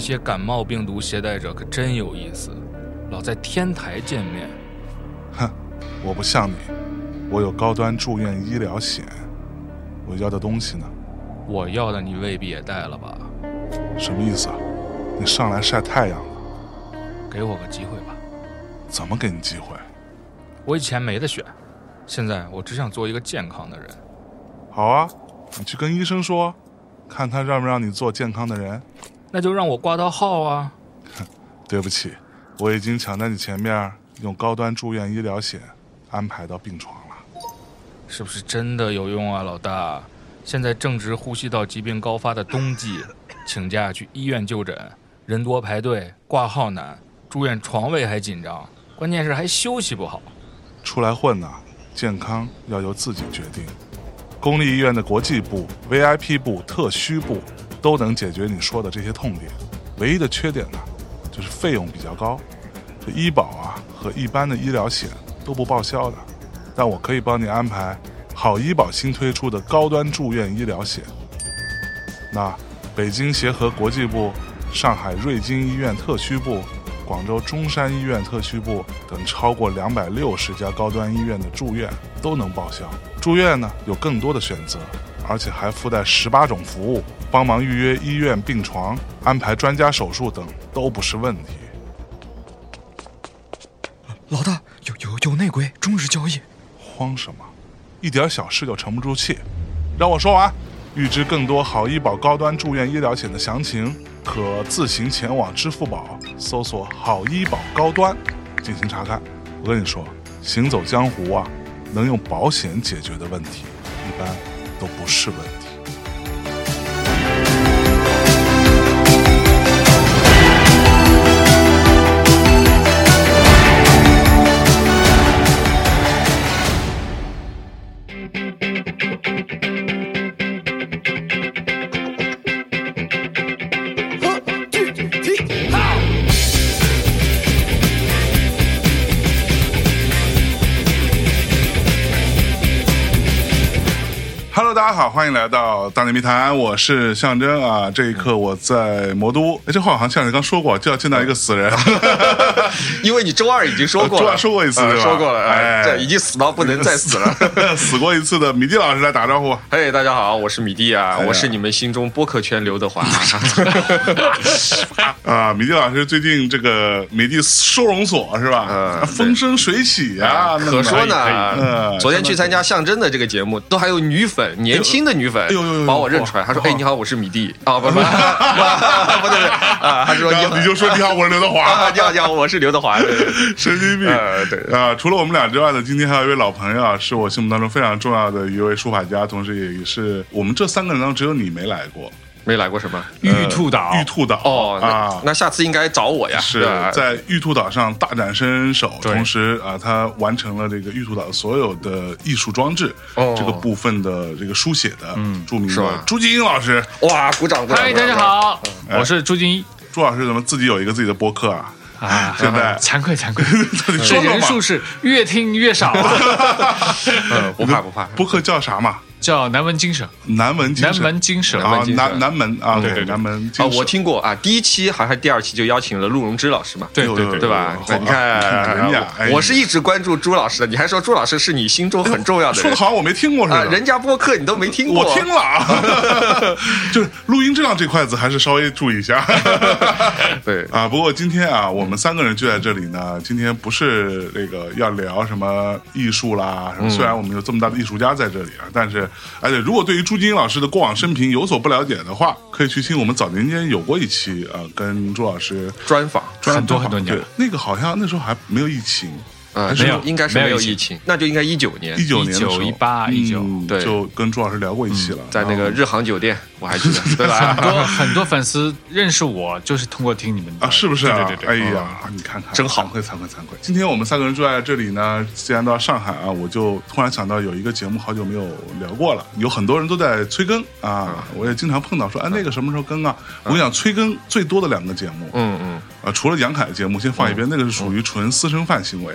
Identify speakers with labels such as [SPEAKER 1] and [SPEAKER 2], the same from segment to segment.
[SPEAKER 1] 些感冒病毒携带者可真有意思，老在天台见面。
[SPEAKER 2] 哼，我不像你，我有高端住院医疗险。我要的东西呢？
[SPEAKER 1] 我要的你未必也带了吧？
[SPEAKER 2] 什么意思啊？你上来晒太阳了？
[SPEAKER 1] 给我个机会吧，
[SPEAKER 2] 怎么给你机会？
[SPEAKER 1] 我以前没得选，现在我只想做一个健康的人。
[SPEAKER 2] 好啊，你去跟医生说，看他让不让你做健康的人。
[SPEAKER 1] 那就让我挂到号啊！
[SPEAKER 2] 对不起，我已经抢在你前面用高端住院医疗险安排到病床了。
[SPEAKER 1] 是不是真的有用啊，老大？现在正值呼吸道疾病高发的冬季，请假去医院就诊，人多排队，挂号难，住院床位还紧张，关键是还休息不好。
[SPEAKER 2] 出来混呐、健康要由自己决定。公立医院的国际部、VIP 部、特需部都能解决你说的这些痛点，唯一的缺点呢，就是费用比较高。这医保啊和一般的医疗险都不报销的，但我可以帮你安排好医保新推出的高端住院医疗险。那北京协和国际部、上海瑞金医院特需部、广州中山医院特需部等超过两百六十家高端医院的住院都能报销。住院呢有更多的选择，而且还附带十八种服务，帮忙预约医院病床、安排专家手术等都不是问题。
[SPEAKER 3] 老大，有有有内鬼，终止交易。
[SPEAKER 2] 慌什么？一点小事就沉不住气。让我说完。预知更多好医保高端住院医疗险的详情，可自行前往支付宝搜索“好医保高端”进行查看。我跟你说，行走江湖啊，能用保险解决的问题，一般都不是问题。Hello，大家好，欢迎来到大内密谈，我是象征啊。这一刻我在魔都，哎，这话好像象征刚说过，就要见到一个死人。
[SPEAKER 3] 因为你周二已经说 过
[SPEAKER 2] 哦周
[SPEAKER 3] 了，
[SPEAKER 2] 二说过一次
[SPEAKER 4] 嗯
[SPEAKER 3] 啊
[SPEAKER 2] 对吧
[SPEAKER 3] 说过了，
[SPEAKER 2] 哎
[SPEAKER 3] 哎，这已经死到不 能再死 了。
[SPEAKER 2] 死过一次的米蒂老师来打招呼。
[SPEAKER 4] 嘿大家好，我是米蒂
[SPEAKER 2] 哎
[SPEAKER 4] 啊，我是你们心中播客圈刘德华。
[SPEAKER 2] 啊，米蒂老师最近这个美的收容所是吧？
[SPEAKER 4] 嗯
[SPEAKER 2] 风生水起 啊，弄
[SPEAKER 4] 可
[SPEAKER 2] 得
[SPEAKER 4] 说
[SPEAKER 2] 嗯
[SPEAKER 4] 呢，昨天去参加象征的这个节目，都还有女粉，年轻的女粉
[SPEAKER 2] 哎呦哎呦呦呦
[SPEAKER 4] 把我认出来，她说：“哎，你好，我是米蒂。”啊，不不 不不对不对啊，她说：“
[SPEAKER 2] 然
[SPEAKER 4] 你
[SPEAKER 2] 后
[SPEAKER 4] 好，
[SPEAKER 2] 你就说你好，我是刘德华，
[SPEAKER 4] 啊，你好你好，我是刘 德华。对”对
[SPEAKER 2] 神经病。
[SPEAKER 4] 呃对
[SPEAKER 2] 啊，除了我们俩之外呢，今天还有一位老朋友啊，是我心目当中非常重要的一位书法家，同时也是我们这三个人当中只有你没来过，呃
[SPEAKER 4] 没来过什么
[SPEAKER 5] 玉兔岛
[SPEAKER 2] 玉兔岛
[SPEAKER 4] 哦，
[SPEAKER 2] 啊
[SPEAKER 4] 那。那下次应该找我 呀。
[SPEAKER 2] 是啊
[SPEAKER 4] 对吧
[SPEAKER 2] 在玉兔岛上大展身手，
[SPEAKER 5] 对
[SPEAKER 2] 同时啊，他完成了这个玉兔岛所有的艺术装置、
[SPEAKER 4] 哦
[SPEAKER 2] 这个部分的这个书写的，嗯，著名
[SPEAKER 4] 是
[SPEAKER 2] 的
[SPEAKER 4] 吧
[SPEAKER 2] 朱继英老师，
[SPEAKER 4] 哇，鼓掌鼓掌！
[SPEAKER 5] 嗨，
[SPEAKER 4] 鼓掌
[SPEAKER 5] 大家。好，
[SPEAKER 2] 嗯
[SPEAKER 5] 我是朱金一
[SPEAKER 2] 朱老师怎么自己有一个自己的播客啊？
[SPEAKER 5] 啊，
[SPEAKER 2] 现在
[SPEAKER 5] 惭愧惭愧，
[SPEAKER 2] 你
[SPEAKER 5] 这
[SPEAKER 2] 说说
[SPEAKER 5] 人数
[SPEAKER 2] 嘛，
[SPEAKER 5] 是越听越少，啊
[SPEAKER 4] 嗯不怕不怕。
[SPEAKER 2] 播客叫啥嘛？
[SPEAKER 5] 叫南门精神，
[SPEAKER 2] 南门精
[SPEAKER 5] 南
[SPEAKER 2] 神
[SPEAKER 5] 门精神
[SPEAKER 4] 南
[SPEAKER 2] 啊
[SPEAKER 4] 门，精神
[SPEAKER 2] 南南门啊，
[SPEAKER 5] 对对对
[SPEAKER 2] 南门
[SPEAKER 4] 啊
[SPEAKER 2] 精，神
[SPEAKER 4] 我听过啊，第一期还是第二期就邀请了陆荣之老师嘛。
[SPEAKER 2] 哎
[SPEAKER 5] 对对对
[SPEAKER 4] 对吧？
[SPEAKER 2] 哦
[SPEAKER 4] 那你看，
[SPEAKER 2] 人家，哎
[SPEAKER 4] 我我是一直关注朱老师的，你还说朱老师是你心中很重要的
[SPEAKER 2] 说
[SPEAKER 4] 人
[SPEAKER 2] 的好像我没听过似
[SPEAKER 4] 啊，
[SPEAKER 2] 的，
[SPEAKER 4] 人家播客你都没听过，
[SPEAKER 2] 我听了 啊，就是录音质量这块子还是稍微注意一 下。
[SPEAKER 4] 对
[SPEAKER 2] 啊，不过今天啊，我们三个人聚在这里呢，今天不是这个要聊什么艺术啦，
[SPEAKER 5] 嗯
[SPEAKER 2] 什么虽然我们有这么大的艺术家在这里啊，但是而且如果对于朱金老师的过往生平有所不了解的话，可以去听我们早年间有过一期啊，跟朱老师
[SPEAKER 4] 专访，
[SPEAKER 2] 专
[SPEAKER 5] 很多很多年
[SPEAKER 2] 对，那个好像那时候还没有疫情，
[SPEAKER 4] 啊，
[SPEAKER 2] 还是
[SPEAKER 5] 没有
[SPEAKER 4] 应该是没
[SPEAKER 5] 没有
[SPEAKER 4] 有
[SPEAKER 5] 疫
[SPEAKER 4] 疫情，那就应该一九年
[SPEAKER 5] 呃
[SPEAKER 2] 一九年的时候
[SPEAKER 5] 19 18 19
[SPEAKER 2] 嗯
[SPEAKER 4] 对
[SPEAKER 2] 就跟朱老师聊过一期了，
[SPEAKER 4] 在那
[SPEAKER 2] 然后
[SPEAKER 4] 个日航酒店，我 还记得，对
[SPEAKER 5] 很
[SPEAKER 4] 吧？
[SPEAKER 5] 多很多粉丝认识我就是通过听你们的
[SPEAKER 2] 啊，是不是啊？
[SPEAKER 5] 对对对对，哦
[SPEAKER 2] 哎呀，你看看，
[SPEAKER 4] 真好
[SPEAKER 2] 惭愧惭愧惭愧。今天我们三个人坐在这里呢，既然到上海啊，我就突然想到有一个节目好久没有聊过了，有很多人都在催更
[SPEAKER 5] 嗯
[SPEAKER 2] 啊，我也经常碰到说，哎，那个什么时候更啊？我跟你讲，催更最多的两个节目
[SPEAKER 4] 嗯嗯，
[SPEAKER 5] 嗯
[SPEAKER 2] 啊，除了杨凯的节目先放一边，那个是属于纯私生饭行为，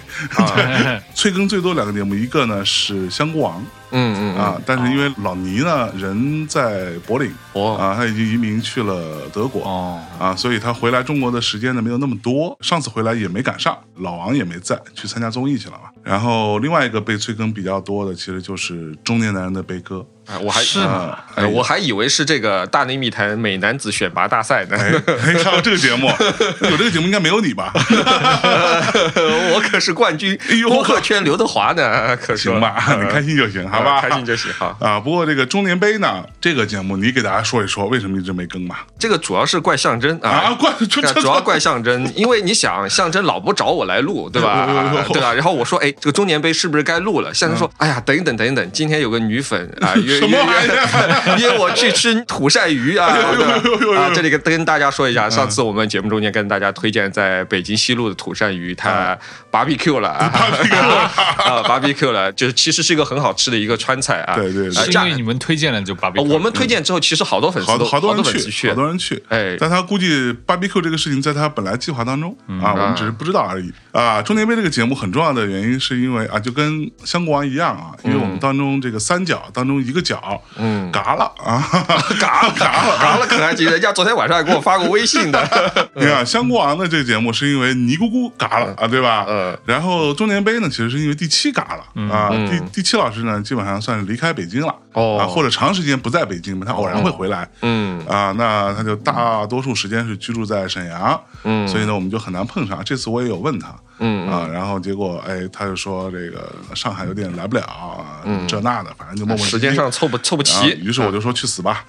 [SPEAKER 2] 催更最多两个节目，一个呢是香菇王
[SPEAKER 4] 嗯嗯
[SPEAKER 2] 啊，但是因
[SPEAKER 5] 哦
[SPEAKER 2] 为老倪呢人在柏林
[SPEAKER 4] 哦，
[SPEAKER 2] 啊，他已经移民去了德国
[SPEAKER 5] 哦，
[SPEAKER 2] 啊，所以他回来中国的时间呢没有那么多。上次回来也没赶上，老王也没在，去参加综艺去了嘛。然后另外一个被催更比较多的，其实就是中年男人的悲歌。
[SPEAKER 4] 哎我还
[SPEAKER 5] 是吗
[SPEAKER 2] 啊
[SPEAKER 4] 哎
[SPEAKER 2] 哎
[SPEAKER 4] 我还以为是这个大内密谈美男子选拔大赛呢，
[SPEAKER 2] 哎，哎看到这个节目，有这个节目应该没有你吧？
[SPEAKER 4] 我可是冠军
[SPEAKER 2] 哎，呦
[SPEAKER 4] 播客圈刘德华呢，可说
[SPEAKER 2] 行吧，你开心就行，好吧？
[SPEAKER 4] 啊开心就行哈。
[SPEAKER 2] 啊。不过这个中年杯呢，这个节目你给大家说一说，为什么一直没更吧？
[SPEAKER 4] 这个主要是怪象征
[SPEAKER 2] 啊，
[SPEAKER 4] 啊。
[SPEAKER 2] 怪这
[SPEAKER 4] 那
[SPEAKER 2] 这
[SPEAKER 4] 主要怪象征， 因为你想象征老不找我来录， 对吧？啊对吧？然后我说，哎，这个中年杯是不是该录了？象征说，哎呀，等一等，等一等，今天有个女粉啊，约
[SPEAKER 2] 嗯 什
[SPEAKER 4] 约
[SPEAKER 2] 么玩意哎
[SPEAKER 4] 约 约我去吃土鳝 鱼啊！对吧啊，这里跟跟大家说一
[SPEAKER 2] 嗯
[SPEAKER 4] 下，上次我们节目中间跟大家推荐在北京西路的土鳝鱼，
[SPEAKER 2] 嗯
[SPEAKER 4] 它 barbecue 了啊 啊，barbecue 了，就是其实是一个很好吃的一个川菜啊。
[SPEAKER 2] 对对对
[SPEAKER 4] 啊
[SPEAKER 5] 是因
[SPEAKER 4] 价
[SPEAKER 5] 为你们推荐了就 b a r
[SPEAKER 2] 哦
[SPEAKER 5] b
[SPEAKER 4] 我们推荐之后，其实好多粉丝
[SPEAKER 2] 好
[SPEAKER 4] 都
[SPEAKER 2] 多好多人
[SPEAKER 4] 粉丝
[SPEAKER 2] 去，好多人去。
[SPEAKER 4] 哎
[SPEAKER 2] 但他估计 BBQ 这个事情在他本来计划当中啊，我们只是不知道而已啊。中年杯这个节目很重要的原因是因为啊，就跟香国王一样啊，因为我们当中这个三角当中一个角，嗯，嘎了啊， 嘎嘎 了。
[SPEAKER 4] 嘎了可还行，人家昨天晚上还给我发过微信 的。
[SPEAKER 2] 你看香菇王的这个节目是因为尼姑姑嘎了啊，对吧？
[SPEAKER 4] 嗯。
[SPEAKER 2] 然后中年杯呢，其实是因为第七嘎了啊，第第七老师呢，基本上算是离开北京了
[SPEAKER 4] 哦
[SPEAKER 2] 啊，或者长时间不在北京嘛，他偶然会回来。
[SPEAKER 4] 嗯
[SPEAKER 2] 啊，那他就大多数时间是居住在沈阳，嗯，所以呢，我们就很难碰上。这次我也有问他，
[SPEAKER 4] 嗯
[SPEAKER 2] 啊，然后结果哎，他就说这个上海有点来不了，啊这那的，反正就磨磨唧唧
[SPEAKER 4] 嗯时间上凑不凑不
[SPEAKER 2] 啊
[SPEAKER 4] 齐，
[SPEAKER 2] 于是我就说去死吧，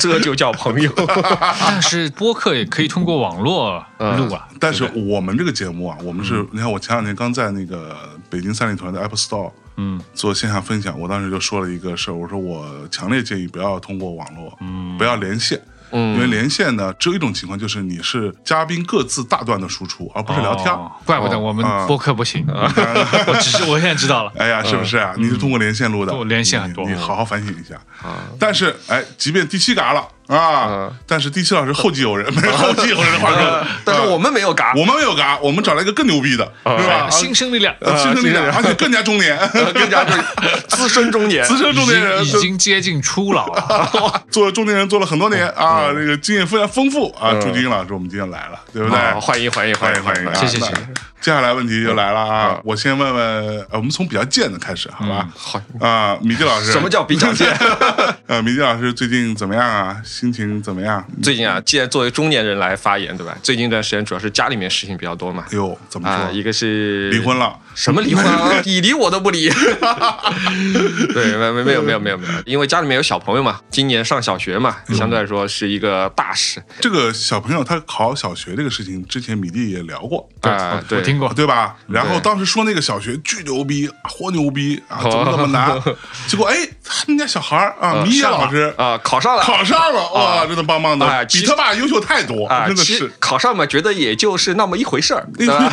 [SPEAKER 4] 这就叫朋友。
[SPEAKER 2] 啊
[SPEAKER 5] 但是播客也可以通过网络录啊。
[SPEAKER 2] 但是我们这个节目啊，我们是，你看我前两天刚在那个北京三里屯的 Apple Store，
[SPEAKER 5] 嗯，
[SPEAKER 2] 做线下分享，我当时就说了一个事儿，我说我强烈建议不要通过网络，嗯，不要连线。
[SPEAKER 4] 嗯
[SPEAKER 2] 因为连线呢，只有一种情况，就是你是嘉宾各自大段的输出，而不是聊天。
[SPEAKER 5] 哦怪不得我们播客不行。 我 只是我现在知道了，
[SPEAKER 2] 哎呀，是不是啊？你是通过连线录的，
[SPEAKER 5] 我连线很多
[SPEAKER 2] 你你好好反省一下。但是哎，即便第七嘎了啊，但是第七老师后继有人，没有后继有人的话说，
[SPEAKER 4] 嗯但是我们没有嘎，
[SPEAKER 2] 我们没有嘎，我们找了一个更牛逼的，是吧？
[SPEAKER 5] 哎新生力量
[SPEAKER 2] 呃，新生力量，而且更加中年，
[SPEAKER 4] 更加就是资深中年。
[SPEAKER 2] 资深中
[SPEAKER 5] 已
[SPEAKER 2] 年人
[SPEAKER 5] 经已经接近初老 了。
[SPEAKER 2] 做中年人做了很多年啊，这个经验非常丰富啊。朱军老师，我们今天来了，对不对？
[SPEAKER 4] 啊欢迎欢迎
[SPEAKER 2] 欢
[SPEAKER 4] 迎
[SPEAKER 2] 迎欢迎啊，
[SPEAKER 5] 谢谢
[SPEAKER 2] 那
[SPEAKER 5] 谢谢
[SPEAKER 2] 接下来问题就来了啊，我先问问，呃我们从比较贱的开始，好吧？
[SPEAKER 4] 好，
[SPEAKER 2] 啊，米季老师，
[SPEAKER 4] 什么叫比较贱？
[SPEAKER 2] 呃，米季老师最近怎么样啊？心情怎么样？
[SPEAKER 4] 最近啊，既然作为中年人来发言，对吧？最近一段时间主要是家里面事情比较多嘛。
[SPEAKER 2] 哟，怎么
[SPEAKER 4] 啊，
[SPEAKER 2] 说？
[SPEAKER 4] 一个是
[SPEAKER 2] 离婚了，
[SPEAKER 4] 什么离婚啊？ 你离我都不离。对，没没没有没有没有没有，因为家里面有小朋友嘛，今年上小学嘛，
[SPEAKER 2] 嗯
[SPEAKER 4] 相对来说是一个大事
[SPEAKER 2] 这个小朋友他考小学这个事情，之前米蒂也聊过，
[SPEAKER 4] 啊。
[SPEAKER 5] 我
[SPEAKER 4] 对，
[SPEAKER 5] 听过，
[SPEAKER 2] 对哦吧？然后
[SPEAKER 4] 嗯对
[SPEAKER 2] 当时说那个小学巨牛逼，啊活牛逼啊，怎么怎么 难？结果哎，他们家小孩儿
[SPEAKER 4] 呃
[SPEAKER 2] 啊，米野
[SPEAKER 5] 上了
[SPEAKER 2] 老师
[SPEAKER 4] 啊，考上了。
[SPEAKER 2] 考上了，哇，真的棒棒的
[SPEAKER 4] 哎，
[SPEAKER 2] 比
[SPEAKER 4] 其
[SPEAKER 2] 他爸优秀太多，
[SPEAKER 4] 啊，
[SPEAKER 2] 真的
[SPEAKER 4] 其
[SPEAKER 2] 是
[SPEAKER 4] 实。考上嘛，觉得也就是那么一回 事儿， 对吧？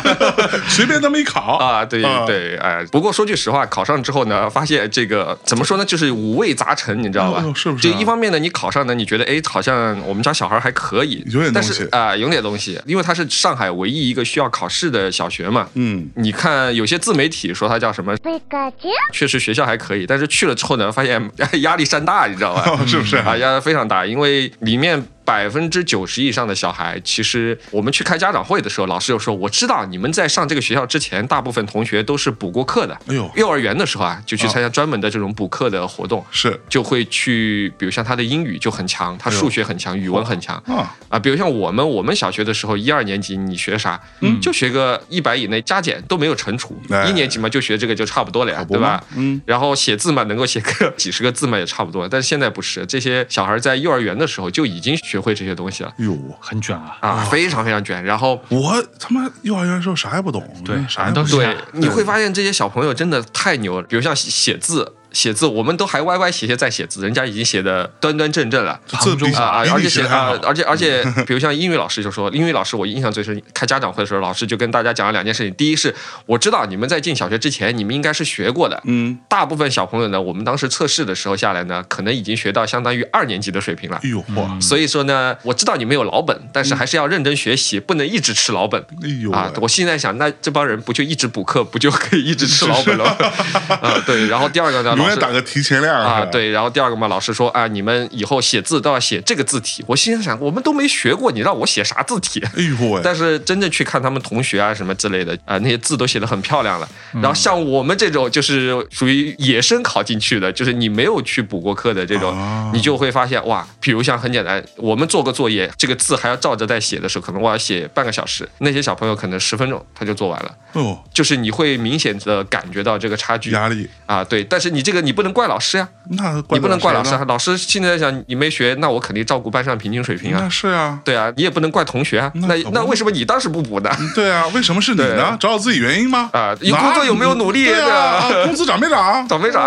[SPEAKER 2] 随便那么一考
[SPEAKER 4] 啊，对
[SPEAKER 2] 啊
[SPEAKER 4] 对，哎，不过说句实话，考上之后呢，发现这个怎么说呢，就是五味杂陈，你知道吧
[SPEAKER 2] 哎呦？是不是
[SPEAKER 4] 就
[SPEAKER 2] 啊
[SPEAKER 4] 一方面呢，你考上呢，你觉得哎，好像我们家小孩还可以，
[SPEAKER 2] 有点东
[SPEAKER 4] 但是
[SPEAKER 2] 西
[SPEAKER 4] 啊，有点东西，因为它是上海唯一一个需要考试的小学嘛。
[SPEAKER 2] 嗯，
[SPEAKER 4] 你看有些自媒体说它叫什么，
[SPEAKER 6] Pikachu.
[SPEAKER 4] 确实学校还可以，但是去了之后呢，发现哎压力山大，你知道吧？
[SPEAKER 2] 哦 是不是
[SPEAKER 4] 啊，压力非常大，因为里面百分之九十以上的小孩，其实我们去开家长会的时候，老师就说，我知道你们在上这个学校之前，大部分同学都是补过课的。
[SPEAKER 2] 哎呦哦
[SPEAKER 4] 幼儿园的时候啊，就去参加专门的这种补课的活动。
[SPEAKER 2] 是
[SPEAKER 4] 就会去，比如像他的英语就很强，
[SPEAKER 2] 哎
[SPEAKER 4] 他数学很强，语文很强
[SPEAKER 2] 啊
[SPEAKER 4] 啊。比如像我们，我们小学的时候，一二年级你学啥，就学个一百以内加减都没有乘除
[SPEAKER 2] 哎，
[SPEAKER 4] 一年级嘛就学这个就差不多了呀，
[SPEAKER 2] 不
[SPEAKER 4] 对吧
[SPEAKER 2] 嘛？嗯，
[SPEAKER 4] 然后写字嘛，能够写个 几十个字嘛也差不多。但是现在不是，这些小孩在幼儿园的时候就已经学会这些东西了
[SPEAKER 2] 哟，
[SPEAKER 5] 很卷啊。
[SPEAKER 4] 啊，
[SPEAKER 2] 哦
[SPEAKER 4] 非常非常卷。然后
[SPEAKER 2] 我他妈幼儿园的时候啥也不懂，
[SPEAKER 5] 对
[SPEAKER 2] 啥也不
[SPEAKER 5] 反正都
[SPEAKER 2] 懂
[SPEAKER 5] 是
[SPEAKER 4] 对
[SPEAKER 5] 啊，
[SPEAKER 4] 你会发现这些小朋友真的太牛了。比如像写写字，写字，我们都还歪歪斜斜在写字，人家已经写的端端正正了。
[SPEAKER 2] 这比
[SPEAKER 4] 啊，
[SPEAKER 2] 比
[SPEAKER 4] 而
[SPEAKER 2] 你
[SPEAKER 4] 且
[SPEAKER 2] 学
[SPEAKER 4] 写
[SPEAKER 2] 得还好嗯
[SPEAKER 4] 啊，而且 而且，比如像英语老师就说，英语老师我印象最深，开家长会的时候，老师就跟大家讲了两件事情。第一是，我知道你们在进小学之前，你们应该是学过的。
[SPEAKER 2] 嗯，
[SPEAKER 4] 大部分小朋友呢，我们当时测试的时候下来呢，可能已经学到相当于二年级的水平了
[SPEAKER 2] 哎。呦嚯，
[SPEAKER 4] 所以说呢，我知道你们有老本，但是还是要认真学习，不能一直吃老本。
[SPEAKER 2] 哎呦
[SPEAKER 4] 啊！
[SPEAKER 2] 喂
[SPEAKER 4] 我现在想，那这帮人不就一直补课，不就可以一直吃老本 了？啊，对。然后第二个呢，
[SPEAKER 2] 永
[SPEAKER 4] 老
[SPEAKER 2] 远
[SPEAKER 4] 师
[SPEAKER 2] 打个提前量
[SPEAKER 4] 啊，，对。然后第二个嘛，老师说啊，你们以后写字都要写这个字体。我心里想，我们都没学过，你让我写啥字体？
[SPEAKER 2] 哎呦喂，
[SPEAKER 4] 但是真正去看他们同学啊什么之类的啊、那些字都写得很漂亮了。然后像我们这种就是属于野生考进去的，就是你没有去补过课的这种，
[SPEAKER 2] 啊
[SPEAKER 4] 哦你就会发现哇，比如像很简单，我们做个作业，这个字还要照着在写的时候，可能我要写半个小时，那些小朋友可能十分钟他就做完了，
[SPEAKER 2] 哎呦，
[SPEAKER 4] 就是你会明显的感觉到这个差距
[SPEAKER 2] 压力，
[SPEAKER 4] 啊，对。但是你这个你不能怪老师呀、
[SPEAKER 2] 那
[SPEAKER 4] 你不能怪老师
[SPEAKER 2] 谁
[SPEAKER 4] 啊
[SPEAKER 2] 呢，，
[SPEAKER 4] 老师现在想你没学，那我肯定照顾班上平均水平
[SPEAKER 2] 那
[SPEAKER 4] 啊。
[SPEAKER 2] 是啊，
[SPEAKER 4] 对啊，你也不能怪同学啊，
[SPEAKER 2] 那
[SPEAKER 4] 那
[SPEAKER 2] 可不
[SPEAKER 4] 那为什么你当时不补 呢？
[SPEAKER 2] 对啊，为什么是你呢？
[SPEAKER 4] 对
[SPEAKER 2] 找找自己原因吗？
[SPEAKER 4] 啊有
[SPEAKER 2] 哪
[SPEAKER 4] 工作有没有努力
[SPEAKER 2] 对
[SPEAKER 4] 对啊
[SPEAKER 2] 啊，啊工资涨没 涨？
[SPEAKER 4] 倒霉啥？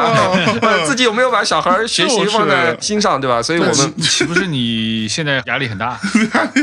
[SPEAKER 4] 呃自己有没有把小孩儿学习放在心上，对吧？所以我们
[SPEAKER 5] 岂岂不是你现在压力 很大？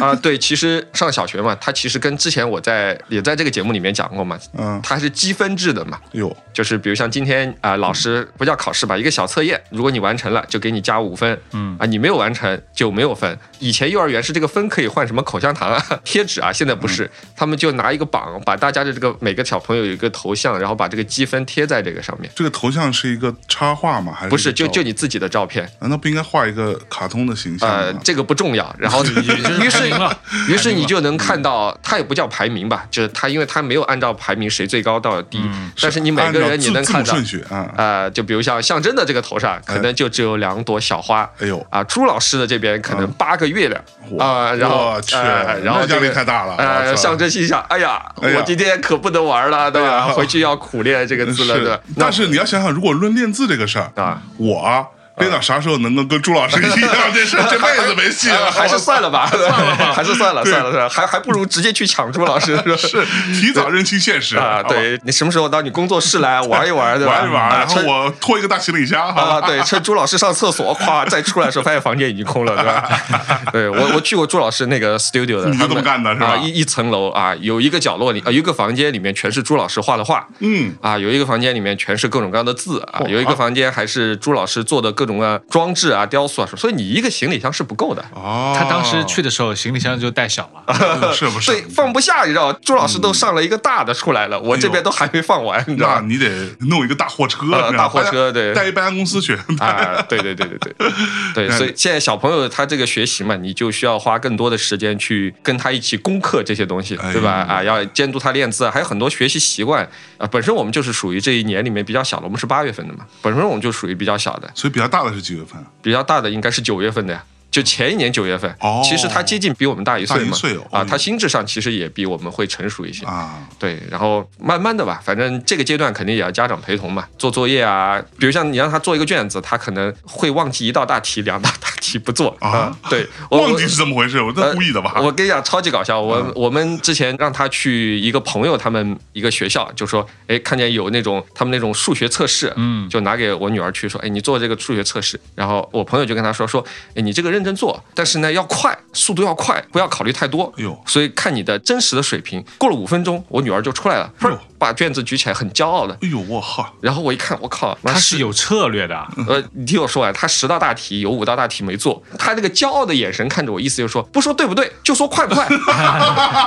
[SPEAKER 4] 啊，对，其实上小学嘛，它其实跟之前我在也在这个节目里面讲过嘛，
[SPEAKER 2] 嗯，
[SPEAKER 4] 它还是积分制的嘛，
[SPEAKER 2] 哟，
[SPEAKER 4] 就是比如像今天啊、老师不叫考试吧，一个小测验，如果你完成了，就给你加五分，嗯啊，你没有完成就没有分。以前幼儿园是这个分可以换什么口香糖啊、 贴纸啊，现在不是，他们就拿一个榜，把大家的这个每个小朋友有一个头像，然后把这个积分贴在这个上面。
[SPEAKER 2] 这个头像是一个插画吗？还是
[SPEAKER 4] 不是，就就
[SPEAKER 2] 你
[SPEAKER 4] 你自己的照片，
[SPEAKER 2] 难道不应该画一个卡通的形象
[SPEAKER 4] 呃，
[SPEAKER 2] 吗？
[SPEAKER 4] 这个不重要。然后你
[SPEAKER 5] 就是
[SPEAKER 4] 于
[SPEAKER 5] 排
[SPEAKER 4] 是
[SPEAKER 5] 名了
[SPEAKER 4] 于是你就能看到，它也不叫排名吧，就是它因为它没有按照排名谁最高到低，但是你每个
[SPEAKER 2] 按照
[SPEAKER 4] 人你
[SPEAKER 2] 字
[SPEAKER 4] 能看
[SPEAKER 2] 字
[SPEAKER 4] 到
[SPEAKER 2] 母，顺序啊，
[SPEAKER 4] 呃，就比如像象征的这个头上，可能就只有两朵小花。
[SPEAKER 2] 哎呦啊
[SPEAKER 4] 啊，朱老师的这边可能八个月亮
[SPEAKER 2] 哇
[SPEAKER 4] 啊，然后
[SPEAKER 2] 我去
[SPEAKER 4] 呃然后
[SPEAKER 2] 那
[SPEAKER 4] 这
[SPEAKER 2] 压力
[SPEAKER 4] 个
[SPEAKER 2] 太大了我
[SPEAKER 4] 呃，
[SPEAKER 2] 操
[SPEAKER 4] 象征心想，哎呀，
[SPEAKER 2] 哎呀哎
[SPEAKER 4] 我今天可不能玩了，对吧？回去要苦练这个字了，对吧
[SPEAKER 2] 是。，但是你要想想，如果论练字这个事儿
[SPEAKER 4] 啊，
[SPEAKER 2] 我练到啥时候能够跟朱老师一样？这事儿这辈子没戏
[SPEAKER 4] 呃
[SPEAKER 2] 了，
[SPEAKER 4] 还是算了吧，算了吧，还是算了，
[SPEAKER 2] 对
[SPEAKER 4] 算了，算了，还还不如直接去抢 朱老师，是吧？
[SPEAKER 2] 是提早认清现实
[SPEAKER 4] 啊，，对你什么时候到你工作室来玩一玩，
[SPEAKER 2] 好
[SPEAKER 4] 对
[SPEAKER 2] 吧
[SPEAKER 4] 吧？
[SPEAKER 2] 玩一玩，
[SPEAKER 4] 啊
[SPEAKER 2] 然后
[SPEAKER 4] 趁
[SPEAKER 2] 我拖一个大行李箱，好
[SPEAKER 4] 啊，
[SPEAKER 2] 吧，
[SPEAKER 4] 对，趁朱老师上厕所， 咵，再出来的时候发现房间已经空了，对吧？对我我去过朱老师那个 studio 的，
[SPEAKER 2] 你就
[SPEAKER 4] 他们
[SPEAKER 2] 这么干的是吧
[SPEAKER 4] 啊，一一层楼啊，有一个角落里，啊，有一个房间里面全是朱老师画的画，
[SPEAKER 2] 嗯，
[SPEAKER 4] 啊，有一个房间里面全是各种各样的字啊，有一个房间还是朱老师做的各种各样装置啊、雕塑啊，所以你一个行李箱是不够的。
[SPEAKER 2] 哦，
[SPEAKER 5] 他当时去的时候行李箱就带小了，
[SPEAKER 4] 哦
[SPEAKER 2] 嗯是 不是？
[SPEAKER 4] 对，放不下，你知道吗？朱老师都上了一个大的出来了，
[SPEAKER 2] 哎
[SPEAKER 4] 我这边都还没放完，你知道
[SPEAKER 2] 那
[SPEAKER 4] 吗？
[SPEAKER 2] 你得弄一个大货车，
[SPEAKER 4] 呃
[SPEAKER 2] 是吧
[SPEAKER 4] 大货车
[SPEAKER 2] 带
[SPEAKER 4] 对
[SPEAKER 2] 带一搬家公司去。
[SPEAKER 4] 啊，对对对对对对，所以现在小朋友他这个学习嘛，你就需要花更多的时间去跟他一起攻克这些东西，对吧？啊，要监督他练字啊，还有很多学习习惯啊。本身我们就是属于这一年里面比较小的，我们是八月份的嘛，本身我们就属于比较小的，
[SPEAKER 2] 所以比较大的是几月份？啊
[SPEAKER 4] 比较大的应该是九月份的呀。就前一年九月份，
[SPEAKER 2] 哦
[SPEAKER 4] 其实他接近比我们大一岁
[SPEAKER 2] 大一
[SPEAKER 4] 嘛，
[SPEAKER 2] 岁哦
[SPEAKER 4] 啊，他心智上其实也比 我们会成熟一些
[SPEAKER 2] 啊，
[SPEAKER 4] 对，然后慢慢的吧，反正这个阶段肯定也要家长陪同嘛，做作业啊，比如像你让他做一个卷子，他可能会忘记一道大题、两道大题不做
[SPEAKER 2] 啊
[SPEAKER 4] 对，我
[SPEAKER 2] 忘记是怎么回事，我这故意的吧？嗯
[SPEAKER 4] 呃我跟你讲，超级搞笑。我、我们之前让他去一个朋友他们一个学校，就说，哎，看见有那种他们那种数学测试，嗯，就拿给我女儿去说，哎，你做这个数学测试。然后我朋友就跟他说，说，哎，你这个认真做，但是呢要快，速度要快，不要考虑太多。
[SPEAKER 2] 哎呦
[SPEAKER 4] 所以看你的真实的水平。过了五分钟，我女儿就出来了，
[SPEAKER 2] 哎呦
[SPEAKER 4] 把卷子举起来，很骄傲的。
[SPEAKER 2] 哎呦，我靠！
[SPEAKER 4] 然后我一看，我靠，妈
[SPEAKER 5] 他是
[SPEAKER 4] 十
[SPEAKER 5] 有策略 的。啊
[SPEAKER 4] 呃，你听我说完，他十道大题有五道大题没做，他这个骄傲的眼神看着我，意思就是说，不说对不对，就说快 不 快，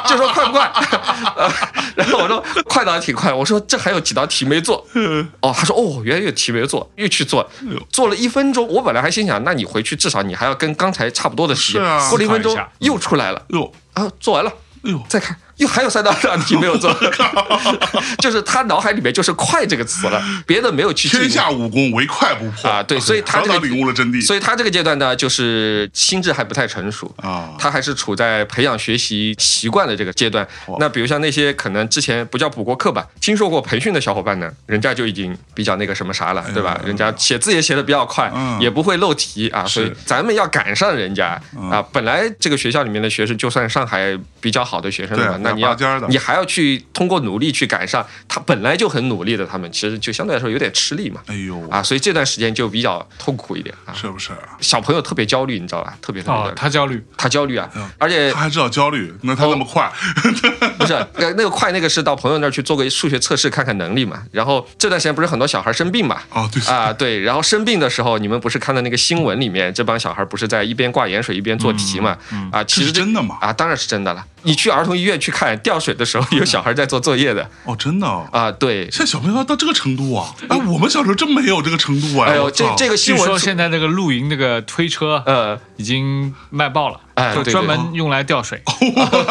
[SPEAKER 4] 就说快不 快。呃然后我说快倒也挺快，我说这还有几道题 没做。哦，他说哦，原来有题没做，又去做，
[SPEAKER 2] 哎
[SPEAKER 4] 做了一分钟。我本来还心想，那你回去至少你还要跟刚才差不多的题。
[SPEAKER 2] 是啊
[SPEAKER 4] 过了一分钟
[SPEAKER 5] 思考一下
[SPEAKER 4] 又出来了，
[SPEAKER 2] 哎呦，
[SPEAKER 4] 啊，做完了。
[SPEAKER 2] 哎呦，
[SPEAKER 4] 再看，又还有三道大题没 有做，就是他脑海里面就是“快”这个词了，别的没有去
[SPEAKER 2] 天
[SPEAKER 4] 进
[SPEAKER 2] 下武功唯快不破
[SPEAKER 4] 啊，对，所以
[SPEAKER 2] 早
[SPEAKER 4] 他这个
[SPEAKER 2] 早领悟了真谛
[SPEAKER 4] 所以他这个阶段呢，就是心智还不太成熟。
[SPEAKER 2] 啊！
[SPEAKER 4] 他还是处在培养学习习惯的这个阶段。那比如像那些可能之前不叫补过课吧，听说过培训的小伙伴呢，人家就已经比较那个什么啥了，对吧？人家写字也写的比较快，
[SPEAKER 2] 哎嗯
[SPEAKER 4] 也不会漏题啊，所以咱
[SPEAKER 2] 嗯
[SPEAKER 4] 们要赶上人家啊。本来这个学校里面的学生，就算上海比较好的学生了
[SPEAKER 2] 对
[SPEAKER 4] 嘛，那那你要
[SPEAKER 2] 拔尖儿的
[SPEAKER 4] 你还要去通过努力去赶上，他本来就很努力的，他们其实就相对来说有点吃力嘛，
[SPEAKER 2] 哎呦，
[SPEAKER 4] 啊，所以这段时间就比较痛苦一点啊。
[SPEAKER 2] 是不是？
[SPEAKER 4] 小朋友特别焦虑，你知道吧？特别特别焦
[SPEAKER 5] 哦
[SPEAKER 4] 虑，，
[SPEAKER 5] 他焦虑，
[SPEAKER 4] 他焦虑啊
[SPEAKER 2] 嗯，
[SPEAKER 4] 而 且
[SPEAKER 2] 他还知道焦虑，那他那么快，
[SPEAKER 4] 不是那那个快那个是到朋友那儿去做个数学测试看看能力嘛。然后这段时间不是很多小孩生病嘛？
[SPEAKER 2] 哦，对，
[SPEAKER 4] 啊，对，然后生病的时候，你们不是看到那个新闻里面，这帮小孩不是在一边挂盐水一边做题嘛？
[SPEAKER 5] 嗯
[SPEAKER 4] 啊，
[SPEAKER 2] 这
[SPEAKER 4] 其
[SPEAKER 2] 是
[SPEAKER 4] 实这
[SPEAKER 2] 真的吗？
[SPEAKER 4] 啊，当然是真的了。你去儿童医院去看吊水的时候，有小孩在做作业的
[SPEAKER 2] 哦，真的哦，
[SPEAKER 4] 啊，对。
[SPEAKER 2] 现在小朋友到这个程度啊！哎，我们小时候真没有这个程度啊！
[SPEAKER 4] 哎呦，
[SPEAKER 2] 我
[SPEAKER 4] 这
[SPEAKER 2] 操
[SPEAKER 4] 这个
[SPEAKER 5] 据
[SPEAKER 4] 新闻
[SPEAKER 5] 说现在那个露营那个推车，
[SPEAKER 4] 呃，
[SPEAKER 5] 已经卖爆了，
[SPEAKER 4] 哎
[SPEAKER 5] 就
[SPEAKER 4] 对
[SPEAKER 5] 专
[SPEAKER 4] 对哦
[SPEAKER 5] 门用来吊水。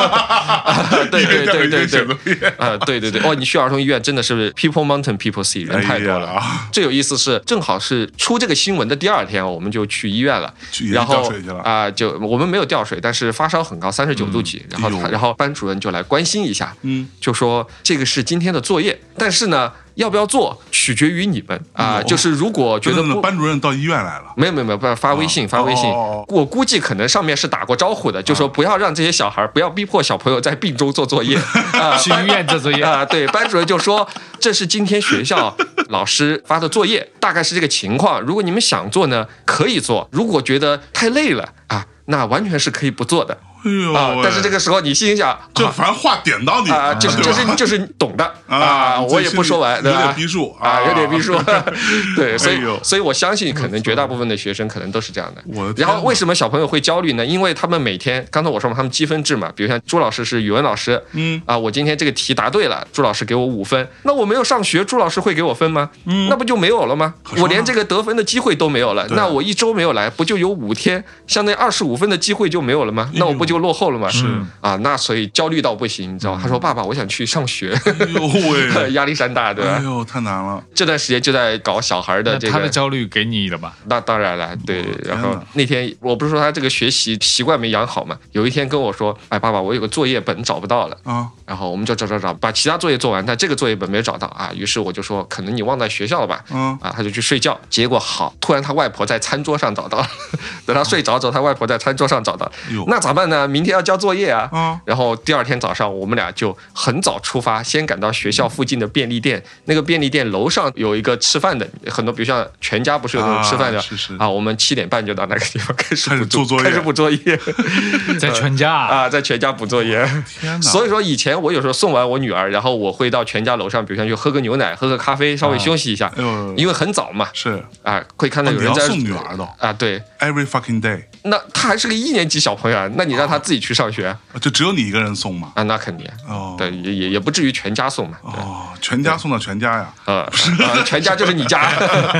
[SPEAKER 4] 对对对对
[SPEAKER 2] 一边讲一
[SPEAKER 4] 对，啊，对对对，哦，你去儿童医院真的是 people mountain people sea，人太多
[SPEAKER 2] 哎
[SPEAKER 4] 了。啊
[SPEAKER 2] 呀
[SPEAKER 4] 最有意思是，正好是出这个新闻的第二天，我们就去医院了
[SPEAKER 2] 去医，院
[SPEAKER 4] 然
[SPEAKER 2] 吊
[SPEAKER 4] 后
[SPEAKER 2] 水去了
[SPEAKER 4] 啊、就我们没有吊水，但是发烧很高，三十九度几，然后
[SPEAKER 2] 哎
[SPEAKER 4] 他
[SPEAKER 2] 呦
[SPEAKER 4] 然后班主任就来关心一下，
[SPEAKER 2] 嗯，
[SPEAKER 4] 就说这个是今天的作业，但是呢，要不要做取决于你们啊、
[SPEAKER 2] 哦
[SPEAKER 4] 就是如果觉
[SPEAKER 2] 真
[SPEAKER 4] 得
[SPEAKER 2] 的呢，
[SPEAKER 4] 不。
[SPEAKER 2] 班主任到医院来了，
[SPEAKER 4] 没有没有没有，不发微信
[SPEAKER 2] 哦
[SPEAKER 4] 发微信
[SPEAKER 2] 哦哦哦，啊
[SPEAKER 4] 我估计可能上面是打过招呼的，就说不要让这些小孩儿，不要逼迫小朋友在病中做作 业啊。
[SPEAKER 5] 去医院做作 业，
[SPEAKER 4] 啊、对，班主任就说这是今天学校老师发的作业，大概是这个情况。如果你们想做呢，可以做；如果觉得太累了啊，那完全是可以不做的
[SPEAKER 2] 哎呦
[SPEAKER 4] 啊、
[SPEAKER 2] 喂！
[SPEAKER 4] 但是这个时候你心里想，
[SPEAKER 2] 这
[SPEAKER 4] 啊
[SPEAKER 2] 反正话点到你
[SPEAKER 4] 啊，
[SPEAKER 2] 了，
[SPEAKER 4] 就是就
[SPEAKER 2] 对吧
[SPEAKER 4] 是就是你懂的
[SPEAKER 2] 啊
[SPEAKER 4] 啊，我也不说完，对
[SPEAKER 2] 有
[SPEAKER 4] 吧
[SPEAKER 2] 点？逼数
[SPEAKER 4] 啊，有点逼 数，对，所以
[SPEAKER 2] 哎呦
[SPEAKER 4] 所以我相信，可能绝大部分的学生可能都是这样的。
[SPEAKER 2] 我的天
[SPEAKER 4] 然
[SPEAKER 2] 哪
[SPEAKER 4] 后为什么小朋友会焦虑呢？因为他们每天，刚才我说嘛，他们积分制嘛，比如像朱老师是语文老师，
[SPEAKER 2] 嗯
[SPEAKER 4] 啊，我今天这个题答对了，朱老师给我五分，那我没有上学，朱老师会给我分吗？嗯，那不就没有了吗
[SPEAKER 2] 可？说呢
[SPEAKER 4] 我连这个得分的机会都没有了，
[SPEAKER 2] 对啊
[SPEAKER 4] 那我一周没有来，不就有五天，相当于二十五分的机会就没有了
[SPEAKER 2] 嗯
[SPEAKER 4] 吗？那我不就落后了吗？是啊，那所以焦虑到不行，你知道
[SPEAKER 2] 嗯
[SPEAKER 4] 吗？他说：“爸爸，我想去上学。”
[SPEAKER 2] 哎呦 喂，
[SPEAKER 4] 压力山大，对吧？
[SPEAKER 2] 哎呦，太难了，
[SPEAKER 4] 这段时间就在搞小孩的
[SPEAKER 5] 那
[SPEAKER 4] 这个。
[SPEAKER 5] 他的焦虑给你了吧？
[SPEAKER 4] 那当然了，对
[SPEAKER 2] 我的。哦天
[SPEAKER 4] 然
[SPEAKER 2] 哪
[SPEAKER 4] 后那天我不是说他这个学习习惯没养好嘛？有一天跟我说：“哎，爸爸，我有个作业本找不到了。
[SPEAKER 2] 啊，”
[SPEAKER 4] 然后我们就找找找，把其他作业做完，但这个作业本没找到啊。于是我就说：“可能你忘在学校了吧？”
[SPEAKER 2] 嗯
[SPEAKER 4] 啊，他就去睡觉。结果好，突然他外婆在餐桌上找到了。 等他睡着之后，他外婆在餐桌上找到
[SPEAKER 2] 哟。
[SPEAKER 4] 那咋办呢？明天要交作业啊。
[SPEAKER 2] 啊
[SPEAKER 4] 然后第二天早上，我们俩就很早出发，先赶到学校附近的便利店。那个便利店楼上有一个吃饭的，很多，比如像全家不是有那种吃饭的
[SPEAKER 2] 啊是是
[SPEAKER 4] 啊我们七点半就到那个地方开始
[SPEAKER 2] 开始
[SPEAKER 4] 补
[SPEAKER 2] 做作业
[SPEAKER 4] 开始补 作业
[SPEAKER 5] 在全家啊，
[SPEAKER 4] 啊，在全家补作业。
[SPEAKER 2] 天哪！
[SPEAKER 4] 所以说，以前我有时候送完我女儿，然后我会到全家楼上，比如像去喝个牛奶、喝个咖啡，稍微休息一下
[SPEAKER 2] 哎，呦，
[SPEAKER 4] 因为很早嘛，
[SPEAKER 2] 是
[SPEAKER 4] 啊，会看到
[SPEAKER 2] 啊
[SPEAKER 4] 有
[SPEAKER 2] 你
[SPEAKER 4] 人
[SPEAKER 2] 要
[SPEAKER 4] 在
[SPEAKER 2] 送女儿的
[SPEAKER 4] 啊，对，
[SPEAKER 2] ，every fucking day，
[SPEAKER 4] 那他还是个一年级小朋友，啊，那你让他自己去上学
[SPEAKER 2] 啊就只有你一个人送嘛？
[SPEAKER 4] 啊，那肯定，
[SPEAKER 2] 哦，
[SPEAKER 4] 对，也也也不至于全家送嘛，对。
[SPEAKER 2] 哦，全家送到全家呀，
[SPEAKER 4] 呃，呃全家就是你家。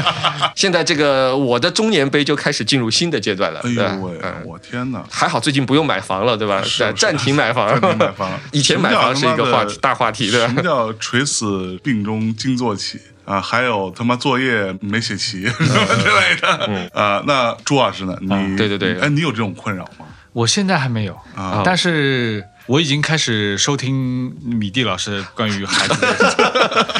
[SPEAKER 4] 现在这个我的中年杯就开始进入新的阶段了，
[SPEAKER 2] 哎
[SPEAKER 4] 对吧
[SPEAKER 2] 呦？喂，
[SPEAKER 4] 嗯
[SPEAKER 2] 我天哪！
[SPEAKER 4] 还好最近不用买房了，对吧？
[SPEAKER 2] 是
[SPEAKER 4] 对
[SPEAKER 2] 是
[SPEAKER 4] 暂停买房
[SPEAKER 2] 暂停买房
[SPEAKER 4] 以前买房是一个话题，大话题，对
[SPEAKER 2] 什么
[SPEAKER 4] 吧？
[SPEAKER 2] 叫垂死病中惊坐起啊？还有他妈作业没写齐什么之类的啊？那朱老师呢？你
[SPEAKER 4] 嗯对对对
[SPEAKER 2] 哎，你有这种困扰吗？
[SPEAKER 5] 我现在还没有
[SPEAKER 2] 啊，
[SPEAKER 5] 但是我已经开始收听米蒂老师关于孩子的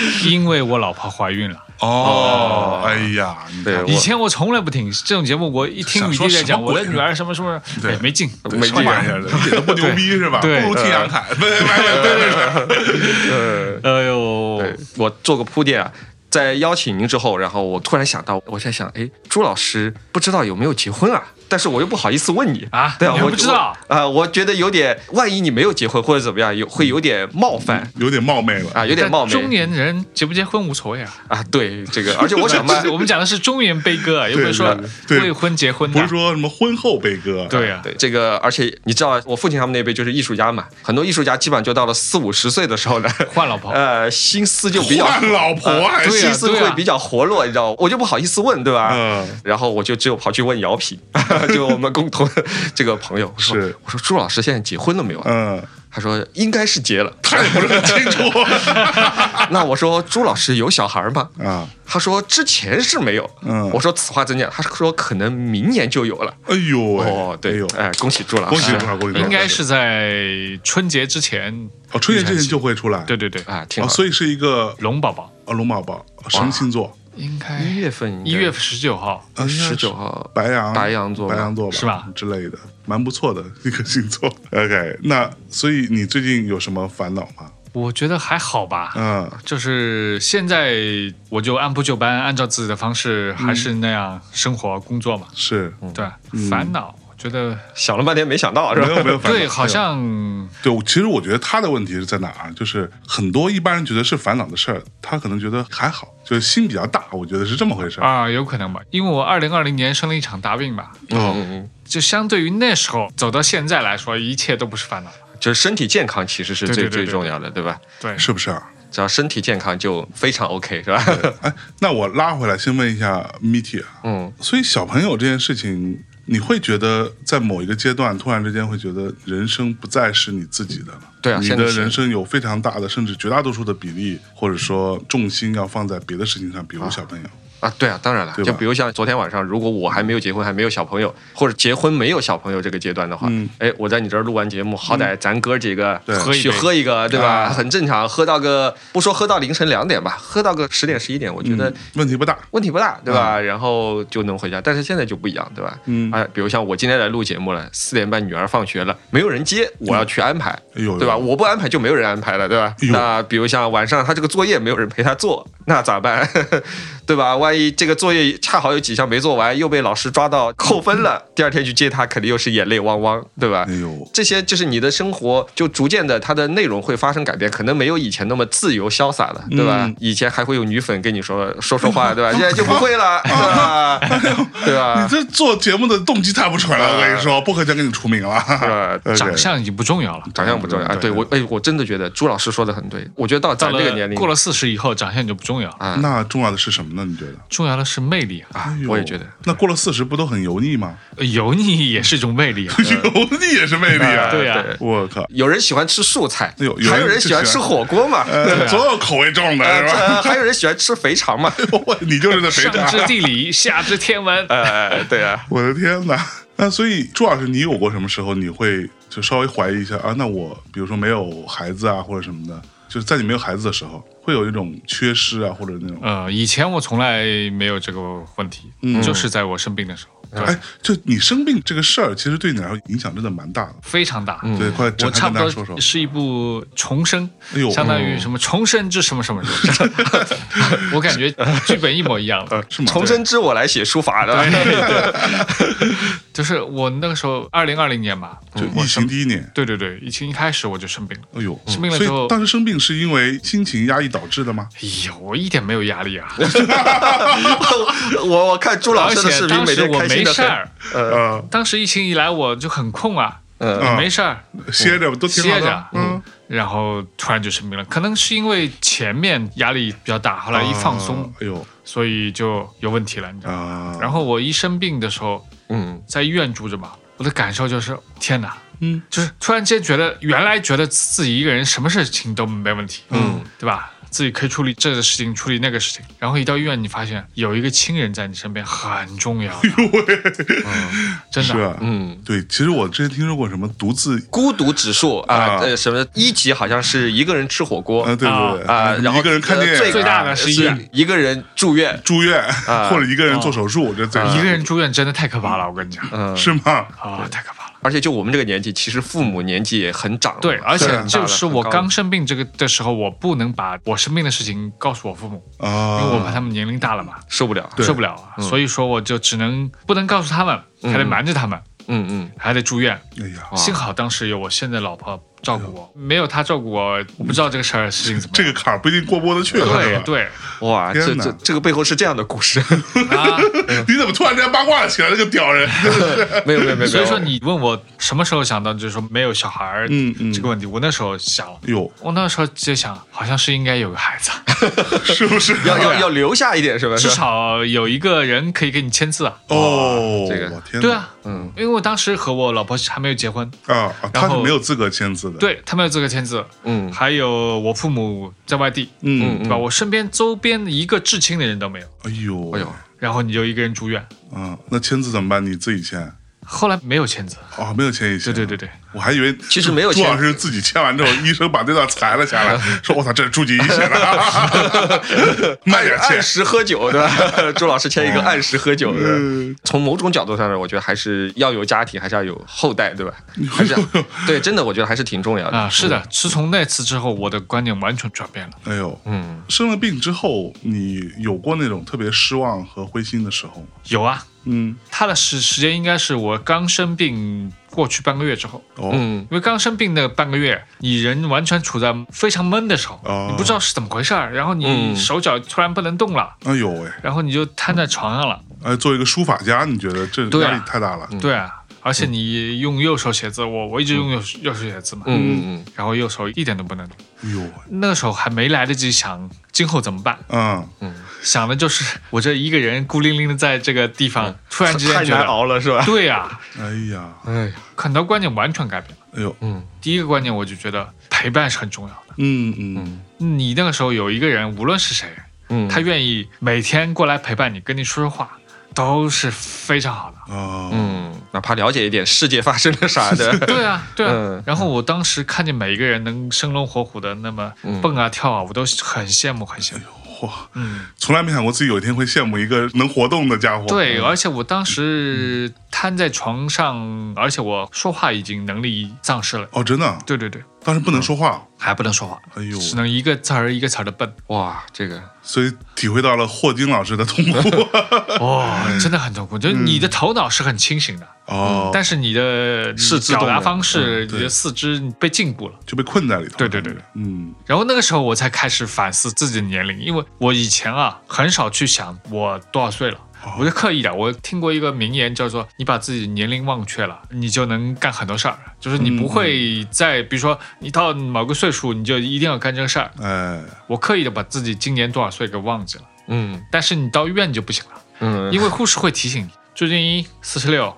[SPEAKER 5] 事 情，因为我老婆怀孕了。
[SPEAKER 2] 哦，哎呀，你看
[SPEAKER 4] 对
[SPEAKER 5] 以前我从来不听这种节目，我一听
[SPEAKER 2] 想
[SPEAKER 5] 米
[SPEAKER 2] 说
[SPEAKER 5] 蒂在
[SPEAKER 2] 什
[SPEAKER 5] 讲
[SPEAKER 2] 么
[SPEAKER 5] 我的
[SPEAKER 2] 鬼
[SPEAKER 5] 女儿什么什么，
[SPEAKER 2] 对
[SPEAKER 5] 哎，没劲。
[SPEAKER 4] 没
[SPEAKER 2] 上
[SPEAKER 4] 劲
[SPEAKER 2] 班去了，一点都不牛 逼是吧？不
[SPEAKER 5] 对
[SPEAKER 2] 如
[SPEAKER 4] 呃
[SPEAKER 2] 听杨凯，对对对对
[SPEAKER 5] 哎呦，
[SPEAKER 4] 对，我做个铺垫啊。在邀请您之后，然后我突然想到，我在想，哎，朱老师不知道有没有结婚啊？但是我又不好意思问你
[SPEAKER 5] 啊
[SPEAKER 4] 对啊，
[SPEAKER 5] 你
[SPEAKER 4] 我
[SPEAKER 5] 还不知道
[SPEAKER 4] 我啊、我觉得有点，万一你没有结婚或者怎么样，有会有点冒犯
[SPEAKER 2] 有点冒昧了。
[SPEAKER 4] 啊，有点
[SPEAKER 5] 但
[SPEAKER 4] 冒昧
[SPEAKER 5] 中年人结不结婚无所 谓啊。
[SPEAKER 4] 啊。对这个，而且我想嘛，
[SPEAKER 5] 我们讲的是中年悲歌，啊又不是说
[SPEAKER 2] 啊对
[SPEAKER 5] 未婚结婚
[SPEAKER 2] 不
[SPEAKER 5] 的
[SPEAKER 2] 是。说什么婚后悲歌，啊
[SPEAKER 5] 对啊呀，
[SPEAKER 4] 对这个，而且你知道，我父亲他们那辈就是艺术家嘛，很多艺术家基本上就到了四五十岁的时候呢，
[SPEAKER 5] 换老
[SPEAKER 2] 啊
[SPEAKER 5] 婆
[SPEAKER 4] 呃，心思就比较。呃啊
[SPEAKER 2] 换老婆还
[SPEAKER 5] 对
[SPEAKER 4] 心
[SPEAKER 5] 呀
[SPEAKER 2] 是啊
[SPEAKER 4] 思会比较活络，你知道，我就不好意思问，对吧？
[SPEAKER 2] 嗯
[SPEAKER 4] 然后我就只有跑去问姚平， 就我们共同的这个朋友，我说
[SPEAKER 2] 是
[SPEAKER 4] 我说朱老师现在结婚了没有啊？
[SPEAKER 2] 嗯，
[SPEAKER 4] 他说应该是结了。
[SPEAKER 2] 他也不是很清楚
[SPEAKER 4] 那我说朱老师有小孩吗？
[SPEAKER 2] 啊。
[SPEAKER 4] 他说之前是没有。
[SPEAKER 2] 嗯
[SPEAKER 4] 我说此话怎讲？他说可能明年就有了。
[SPEAKER 2] 哎呦喂，
[SPEAKER 4] 哦，
[SPEAKER 2] 哎
[SPEAKER 4] 对
[SPEAKER 2] 呦，，
[SPEAKER 4] 哎，恭喜朱老师，
[SPEAKER 2] 恭喜朱老师恭喜朱老
[SPEAKER 5] 应
[SPEAKER 2] 师
[SPEAKER 5] 该是在春节之前。
[SPEAKER 2] 哦，春节之前就会出来，
[SPEAKER 5] 对对对，
[SPEAKER 4] 啊，挺
[SPEAKER 2] 哦，
[SPEAKER 4] 好。
[SPEAKER 2] 所以是一个
[SPEAKER 5] 龙宝宝
[SPEAKER 2] 呃龙宝宝神星座，
[SPEAKER 5] 应该
[SPEAKER 4] 哎一月份应该
[SPEAKER 5] 一月十九号，
[SPEAKER 2] 啊应该是
[SPEAKER 4] 十九号
[SPEAKER 2] 白羊，
[SPEAKER 4] 白羊座吧
[SPEAKER 2] 白羊座
[SPEAKER 5] 是吧
[SPEAKER 2] 之类的，蛮不错的一个星座。OK，那所以你最近有什么烦恼吗？
[SPEAKER 5] 我觉得还好吧。
[SPEAKER 2] 嗯，
[SPEAKER 5] 就是现在，我就按部就班，按照自己的方式，还是
[SPEAKER 2] 嗯
[SPEAKER 5] 那样生活、工作嘛。
[SPEAKER 2] 是
[SPEAKER 5] 对，烦恼，我觉得
[SPEAKER 4] 想了半天没想到嗯是
[SPEAKER 2] 没
[SPEAKER 4] 吧？
[SPEAKER 2] 有没有烦恼。
[SPEAKER 5] 对，好像
[SPEAKER 2] 对，我其实我觉得他的问题是在哪儿啊？就是很多一般人觉得是烦恼的事儿，他可能觉得还好，就是心比较大，我觉得是这么回事儿。
[SPEAKER 5] 啊，有可能吧，因为我二零二零年生了一场大病吧，
[SPEAKER 4] 嗯，
[SPEAKER 5] 就相对于那时候走到现在来说，一切都不是烦恼。
[SPEAKER 4] 就是身体健康其实是
[SPEAKER 5] 对
[SPEAKER 4] 最
[SPEAKER 5] 对对
[SPEAKER 4] 最
[SPEAKER 5] 对
[SPEAKER 4] 重要的，对吧？
[SPEAKER 5] 对，
[SPEAKER 2] 是不是啊？
[SPEAKER 4] 只要身体健康就非常 OK，是吧？
[SPEAKER 2] 哎，那我拉回来，先问一下 Mitty 啊，
[SPEAKER 4] 嗯，
[SPEAKER 2] 所以小朋友这件事情，你会觉得在某一个阶段，突然之间会觉得人生不再是你自己的了。
[SPEAKER 4] 对啊
[SPEAKER 2] 你
[SPEAKER 4] 现
[SPEAKER 2] 的
[SPEAKER 4] 在是
[SPEAKER 2] 人生有非常大的，甚至绝大多数的比例，或者说重心要放在别的事情上，比如小朋友。
[SPEAKER 4] 啊，对啊，当然了，
[SPEAKER 2] 对吧
[SPEAKER 4] 就比如像昨天晚上，如果我还没有结婚，还没有小朋友，或者结婚没有小朋友这个阶段的话
[SPEAKER 2] 嗯，
[SPEAKER 4] 哎、我在你这儿录完节目，好歹咱哥几个
[SPEAKER 2] 对
[SPEAKER 5] 喝一
[SPEAKER 4] 去
[SPEAKER 5] 杯
[SPEAKER 4] 喝一个，对吧？
[SPEAKER 2] 啊
[SPEAKER 4] 很正常，喝到个不说喝到凌晨两点吧，喝到个十点十一点，我觉得
[SPEAKER 2] 嗯问题不大。
[SPEAKER 4] 问题不大，对吧？然后就能回家。但是现在就不一样，对吧？
[SPEAKER 2] 嗯
[SPEAKER 4] 哎，比如像我今天来录节目了，四点半女儿放学了，没有人接，我要去安排，
[SPEAKER 2] 嗯哎呦
[SPEAKER 4] 对吧？我不安排就没有人安排了，对吧？
[SPEAKER 2] 哎呦
[SPEAKER 4] 那比如像晚上她这个作业没有人陪她做，那咋办？ 对吧？万一这个作业恰好有几项没做完，又被老师抓到扣分了，第二天去接她肯定又是眼泪汪汪，对吧？
[SPEAKER 2] 嗯哎呦，
[SPEAKER 4] 这些就是你的生活，就逐渐的它的内容会发生改变，可能没有以前那么自由潇洒了，对吧？
[SPEAKER 2] 嗯
[SPEAKER 4] 以前还会有女粉跟你说 说说话， 对吧？现在就不会了，对吧？对
[SPEAKER 2] 你
[SPEAKER 4] 吧？
[SPEAKER 2] 这做节目的动机太不纯了，我跟你说，不可将给你除名了。
[SPEAKER 4] 啊是吧？
[SPEAKER 2] OK
[SPEAKER 5] 长相已经不重要了。
[SPEAKER 4] 长相不重要啊！对我，哎，我真的觉得朱老师说的很对。我觉得到
[SPEAKER 5] 到
[SPEAKER 4] 咱这个年
[SPEAKER 5] 了
[SPEAKER 4] 龄，
[SPEAKER 5] 过了四十以后，长相就不重要了，
[SPEAKER 4] 啊
[SPEAKER 2] 那重要的是什么呢？你觉得？
[SPEAKER 5] 重要的是魅力啊，
[SPEAKER 2] 哎呦
[SPEAKER 4] 我也觉得。
[SPEAKER 2] 那过了四十不都很油腻吗？
[SPEAKER 5] 呃油腻也是一种魅 力啊。
[SPEAKER 4] 呃
[SPEAKER 2] 油腻也是魅力
[SPEAKER 4] 哎
[SPEAKER 2] 啊！
[SPEAKER 5] 对啊
[SPEAKER 2] 我靠，
[SPEAKER 4] 有人喜欢吃素菜
[SPEAKER 2] 有有，人
[SPEAKER 4] 还有人喜欢
[SPEAKER 2] 就喜
[SPEAKER 4] 吃
[SPEAKER 2] 欢
[SPEAKER 4] 火锅嘛，
[SPEAKER 2] 呃，总有口味重的是吧？
[SPEAKER 4] 呃还有人喜欢吃肥肠 嘛。
[SPEAKER 2] 我你就是那肥
[SPEAKER 5] 上
[SPEAKER 2] 肠
[SPEAKER 5] 知。地理，下知天文，
[SPEAKER 4] 呃，对啊，
[SPEAKER 2] 我的天哪！那所以朱老师，你有过什么时候你会就稍微怀疑一下啊？那我比如说没有孩子啊，或者什么的，就是在你没有孩子的时候，会有一种缺失啊，或者那种
[SPEAKER 5] 呃，以前我从来没有这个问题，
[SPEAKER 4] 嗯
[SPEAKER 5] 就是在我生病的时候，对，
[SPEAKER 2] 哎，就你生病这个事儿，其实对你来说影响真的蛮大的。
[SPEAKER 5] 非常大。
[SPEAKER 4] 嗯
[SPEAKER 2] 对，快
[SPEAKER 5] 我
[SPEAKER 2] 展开
[SPEAKER 5] 差
[SPEAKER 2] 跟
[SPEAKER 5] 不
[SPEAKER 2] 大家说说
[SPEAKER 5] 多。是一部重生
[SPEAKER 2] 哎呦，
[SPEAKER 5] 相当于什么重生之什么什么什么，我感觉剧本一模一样的。
[SPEAKER 2] 是吗？
[SPEAKER 4] 重生之我来写书法的，
[SPEAKER 5] 就是我那个时候二零二零年嘛，
[SPEAKER 2] 就疫情第一年，
[SPEAKER 5] 对对对，疫情一开始我就生病了。
[SPEAKER 2] 哎呦，
[SPEAKER 5] 生病了
[SPEAKER 2] 所
[SPEAKER 5] 之后
[SPEAKER 2] 以当时生病是因为心情压抑导致的吗？
[SPEAKER 5] 哎呀，我一点没有压力啊，
[SPEAKER 4] 我我看朱老
[SPEAKER 5] 而
[SPEAKER 4] 师的视
[SPEAKER 5] 且
[SPEAKER 4] 频
[SPEAKER 5] 当
[SPEAKER 4] 每
[SPEAKER 5] 时
[SPEAKER 4] 天
[SPEAKER 5] 我
[SPEAKER 4] 开心
[SPEAKER 5] 没
[SPEAKER 4] 的
[SPEAKER 5] 事
[SPEAKER 4] 很。
[SPEAKER 5] 儿，
[SPEAKER 2] 呃，
[SPEAKER 5] 当时疫情一来我就很空啊，
[SPEAKER 4] 嗯
[SPEAKER 5] 没事儿
[SPEAKER 2] 歇着都挺好
[SPEAKER 5] 歇
[SPEAKER 2] 的
[SPEAKER 5] 着，，
[SPEAKER 2] 嗯，
[SPEAKER 5] 然后突然就生病了，可能是因为前面压力比较大，后来一放松
[SPEAKER 2] 啊，哎呦
[SPEAKER 5] 所以就有问题了，你知道吗？
[SPEAKER 2] 啊，
[SPEAKER 5] 然后我一生病的时候，
[SPEAKER 4] 嗯，
[SPEAKER 5] 在医院住着嘛，我的感受就是天哪，
[SPEAKER 2] 嗯，
[SPEAKER 5] 就是突然间觉得原来觉得自己一个人什么事情都没问题，嗯，对吧？自己可以处理这个事情，处理那个事情，然后一到医院，你发现有一个亲人在你身边很重要的，嗯真
[SPEAKER 2] 是
[SPEAKER 5] 的，
[SPEAKER 2] 啊，
[SPEAKER 4] 嗯，
[SPEAKER 2] 对，其实我之前听说过什么独自。
[SPEAKER 4] 孤独指数
[SPEAKER 2] 啊
[SPEAKER 4] 啊，呃，什么一级好像是一个人吃火锅
[SPEAKER 2] 啊，对对对
[SPEAKER 4] 啊，然后
[SPEAKER 2] 一个人看
[SPEAKER 4] 呃
[SPEAKER 2] 电影啊，
[SPEAKER 5] 最大的是医院
[SPEAKER 4] 一个人住院，
[SPEAKER 2] 住院
[SPEAKER 4] 啊
[SPEAKER 2] 或者一个人做手术，这最
[SPEAKER 5] 啊一个人住院真的太可怕了，我跟你讲，
[SPEAKER 4] 嗯，
[SPEAKER 2] 是吗？
[SPEAKER 5] 啊，太可怕了。
[SPEAKER 4] 而且就我们这个年纪，其实父母年纪也很长了嘛，啊
[SPEAKER 5] 对，而
[SPEAKER 4] 嗯很
[SPEAKER 5] 且
[SPEAKER 4] 大了
[SPEAKER 5] 就是
[SPEAKER 4] 很
[SPEAKER 5] 我
[SPEAKER 4] 高了
[SPEAKER 5] 刚生病这个的时候，我不能把我生病的事情告诉我父母，因为我怕
[SPEAKER 2] 啊，
[SPEAKER 5] 他们年龄大了嘛，
[SPEAKER 4] 受不了，
[SPEAKER 5] 受不了啊，所以说我就只能不能告诉他们，还得瞒着他们，
[SPEAKER 4] 嗯嗯，
[SPEAKER 5] 还得住院。
[SPEAKER 2] 哎呀，
[SPEAKER 5] 幸好当时有我现在老婆照顾我，没有她照顾我，我不知道这个事儿事情怎么
[SPEAKER 2] 哎这个啊
[SPEAKER 5] 样。
[SPEAKER 2] 坎儿不一定过不得去了，是吧
[SPEAKER 5] 对 对
[SPEAKER 4] 哇，
[SPEAKER 2] 天
[SPEAKER 4] 这
[SPEAKER 2] 哪
[SPEAKER 4] 这这个背后是这样的故 事，
[SPEAKER 5] 啊，
[SPEAKER 2] 你怎么突然间八卦起来？这个屌 人，哎
[SPEAKER 4] 没有没有没有，
[SPEAKER 5] 所以说你问我什么时候想到就是说没有小孩儿
[SPEAKER 2] 嗯嗯
[SPEAKER 5] 这个问题，我那时候想，
[SPEAKER 2] 哟，
[SPEAKER 5] 我那时候就想，好像是应该有个孩 子，
[SPEAKER 2] 是不是？
[SPEAKER 4] 要
[SPEAKER 5] 啊
[SPEAKER 4] 要要留下一点是吧？是
[SPEAKER 5] 至
[SPEAKER 4] 吧
[SPEAKER 5] 少有一个人可以给你签字啊。
[SPEAKER 2] 哦，
[SPEAKER 4] 这个
[SPEAKER 2] 我天，
[SPEAKER 5] 对，啊，
[SPEAKER 4] 嗯，
[SPEAKER 5] 因为我当时和我老婆还没有结婚，
[SPEAKER 2] 啊，啊他
[SPEAKER 5] 然
[SPEAKER 2] 是
[SPEAKER 5] 后
[SPEAKER 2] 没有资格签字的，，
[SPEAKER 5] 对他没有资格签字，
[SPEAKER 4] 嗯
[SPEAKER 5] 还有我父母在外地，
[SPEAKER 2] 嗯，
[SPEAKER 5] 对吧？我身边周边一个至亲的人都没有，
[SPEAKER 2] 哎呦，啊
[SPEAKER 4] 哎呦，
[SPEAKER 5] 然后你就一个人住院，
[SPEAKER 2] 嗯，那签字怎么办？你自己签，
[SPEAKER 5] 后来没有签字，
[SPEAKER 2] 哦，没有签一签。
[SPEAKER 5] 对对对对，
[SPEAKER 2] 我还以为
[SPEAKER 4] 其实没有
[SPEAKER 2] 朱
[SPEAKER 4] 签
[SPEAKER 2] 老师自己签完之后，医生把这段裁了 下来，说：“我操，这是朱吉怡写的，慢啊点嗯签
[SPEAKER 4] 按。时喝酒的，朱老师签一个按时喝酒的。
[SPEAKER 2] 嗯
[SPEAKER 4] 从某种角度上来，我觉得还是要有家庭，还是要有后代，对吧？还是要对，真的，我觉得还是挺重要的。
[SPEAKER 5] 啊，是的，是从那次之后，我的观念完全转变了。”
[SPEAKER 2] 哎呦，
[SPEAKER 4] 嗯，
[SPEAKER 2] 生了病之后，你有过那种特别失望和灰心的时候吗？
[SPEAKER 5] 有啊，
[SPEAKER 2] 嗯，
[SPEAKER 5] 他的时时间应该是我刚生病过去半个月之后，
[SPEAKER 2] 哦，
[SPEAKER 4] 嗯
[SPEAKER 5] 因为刚生病那半个月，你人完全处在非常闷的时候，
[SPEAKER 2] 哦
[SPEAKER 5] 你不知道是怎么回事儿，然后你
[SPEAKER 4] 嗯
[SPEAKER 5] 手脚突然不能动了，
[SPEAKER 2] 哎呦喂，
[SPEAKER 5] 然后你就瘫在床上了。
[SPEAKER 2] 哎，作为一个书法家，你觉得这
[SPEAKER 5] 对啊
[SPEAKER 2] 压力太大了？
[SPEAKER 4] 嗯
[SPEAKER 5] 对啊，而且你用右手写字，我我一直用右手右手写字嘛，
[SPEAKER 4] 嗯嗯
[SPEAKER 5] 然后右手一点都不能动。
[SPEAKER 2] 哎呦喂，
[SPEAKER 5] 那个时候还没来得及想今后怎么办，
[SPEAKER 2] 嗯，
[SPEAKER 5] 想的就是我这一个人孤零零的在这个地方，突然之
[SPEAKER 4] 嗯，
[SPEAKER 5] 间
[SPEAKER 4] 太
[SPEAKER 5] 觉
[SPEAKER 4] 难
[SPEAKER 5] 得，
[SPEAKER 4] 熬了，是吧？
[SPEAKER 5] 对呀、
[SPEAKER 2] 哎呀，
[SPEAKER 4] 哎呀，
[SPEAKER 5] 很多观念完全改变了。
[SPEAKER 2] 哎呦，
[SPEAKER 4] 嗯
[SPEAKER 5] 第一个观念我就觉得陪伴是很重要的。
[SPEAKER 2] 嗯嗯，
[SPEAKER 5] 你那个时候有一个人，无论是谁，
[SPEAKER 4] 嗯，
[SPEAKER 5] 他愿意每天过来陪伴你，跟你说说话，都是非常 好的。
[SPEAKER 2] 啊，
[SPEAKER 4] 嗯，哪怕了解一点世界发生了啥 的，
[SPEAKER 5] 对啊，对啊。
[SPEAKER 4] 嗯
[SPEAKER 5] 然后我当时看见每一个人能生龙活虎的，那么蹦啊跳啊，我都很羡慕，很羡慕。
[SPEAKER 2] 嚯，
[SPEAKER 5] 嗯，
[SPEAKER 2] 从来没想过自己有一天会羡慕一个能活动的家伙。嗯
[SPEAKER 5] 对，而且我嗯当时瘫在床上，而且我说话已经能力丧失了。
[SPEAKER 2] 哦，真的，
[SPEAKER 5] 对对对，
[SPEAKER 2] 当时不能说话，
[SPEAKER 5] 还不能说话，
[SPEAKER 2] 哎呦，
[SPEAKER 5] 只能一个词儿一个词儿的蹦。
[SPEAKER 4] 哇，这个
[SPEAKER 2] 所以体会到了霍金老师的痛 苦。
[SPEAKER 5] 哦，真的很痛苦。就是你的头脑是很清醒的，
[SPEAKER 2] 哦，
[SPEAKER 5] 嗯但是你的
[SPEAKER 4] 四肢
[SPEAKER 5] 你表
[SPEAKER 4] 动
[SPEAKER 5] 达
[SPEAKER 4] 了
[SPEAKER 5] 方式、
[SPEAKER 2] 对
[SPEAKER 5] 你的四肢被禁锢了。
[SPEAKER 2] 就被困在里头。
[SPEAKER 5] 对对对对，
[SPEAKER 2] 嗯，
[SPEAKER 5] 然后那个时候我才开始反思自己的年龄，因为我以前啊很少去想我多少岁了。我就刻意的，我听过一个名言，叫做“你把自己的年龄忘却了，你就能干很多事儿”，就是你不会再，比如说你到某个岁数，你就一定要干这个事儿。
[SPEAKER 2] 哎，
[SPEAKER 5] 我刻意的把自己今年多少岁给忘记了，
[SPEAKER 4] 嗯
[SPEAKER 5] 但是你到医院你就不行了，
[SPEAKER 4] 嗯，
[SPEAKER 5] 因为护士会提醒你，最近四十六，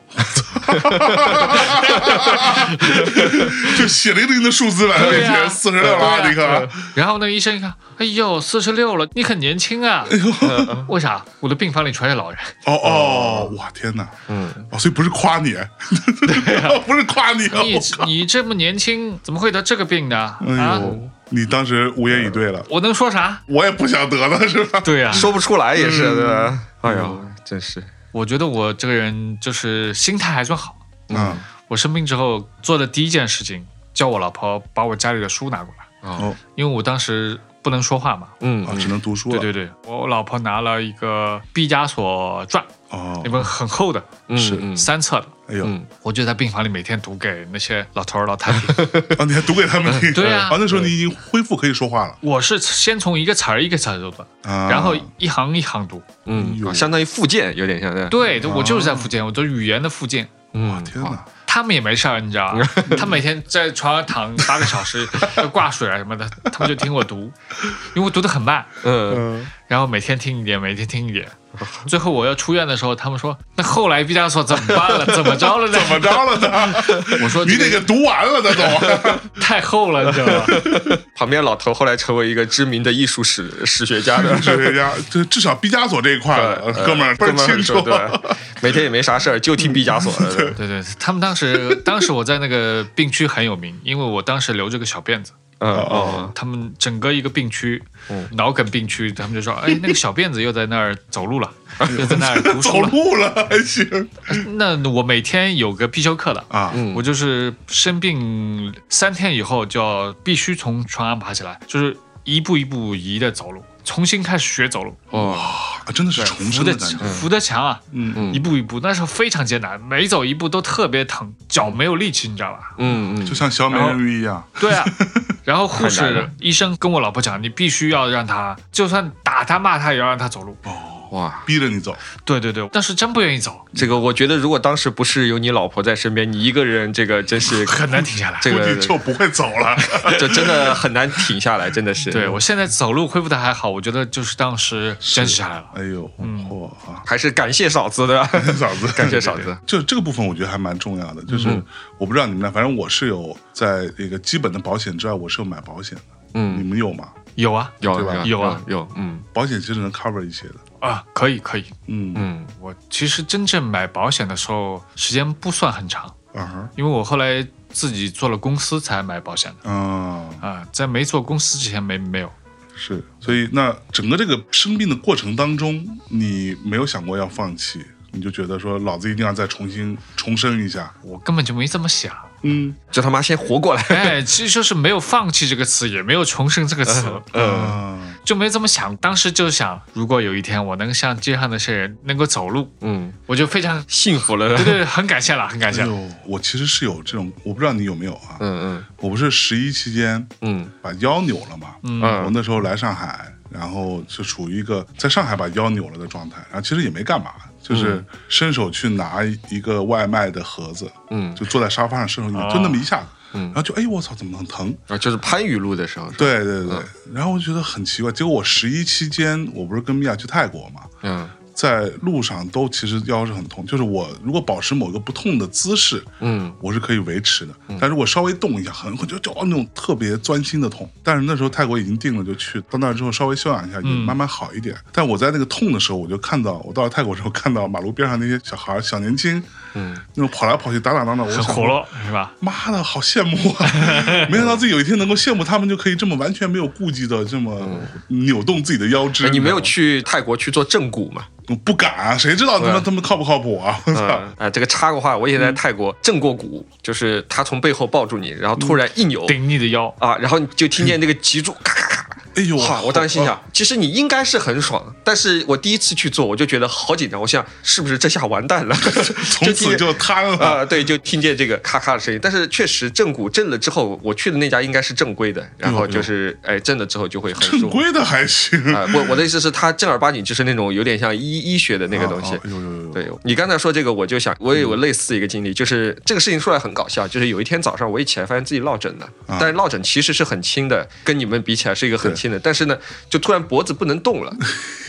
[SPEAKER 2] 就血淋淋的数字摆在面
[SPEAKER 5] 对呀
[SPEAKER 2] 前，四十六了啊，你看，
[SPEAKER 5] 然后那个医生一看，哎呦，四十六了，你很年轻啊！
[SPEAKER 2] 哎
[SPEAKER 5] 为啥？我的病房里全是老人。
[SPEAKER 2] 哦哦，哇，天哪，
[SPEAKER 4] 嗯，
[SPEAKER 2] 哦，所以不是夸你， 不是夸你，
[SPEAKER 5] 啊你
[SPEAKER 2] 哎我
[SPEAKER 5] 你这么年轻，怎么会得这个病呢？
[SPEAKER 2] 哎
[SPEAKER 5] 啊，
[SPEAKER 2] 呦，你当时无言以对了，
[SPEAKER 5] 我能说啥？
[SPEAKER 2] 我也不想得了，是吧？
[SPEAKER 5] 对呀、啊，
[SPEAKER 4] 说不出来也是，对吧？哎呦，真是，
[SPEAKER 5] 我觉得我这个人就是心态还算好。
[SPEAKER 2] 嗯，
[SPEAKER 5] 我生病之后做的第一件事情，叫我老婆把我家里的书拿过来，
[SPEAKER 2] 哦，
[SPEAKER 5] 因为我当时不能说话嘛。
[SPEAKER 4] 嗯
[SPEAKER 2] 啊，只能读书了，
[SPEAKER 5] 对对对，我老婆拿了一个《毕加索传》，
[SPEAKER 2] 哦
[SPEAKER 5] 那，本很厚的，
[SPEAKER 4] 嗯
[SPEAKER 5] 是
[SPEAKER 4] 嗯
[SPEAKER 5] 三册的。
[SPEAKER 2] 哎呦，
[SPEAKER 4] 嗯
[SPEAKER 5] 我就在病房里每天读给那些老头儿老太太。
[SPEAKER 2] 啊，你还读给他
[SPEAKER 4] 嗯
[SPEAKER 2] 们听，
[SPEAKER 5] 对呀
[SPEAKER 2] 啊，那时候你已经恢复可以说话了，
[SPEAKER 5] 我是先从一个词儿一个词儿读的，
[SPEAKER 2] 啊，
[SPEAKER 5] 然后一行一行读。
[SPEAKER 4] 嗯，
[SPEAKER 2] 呦
[SPEAKER 4] 啊相当于复健，有点像对吧，
[SPEAKER 5] 对，我就是
[SPEAKER 2] 啊
[SPEAKER 5] 在复健，我做语言的复健。
[SPEAKER 4] 嗯，
[SPEAKER 2] 天哪，
[SPEAKER 5] 他们也没事儿，你知道吧？他每天在床上躺八个小时，要挂水啊什么的，他们就听我读，因为我读得很慢，
[SPEAKER 4] 嗯，
[SPEAKER 2] 嗯，
[SPEAKER 5] 然后每天听一点，每天听 一点。最后我要出院的时候，他们说：“那后来毕加索怎么办了？怎么着了呢？
[SPEAKER 2] 怎么着了 呢？
[SPEAKER 5] 我说
[SPEAKER 2] 你
[SPEAKER 5] 这
[SPEAKER 2] 得给读完了再走。。
[SPEAKER 5] 太厚了，你知道吧？
[SPEAKER 4] 旁边老头后来成为一个知名的艺术史史学家的
[SPEAKER 2] 哲学家，这至少毕加索这一块儿，
[SPEAKER 4] 呃
[SPEAKER 2] 哥们儿倍
[SPEAKER 4] 哥
[SPEAKER 2] 儿
[SPEAKER 4] 们
[SPEAKER 2] 清
[SPEAKER 4] 很
[SPEAKER 2] 楚
[SPEAKER 4] 熟，对，每天也没啥事儿，就听毕加索的。对
[SPEAKER 5] 对对，他们当时当时我在那个病区很有名，因为我当时留着个小辫子。
[SPEAKER 4] 嗯哦，
[SPEAKER 5] 他们整个一个病区，
[SPEAKER 2] 嗯
[SPEAKER 5] 脑梗病区，他们就说：“哎，那个小辫子又在那儿走路了，又在那儿读
[SPEAKER 2] 嗯走
[SPEAKER 5] 书了。
[SPEAKER 2] 路了还行”
[SPEAKER 5] 那我每天有个必修课的，
[SPEAKER 2] 啊，
[SPEAKER 4] 嗯
[SPEAKER 5] 我就是生病三天以后就要必须从床上爬起来，就是一步一步移的走路，重新开始学走路，
[SPEAKER 4] 哦，
[SPEAKER 2] 啊真的是重
[SPEAKER 5] 扶
[SPEAKER 2] 生
[SPEAKER 5] 的
[SPEAKER 2] 的感觉，
[SPEAKER 5] 扶的墙啊，
[SPEAKER 2] 嗯，
[SPEAKER 4] 嗯
[SPEAKER 5] 一步一步，那时候非常艰难，每走一步都特别疼，脚没有力气，你知道吧？
[SPEAKER 4] 嗯嗯
[SPEAKER 2] 就，像小美人鱼一样，
[SPEAKER 5] 对 啊，然后护
[SPEAKER 4] 太难
[SPEAKER 5] 士
[SPEAKER 4] 了、
[SPEAKER 5] 医生跟我老婆讲，你必须要让他，就算打他骂他，也要让他走路。
[SPEAKER 4] 哦哇，
[SPEAKER 2] 逼着你走，
[SPEAKER 5] 对对对，但是真不愿意走，
[SPEAKER 4] 这个我觉得如果当时不是有你老婆在身边，你一个人，这个真是
[SPEAKER 5] 很 难停下来。
[SPEAKER 4] 这
[SPEAKER 2] 估计
[SPEAKER 4] 个
[SPEAKER 2] 就不会走 了。
[SPEAKER 4] 这真的很难停下来，真的是。
[SPEAKER 5] 对我现在走路恢复的还好，我觉得就是当时坚持下来了。
[SPEAKER 2] 哎呦，
[SPEAKER 4] 嗯
[SPEAKER 2] 嚯啊！
[SPEAKER 4] 还是感谢嫂子的，
[SPEAKER 2] 嫂子，
[SPEAKER 4] 感谢嫂子。嗯
[SPEAKER 2] 就这个部分，我觉得还蛮重要的。就是我不知道你们俩，反正我是有在这个基本的保险之外，我是有买保险的。
[SPEAKER 4] 嗯
[SPEAKER 2] 你们有吗？
[SPEAKER 5] 有啊
[SPEAKER 4] 有
[SPEAKER 2] 对吧
[SPEAKER 4] 有
[SPEAKER 5] 有啊
[SPEAKER 4] 有，嗯
[SPEAKER 2] 保险其实能 cover 一些的。
[SPEAKER 5] 啊，可以可以。
[SPEAKER 2] 嗯
[SPEAKER 4] 嗯
[SPEAKER 5] 我其实真正买保险的时候时间不算很长，
[SPEAKER 2] 啊哈
[SPEAKER 5] 因为我后来自己做了公司才买保险的
[SPEAKER 2] 啊，
[SPEAKER 5] 啊，在没做公司之前没没有。
[SPEAKER 2] 是。所以那整个这个生病的过程当中，你没有想过要放弃，你就觉得说老子一定要再重新重生一下。
[SPEAKER 5] 我根本就没这么想，
[SPEAKER 2] 嗯
[SPEAKER 4] 这他妈先活过来，
[SPEAKER 5] 哎，其实就是没有放弃这个词，也没有重生这个词，
[SPEAKER 4] 嗯
[SPEAKER 2] 啊
[SPEAKER 5] 就没这么想。当时就想，如果有一天我能像街上那些人能够走路，
[SPEAKER 4] 嗯，
[SPEAKER 5] 我就 非常
[SPEAKER 4] 幸福了，
[SPEAKER 5] 对对，对很感谢了，很感谢
[SPEAKER 2] 哎
[SPEAKER 5] 了。
[SPEAKER 2] 呦，我其实是有这种，我不知道你有没有啊？
[SPEAKER 4] 嗯
[SPEAKER 2] 我不是十一期间
[SPEAKER 4] 嗯
[SPEAKER 2] 把腰扭了嘛，
[SPEAKER 5] 嗯
[SPEAKER 2] 我那时候来上海，然后是处于一个在上海把腰扭了的状态，然后其实也没干嘛，就是伸手去拿一个外卖的盒子，
[SPEAKER 4] 嗯
[SPEAKER 2] 就坐在沙发上伸手去拿，就那么一下子，
[SPEAKER 4] 嗯
[SPEAKER 2] 然后就哎我操，怎么能疼？
[SPEAKER 4] 嗯，啊，就是番禺路的时候，是吧，
[SPEAKER 2] 对对对，
[SPEAKER 4] 嗯
[SPEAKER 2] 然后我就觉得很奇怪，结果我十一期间，我不是跟米娅去泰国嘛，
[SPEAKER 4] 嗯
[SPEAKER 2] 在路上都其实腰是很痛，就是我如果保持某个不痛的姿势，
[SPEAKER 4] 嗯
[SPEAKER 2] 我是可以维持的，但如果稍微动一下，很会就就哦那种特别钻心的痛。但是那时候泰国已经定了，就去到那儿之后稍微休养一下，也
[SPEAKER 4] 嗯
[SPEAKER 2] 慢慢好一点。但我在那个痛的时候，我就看到我到了泰国之后，看到马路边上那些小孩儿小年轻，
[SPEAKER 4] 嗯，
[SPEAKER 2] 那种跑来跑去打打闹闹，我
[SPEAKER 5] 很
[SPEAKER 2] 想
[SPEAKER 5] 活络是吧？
[SPEAKER 2] 妈的，好羡慕 啊！没想到自己有一天能够羡慕他们，就可以这么完全没有顾忌的这么扭动自己的腰肢。
[SPEAKER 4] 嗯哎你没有
[SPEAKER 2] 知道吗？
[SPEAKER 4] 去泰国去做正骨嘛？
[SPEAKER 2] 我不敢啊，谁知道他们
[SPEAKER 4] 对
[SPEAKER 2] 他们靠不靠谱啊？我操！
[SPEAKER 4] 嗯，哎，这个插个话，我以前在泰国正过骨，就是他从背后抱住你，然后突然一扭
[SPEAKER 5] 顶你的腰，
[SPEAKER 4] 啊，然后你就听见那个脊柱咔咔咔。
[SPEAKER 2] 哎呦，
[SPEAKER 4] 哇！我当时心想，其实你应该是很爽，但是我第一次去做，我就觉得好紧张。我想是不是这下完蛋了？
[SPEAKER 2] 从
[SPEAKER 4] 听
[SPEAKER 2] 此
[SPEAKER 4] 见
[SPEAKER 2] 就瘫
[SPEAKER 4] 啊、
[SPEAKER 2] 了。
[SPEAKER 4] 对，就听见这个咔咔的声音。但是确实正骨震了之后，我去的那家应该是正规的，然后就是哎震了之后就会很
[SPEAKER 2] 嗯正
[SPEAKER 4] 舒服。
[SPEAKER 2] 规的还行，
[SPEAKER 4] 啊、我我的意思是，它正儿八经就是那种有点像医医学的那个东西
[SPEAKER 2] 啊。啊哎呦呦呦呦，
[SPEAKER 4] 对你刚才说这个，我就想，我也
[SPEAKER 2] 嗯
[SPEAKER 4] 有类似一个经历，就是这个事情出来很搞笑，就是有一天早上我一起来发现自己落枕了，
[SPEAKER 2] 啊
[SPEAKER 4] 但是落枕其实是很轻的，跟你们比起来是一个很轻的，但是呢，就突然脖子不能动 了，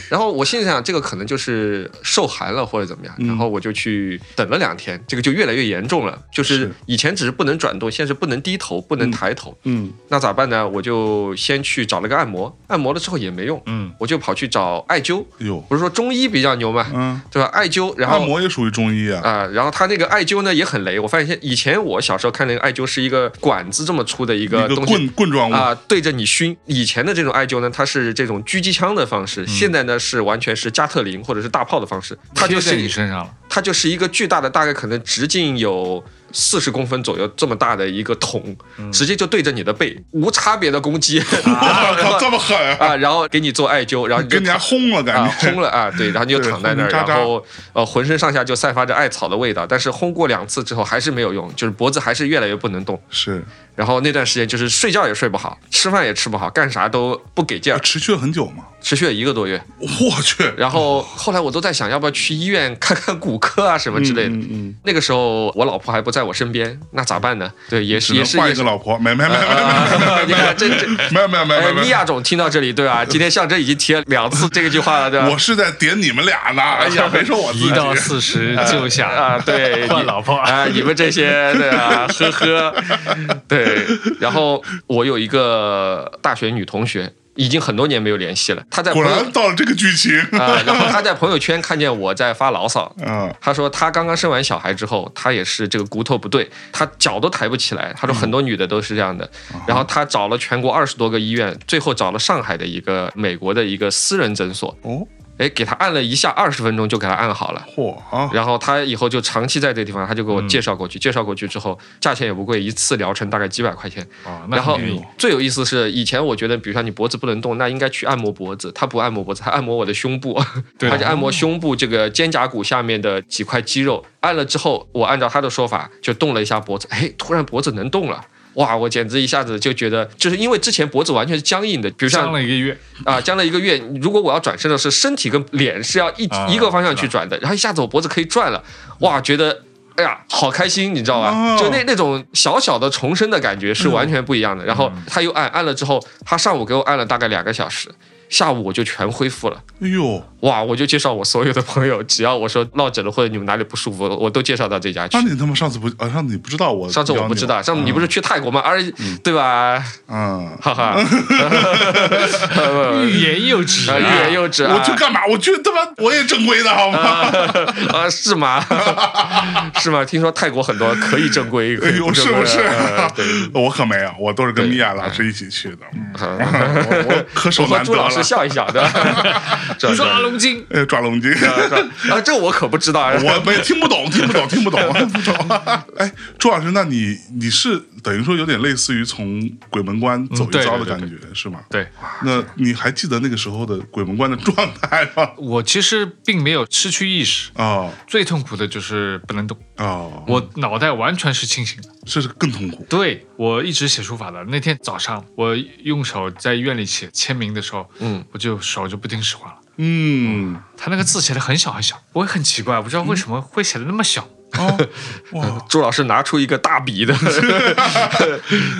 [SPEAKER 4] 然后我心里想这个可能就是受寒了或者怎么
[SPEAKER 2] 嗯
[SPEAKER 4] 样，然后我就去等了两天，这个就越来越严重了，就是
[SPEAKER 2] 是
[SPEAKER 4] 以前只是不能转动，现在是不能低头，不能抬头，
[SPEAKER 2] 嗯，
[SPEAKER 4] 那咋办呢？我就先去找了个按摩，按摩了之后也没用，
[SPEAKER 5] 嗯，
[SPEAKER 4] 我就跑去找艾灸，
[SPEAKER 2] 哎呦，
[SPEAKER 4] 不是说中医比较牛嘛，
[SPEAKER 2] 嗯，
[SPEAKER 4] 对吧？艾灸，然后
[SPEAKER 2] 按摩也属于中医啊，
[SPEAKER 4] 啊、然后他那个艾灸呢也很雷，我发现现以前我小时候看那个艾灸是一个管子这么粗的一个
[SPEAKER 2] 一个
[SPEAKER 4] 东西
[SPEAKER 2] 棍。棍状物
[SPEAKER 4] 啊、对着你熏。以前的这种艾灸呢，它是这种狙击枪的方
[SPEAKER 2] 嗯
[SPEAKER 4] 式，现在呢是完全是加特林或者是大炮的方式。它就
[SPEAKER 5] 贴在
[SPEAKER 4] 是
[SPEAKER 5] 你身上了，
[SPEAKER 4] 它就是一个巨大的，大概可能直径有四十公分左右这么大的一个桶，
[SPEAKER 2] 嗯
[SPEAKER 4] 直接就对着你的背，无差别的攻击。
[SPEAKER 2] 我
[SPEAKER 4] 然
[SPEAKER 2] 靠，这
[SPEAKER 4] 后
[SPEAKER 2] 么狠啊！
[SPEAKER 4] 啊，然后给你做艾灸，然后你
[SPEAKER 2] 给
[SPEAKER 4] 就
[SPEAKER 2] 人家
[SPEAKER 4] 躺
[SPEAKER 2] 轰了，感
[SPEAKER 4] 啊，
[SPEAKER 2] 觉
[SPEAKER 4] 烘了啊，对，然后你就
[SPEAKER 2] 对
[SPEAKER 4] 躺在那儿，
[SPEAKER 2] 轰轰炸炸
[SPEAKER 4] 然后呃，浑身上下就散发着艾草的味道，但是烘过两次之后还是没有用，就是脖子还是越来越不能动，
[SPEAKER 2] 是
[SPEAKER 4] 然后那段时间就是睡觉也睡不好，吃饭也吃不好，干啥都不给劲儿，
[SPEAKER 2] 持续了很久嘛。
[SPEAKER 4] 持续了一个多月，
[SPEAKER 2] 我去，
[SPEAKER 4] 然后后来我都在想要不要去医院看看骨科啊什么之类的。
[SPEAKER 2] 嗯嗯，
[SPEAKER 4] 那个时候我老婆还不在我身边，那咋办呢？对，也是
[SPEAKER 2] 只
[SPEAKER 4] 也
[SPEAKER 2] 能
[SPEAKER 4] 是
[SPEAKER 2] 换
[SPEAKER 4] 也
[SPEAKER 2] 一个
[SPEAKER 4] 是，
[SPEAKER 2] 老婆，没没没没
[SPEAKER 4] 啊你看这这。
[SPEAKER 2] 没有没有没
[SPEAKER 4] 哎，
[SPEAKER 2] 有没
[SPEAKER 4] 米
[SPEAKER 2] 有，
[SPEAKER 4] 娅总听到这里，对啊吧？今天象征已经提了两次这个句话了，对吧？
[SPEAKER 2] 我是在点你们俩呢。哎呀，没说我自
[SPEAKER 5] 一到
[SPEAKER 2] 己，
[SPEAKER 5] 四十就想
[SPEAKER 4] 啊， 对，
[SPEAKER 5] 换
[SPEAKER 4] 你
[SPEAKER 5] 老婆
[SPEAKER 4] 啊，你们这 些对啊，呵呵，对。然后我有一个大学女同学，已经很多年没有联系了，她在
[SPEAKER 2] 果
[SPEAKER 4] 朋友
[SPEAKER 2] 然到了这个剧情
[SPEAKER 4] 啊，然后她在朋友圈看见我在发牢骚。
[SPEAKER 2] 啊。
[SPEAKER 4] 她说，她刚刚生完小孩之后，她也是这个骨头不对，她脚都抬不起来。她说很多女的都是这样的。然后她找了全国二十多个医院，最后找了上海的一个美国的一个私人诊所，
[SPEAKER 2] 哦，
[SPEAKER 4] 哎，给她按了一下，二十分钟就给她按好了。
[SPEAKER 2] 嚯啊！
[SPEAKER 4] 然后他以后就长期在这个地方，他就给
[SPEAKER 5] 嗯
[SPEAKER 4] 我介绍过去，介绍过去之后，价钱也不贵，一次疗程大概几百块钱。
[SPEAKER 5] 哦，那
[SPEAKER 4] 然
[SPEAKER 5] 很
[SPEAKER 4] 后
[SPEAKER 5] 便宜，
[SPEAKER 4] 最有意思是，以前我觉得，比如说你脖子不能动，那应该去按摩脖子，他不按摩脖子，他按摩我的胸部，
[SPEAKER 5] 对啊
[SPEAKER 4] 他就按摩胸部这个肩胛骨下面的几块肌肉。按了之后，我按照他的说法就动了一下脖子，哎，突然脖子能动了。哇！我简直一下子就觉得，就是因为之前脖子完全是僵硬的，比如像
[SPEAKER 5] 上了一个月，
[SPEAKER 4] 啊，僵了一个月。如果我要转身的是身体跟脸是要一、
[SPEAKER 5] 啊
[SPEAKER 4] 一个方向去转的，然后一下子我脖子可以转了，哇，觉得哎呀，好开心，你知道吧？
[SPEAKER 2] 哦
[SPEAKER 4] 就那那种小小的重生的感觉是完全不一样的。然后他又按按了之后，他上午给我按了大概两个小时。下午我就全恢复了。
[SPEAKER 2] 哎呦，
[SPEAKER 4] 哇！我就介绍我所有的朋友，只要我说落枕了或者你们哪里不舒服，我都介绍到这家去
[SPEAKER 2] 那。你他妈上次不啊？上次你不知道我，
[SPEAKER 4] 上次我不知道，，上次你不是去泰国吗？而对吧？
[SPEAKER 2] 嗯，
[SPEAKER 4] 哈哈，
[SPEAKER 5] 欲言又止
[SPEAKER 4] 呃啊欲
[SPEAKER 5] 啊，
[SPEAKER 4] 言又止啊
[SPEAKER 2] 我去干嘛？我去他妈，我也正规的好吗？
[SPEAKER 4] 啊，是吗？是吗？听说泰国很多可以正规，可
[SPEAKER 2] 哎
[SPEAKER 4] 以
[SPEAKER 2] 呦，
[SPEAKER 4] 正
[SPEAKER 2] 是哎
[SPEAKER 4] 规
[SPEAKER 2] 不是
[SPEAKER 4] 呃对。？
[SPEAKER 2] 我可没有，我都是跟
[SPEAKER 4] 对
[SPEAKER 2] 米娅老师一起去的，嗯
[SPEAKER 4] 我
[SPEAKER 2] 可手
[SPEAKER 4] 和
[SPEAKER 2] 难
[SPEAKER 4] 朱
[SPEAKER 2] 得
[SPEAKER 4] 老
[SPEAKER 2] 了。
[SPEAKER 4] 师笑一笑， 对吧？
[SPEAKER 5] 你
[SPEAKER 4] 你
[SPEAKER 5] 说阿龙精，
[SPEAKER 2] 哎，抓龙筋，
[SPEAKER 4] 啊，这我可不知道啊。
[SPEAKER 2] 我没听不懂，听不懂，听不懂， 不懂。哎，朱老师，那你你是等于说有点类似于从鬼门关走一
[SPEAKER 5] 对
[SPEAKER 2] 遭的
[SPEAKER 5] 对对
[SPEAKER 2] 感觉是吗？嗯
[SPEAKER 5] 对
[SPEAKER 2] 那你还记得那个时候的鬼门关的状态吗？
[SPEAKER 5] 我其实并没有失去意识，
[SPEAKER 2] 哦
[SPEAKER 5] 最痛苦的就是不能动，
[SPEAKER 4] 嗯
[SPEAKER 2] 哦，
[SPEAKER 5] 我脑袋完全是清醒的。
[SPEAKER 2] 这是更痛苦。
[SPEAKER 5] 对我一直写书法的，那天早上我用手在院里写签名的时候，
[SPEAKER 4] 嗯，
[SPEAKER 5] 我就手就不听使唤了。
[SPEAKER 2] 嗯，
[SPEAKER 5] 他那个字写的很小很小，我也很奇怪，我不知道为什么会写的那么小。
[SPEAKER 2] 哦，哇，
[SPEAKER 4] 呃朱老师拿出一个大笔 的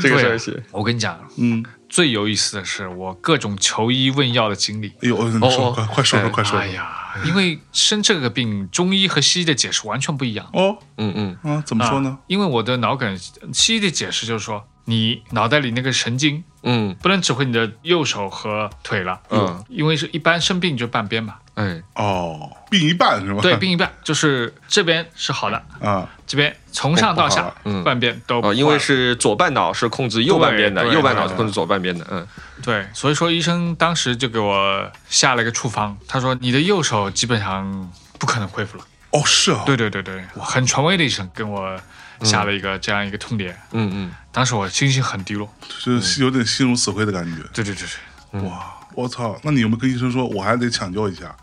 [SPEAKER 4] 这个消息，
[SPEAKER 5] 啊我跟你讲，
[SPEAKER 2] 嗯，
[SPEAKER 5] 最有意思的是我各种求医问药的经历。
[SPEAKER 2] 哎呦，你说，
[SPEAKER 4] 哦
[SPEAKER 2] 快快说说，快说
[SPEAKER 5] 哎
[SPEAKER 2] 说。
[SPEAKER 5] 呀，因为生这个病，中医和西医的解释完全不一样。
[SPEAKER 2] 哦，
[SPEAKER 4] 嗯嗯
[SPEAKER 2] 啊，怎么说呢
[SPEAKER 5] 啊？？因为我的脑梗，西医的解释就是说，你脑袋里那个神经
[SPEAKER 4] 嗯
[SPEAKER 5] 不能指挥你的右手和腿了，
[SPEAKER 4] 嗯，
[SPEAKER 5] 因为是一般生病就半边嘛，
[SPEAKER 4] 哎，
[SPEAKER 2] 哦，病一半是吧？
[SPEAKER 5] 对，病一半，就是这边是好的，
[SPEAKER 2] 啊，
[SPEAKER 5] 这边从上到
[SPEAKER 2] 不好
[SPEAKER 5] 下
[SPEAKER 2] 了
[SPEAKER 4] 嗯
[SPEAKER 5] 半边都不
[SPEAKER 4] 哦，因为
[SPEAKER 5] 坏
[SPEAKER 4] 是左半脑是控制右半边的，
[SPEAKER 5] 对对
[SPEAKER 4] 右半脑
[SPEAKER 5] 对
[SPEAKER 4] 是控制左半边的，嗯
[SPEAKER 5] 对，所以说医生当时就给我下了一个处方，他说你的右手基本上不可能恢复了。
[SPEAKER 2] 哦，是啊，
[SPEAKER 5] 对对对对，很权威的医生跟我下了一个这样一个痛点，
[SPEAKER 4] 嗯嗯，
[SPEAKER 5] 当时我心情很低落。
[SPEAKER 2] 就是有点心如死灰的感觉。
[SPEAKER 5] 对对对对，
[SPEAKER 2] 哇，我操！那你有没有跟医生说，我还得抢救一下？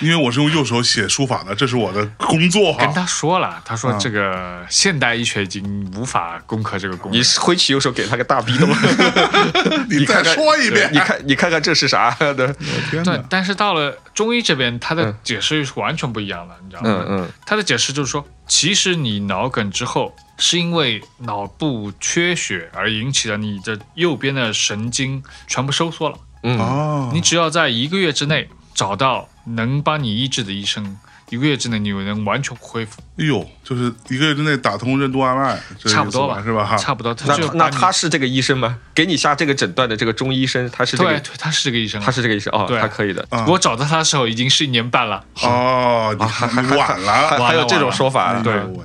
[SPEAKER 2] 因为我是用右手写书法的，这是我的工作
[SPEAKER 5] 跟
[SPEAKER 2] 哈。
[SPEAKER 5] 他说了，他说
[SPEAKER 2] 啊
[SPEAKER 5] 这个现代医学已经无法攻克这个功
[SPEAKER 4] 你
[SPEAKER 5] 能。
[SPEAKER 4] 是挥起右手给他个大逼的吗？
[SPEAKER 2] 你再
[SPEAKER 4] 看看
[SPEAKER 2] 说一遍
[SPEAKER 4] 你看你看看这是啥的？
[SPEAKER 2] 天
[SPEAKER 5] 对
[SPEAKER 2] 哪，！
[SPEAKER 5] 但是到了中医这边，他的
[SPEAKER 4] 嗯
[SPEAKER 5] 解释又是完全不一样的，你知道吗？
[SPEAKER 4] 嗯嗯
[SPEAKER 5] 他的解释就是说，其实你脑梗之后是因为脑部缺血而引起的，你的右边的神经全部收缩了。
[SPEAKER 4] 嗯，
[SPEAKER 2] 哦，
[SPEAKER 5] 你只要在一个月之内找到能帮你医治的医生，一个月之内你就能完全恢复，
[SPEAKER 2] 哎呦，就是一个月之内打通任督二脉，这
[SPEAKER 5] 差不
[SPEAKER 2] 意思
[SPEAKER 5] 多
[SPEAKER 2] 吧，是吧？哈，
[SPEAKER 5] 差不多，他
[SPEAKER 4] 那
[SPEAKER 5] 就
[SPEAKER 4] 那
[SPEAKER 5] 把你
[SPEAKER 4] 他是这个医生吗？给你下这个诊断的这个中医生，他是这
[SPEAKER 5] 对
[SPEAKER 4] 个
[SPEAKER 5] 对，他是这个医生啊，
[SPEAKER 4] 他是这个医生哦，
[SPEAKER 5] 对
[SPEAKER 4] 他可以的。
[SPEAKER 2] 啊
[SPEAKER 5] 我找到他的时候已经是一年半了，
[SPEAKER 2] 哦，你看你晚
[SPEAKER 4] 还
[SPEAKER 2] 了，
[SPEAKER 5] 完
[SPEAKER 4] 还有
[SPEAKER 5] 了
[SPEAKER 4] 这种
[SPEAKER 5] 完了
[SPEAKER 4] 说法啊？
[SPEAKER 5] 对
[SPEAKER 2] 哎呦喂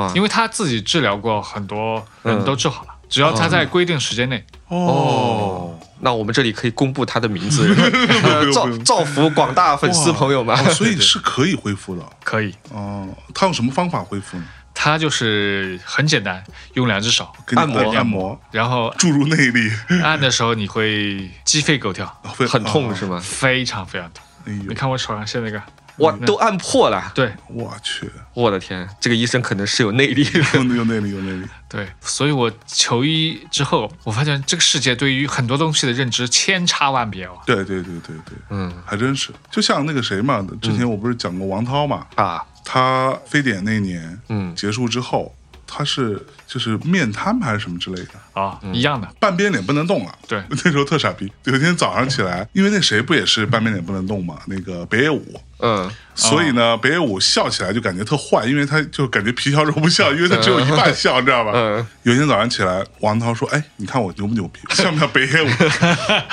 [SPEAKER 4] 哇
[SPEAKER 5] 因为他自己治疗过很多
[SPEAKER 4] 嗯
[SPEAKER 5] 人都治好了，只要他在规定时间内，
[SPEAKER 2] 哦，
[SPEAKER 4] 那我们这里可以公布他的名字，呃
[SPEAKER 2] 用
[SPEAKER 4] 造
[SPEAKER 2] 不用
[SPEAKER 4] 造福广大粉丝
[SPEAKER 2] 哇
[SPEAKER 4] 朋友们。
[SPEAKER 2] 哦所以是可以恢复的。
[SPEAKER 5] 可以。
[SPEAKER 2] 哦，他用什么方法恢复呢？
[SPEAKER 5] 他就是很简单，用两只手，
[SPEAKER 2] 给你
[SPEAKER 4] 按摩
[SPEAKER 2] 按按摩，
[SPEAKER 5] 然后
[SPEAKER 2] 注入内力，
[SPEAKER 5] 按的时候你会鸡飞狗跳，嗯
[SPEAKER 2] 会
[SPEAKER 4] 很痛
[SPEAKER 2] 哦
[SPEAKER 4] 是吗？
[SPEAKER 5] 非常非常痛。
[SPEAKER 2] 哎
[SPEAKER 5] 你
[SPEAKER 2] 呦，
[SPEAKER 5] 看我手上现在这个，
[SPEAKER 4] 哇，都按破了！
[SPEAKER 5] 对
[SPEAKER 2] 我去，
[SPEAKER 4] 我的天，这个医生可能是有内力的。
[SPEAKER 2] 有有内力，有内力。
[SPEAKER 5] 对，所以我求医之后，我发现这个世界对于很多东西的认知千差万别哦。
[SPEAKER 2] 对对对对对，
[SPEAKER 4] 嗯
[SPEAKER 2] 还真是。就像那个谁嘛，之前我不是讲过王涛嘛，
[SPEAKER 4] 啊，
[SPEAKER 2] 他非典那年
[SPEAKER 4] 嗯
[SPEAKER 2] 结束之后，他是就是面瘫还是什么之类的，
[SPEAKER 5] 啊，一样的，
[SPEAKER 2] 半边脸不能动了。
[SPEAKER 5] 对
[SPEAKER 2] 那时候特傻逼。有一天早上起来，因为那谁不也是半边脸不能动嘛，那个北野武。
[SPEAKER 4] 嗯，
[SPEAKER 2] 所以呢，北野武笑起来就感觉特坏，因为他就感觉皮笑肉不笑，因为他只有一半笑，你知道吧？
[SPEAKER 4] 嗯
[SPEAKER 2] 有一天早上起来，王涛说：“哎，你看我牛不牛逼，像不像北野 武？”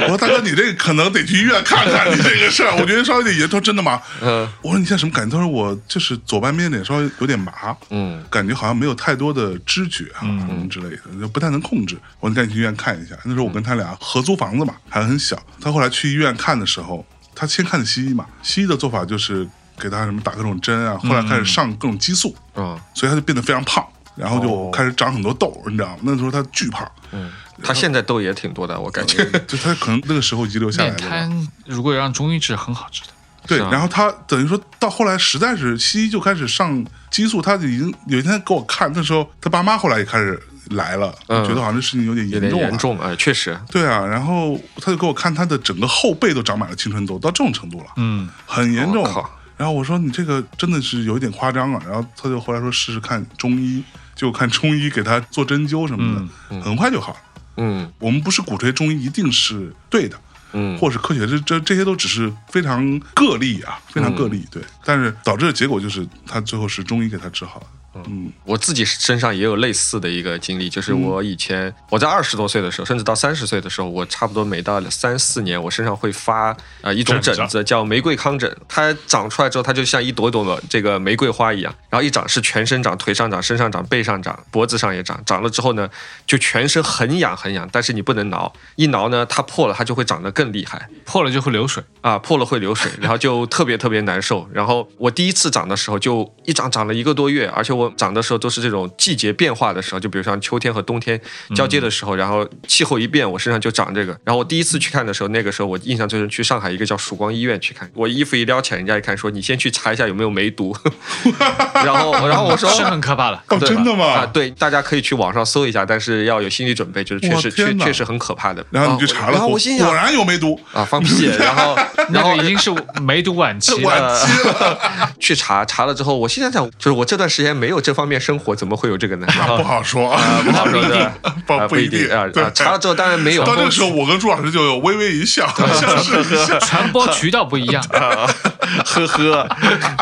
[SPEAKER 2] 我说：“大哥，你这个可能得去医院看看，你这个事儿，我觉得稍微有点严重。”真的吗？
[SPEAKER 4] 嗯
[SPEAKER 2] 我说：“你现在什么感觉？”他说：“我就是左半边脸稍微有点麻，
[SPEAKER 4] 嗯，
[SPEAKER 2] 感觉好像没有太多的知觉啊、什么之类的，就不太能控制。”我说：“你赶紧去医院看一下。”那时候我跟他俩合租房子嘛，还很小。他后来去医院看的时候，他先看的西医嘛，西医的做法就是给他什么打各种针啊，后来开始上各种激素。
[SPEAKER 4] 嗯，
[SPEAKER 2] 所以他就变得非常胖，然后就开始长很多痘，你知道吗？那时候他巨胖，
[SPEAKER 4] 他现在痘也挺多的，我感觉。
[SPEAKER 2] 就他可能那个时候遗留下来
[SPEAKER 5] 面
[SPEAKER 2] 的吧。
[SPEAKER 5] 瘫如果让中医治，很好治的。
[SPEAKER 2] 对，
[SPEAKER 4] 是啊
[SPEAKER 2] 然后他等于说到后来实在是西医就开始上激素，他就已经有一天给我看，那时候他爸妈后来也开始来了，
[SPEAKER 4] 嗯
[SPEAKER 2] 觉得好像这事情有点严
[SPEAKER 4] 有点
[SPEAKER 2] 重了
[SPEAKER 4] 严。重，哎，确实，
[SPEAKER 2] 对啊，然后他就给我看他的整个后背都长满了青春痘，到这种程度了。
[SPEAKER 5] 嗯，
[SPEAKER 2] 很严重
[SPEAKER 4] 我靠。
[SPEAKER 2] 然后我说你这个真的是有一点夸张啊。然后他就后来说试试看中医，就看中医给他做针灸什么的，很快就好了。
[SPEAKER 4] 嗯
[SPEAKER 2] 我们不是鼓吹中医一定是对的，
[SPEAKER 4] 嗯
[SPEAKER 2] 或是科学，这这这些都只是非常个例啊，非常个
[SPEAKER 4] 嗯
[SPEAKER 2] 例。对，但是导致的结果就是他最后是中医给他治好了。嗯
[SPEAKER 4] 我自己身上也有类似的一个经历，就是
[SPEAKER 5] 嗯
[SPEAKER 4] 我以前我在二十多岁的时候，甚至到三十岁的时候，我差不多每到三四年，我身上会发呃一种
[SPEAKER 5] 疹
[SPEAKER 4] 疹
[SPEAKER 5] 子
[SPEAKER 4] 子，叫玫瑰糠疹。它长出来之后，它就像一朵朵的这个玫瑰花一样，然后一长是全身长，腿上长，身上长，背上长，脖子上也长。长了之后呢，就全身很痒很痒，但是你不能挠，一挠呢，它破了，它就会长得更厉害。
[SPEAKER 5] 破了就会流水，
[SPEAKER 4] 啊，破了会流水，然后就特别特别难受。然后我第一次长的时候，就一长长了一个多月，而且我长的时候都是这种季节变化的时候，就比如像秋天和冬天交接的时候，然后气候一变，我身上就长这个。然后我第一次去看的时候，那个时候我印象最深，去上海一个叫曙光医院去看，我衣服一撩起来，人家一看说你先去查一下有没有梅毒， 然后然后我说
[SPEAKER 5] 是很可怕 的。
[SPEAKER 2] 哦，
[SPEAKER 4] 对
[SPEAKER 2] 真的吗？
[SPEAKER 4] 啊，对，大家可以去网上搜一下，但是要有心理准备，就是确
[SPEAKER 2] 我
[SPEAKER 4] 实确
[SPEAKER 2] 天哪
[SPEAKER 4] 确实很可怕的。
[SPEAKER 2] 然后你去查了，
[SPEAKER 4] 哦然后
[SPEAKER 2] 果
[SPEAKER 4] 我心想
[SPEAKER 2] 果然有梅毒。
[SPEAKER 4] 啊，放屁，然后然
[SPEAKER 5] 那
[SPEAKER 4] 后
[SPEAKER 5] 个已经是梅毒晚 期了，
[SPEAKER 4] 呃， 去查查了之后，我心想想，就是我这段时间没有这方面生活，怎么会有这个 呢？然后
[SPEAKER 2] 不好说， 啊，
[SPEAKER 4] 哦不好说的，
[SPEAKER 2] 不
[SPEAKER 4] 啊
[SPEAKER 2] 不
[SPEAKER 4] 不
[SPEAKER 2] 一
[SPEAKER 4] 一
[SPEAKER 2] 定
[SPEAKER 4] 定啊
[SPEAKER 2] 对
[SPEAKER 4] 啊！查了之后当然没有，
[SPEAKER 2] 到这个时候，我跟朱老师就有微微一 笑，相视一笑。
[SPEAKER 5] 传播渠道不一样。
[SPEAKER 4] 啊，呵啊呵。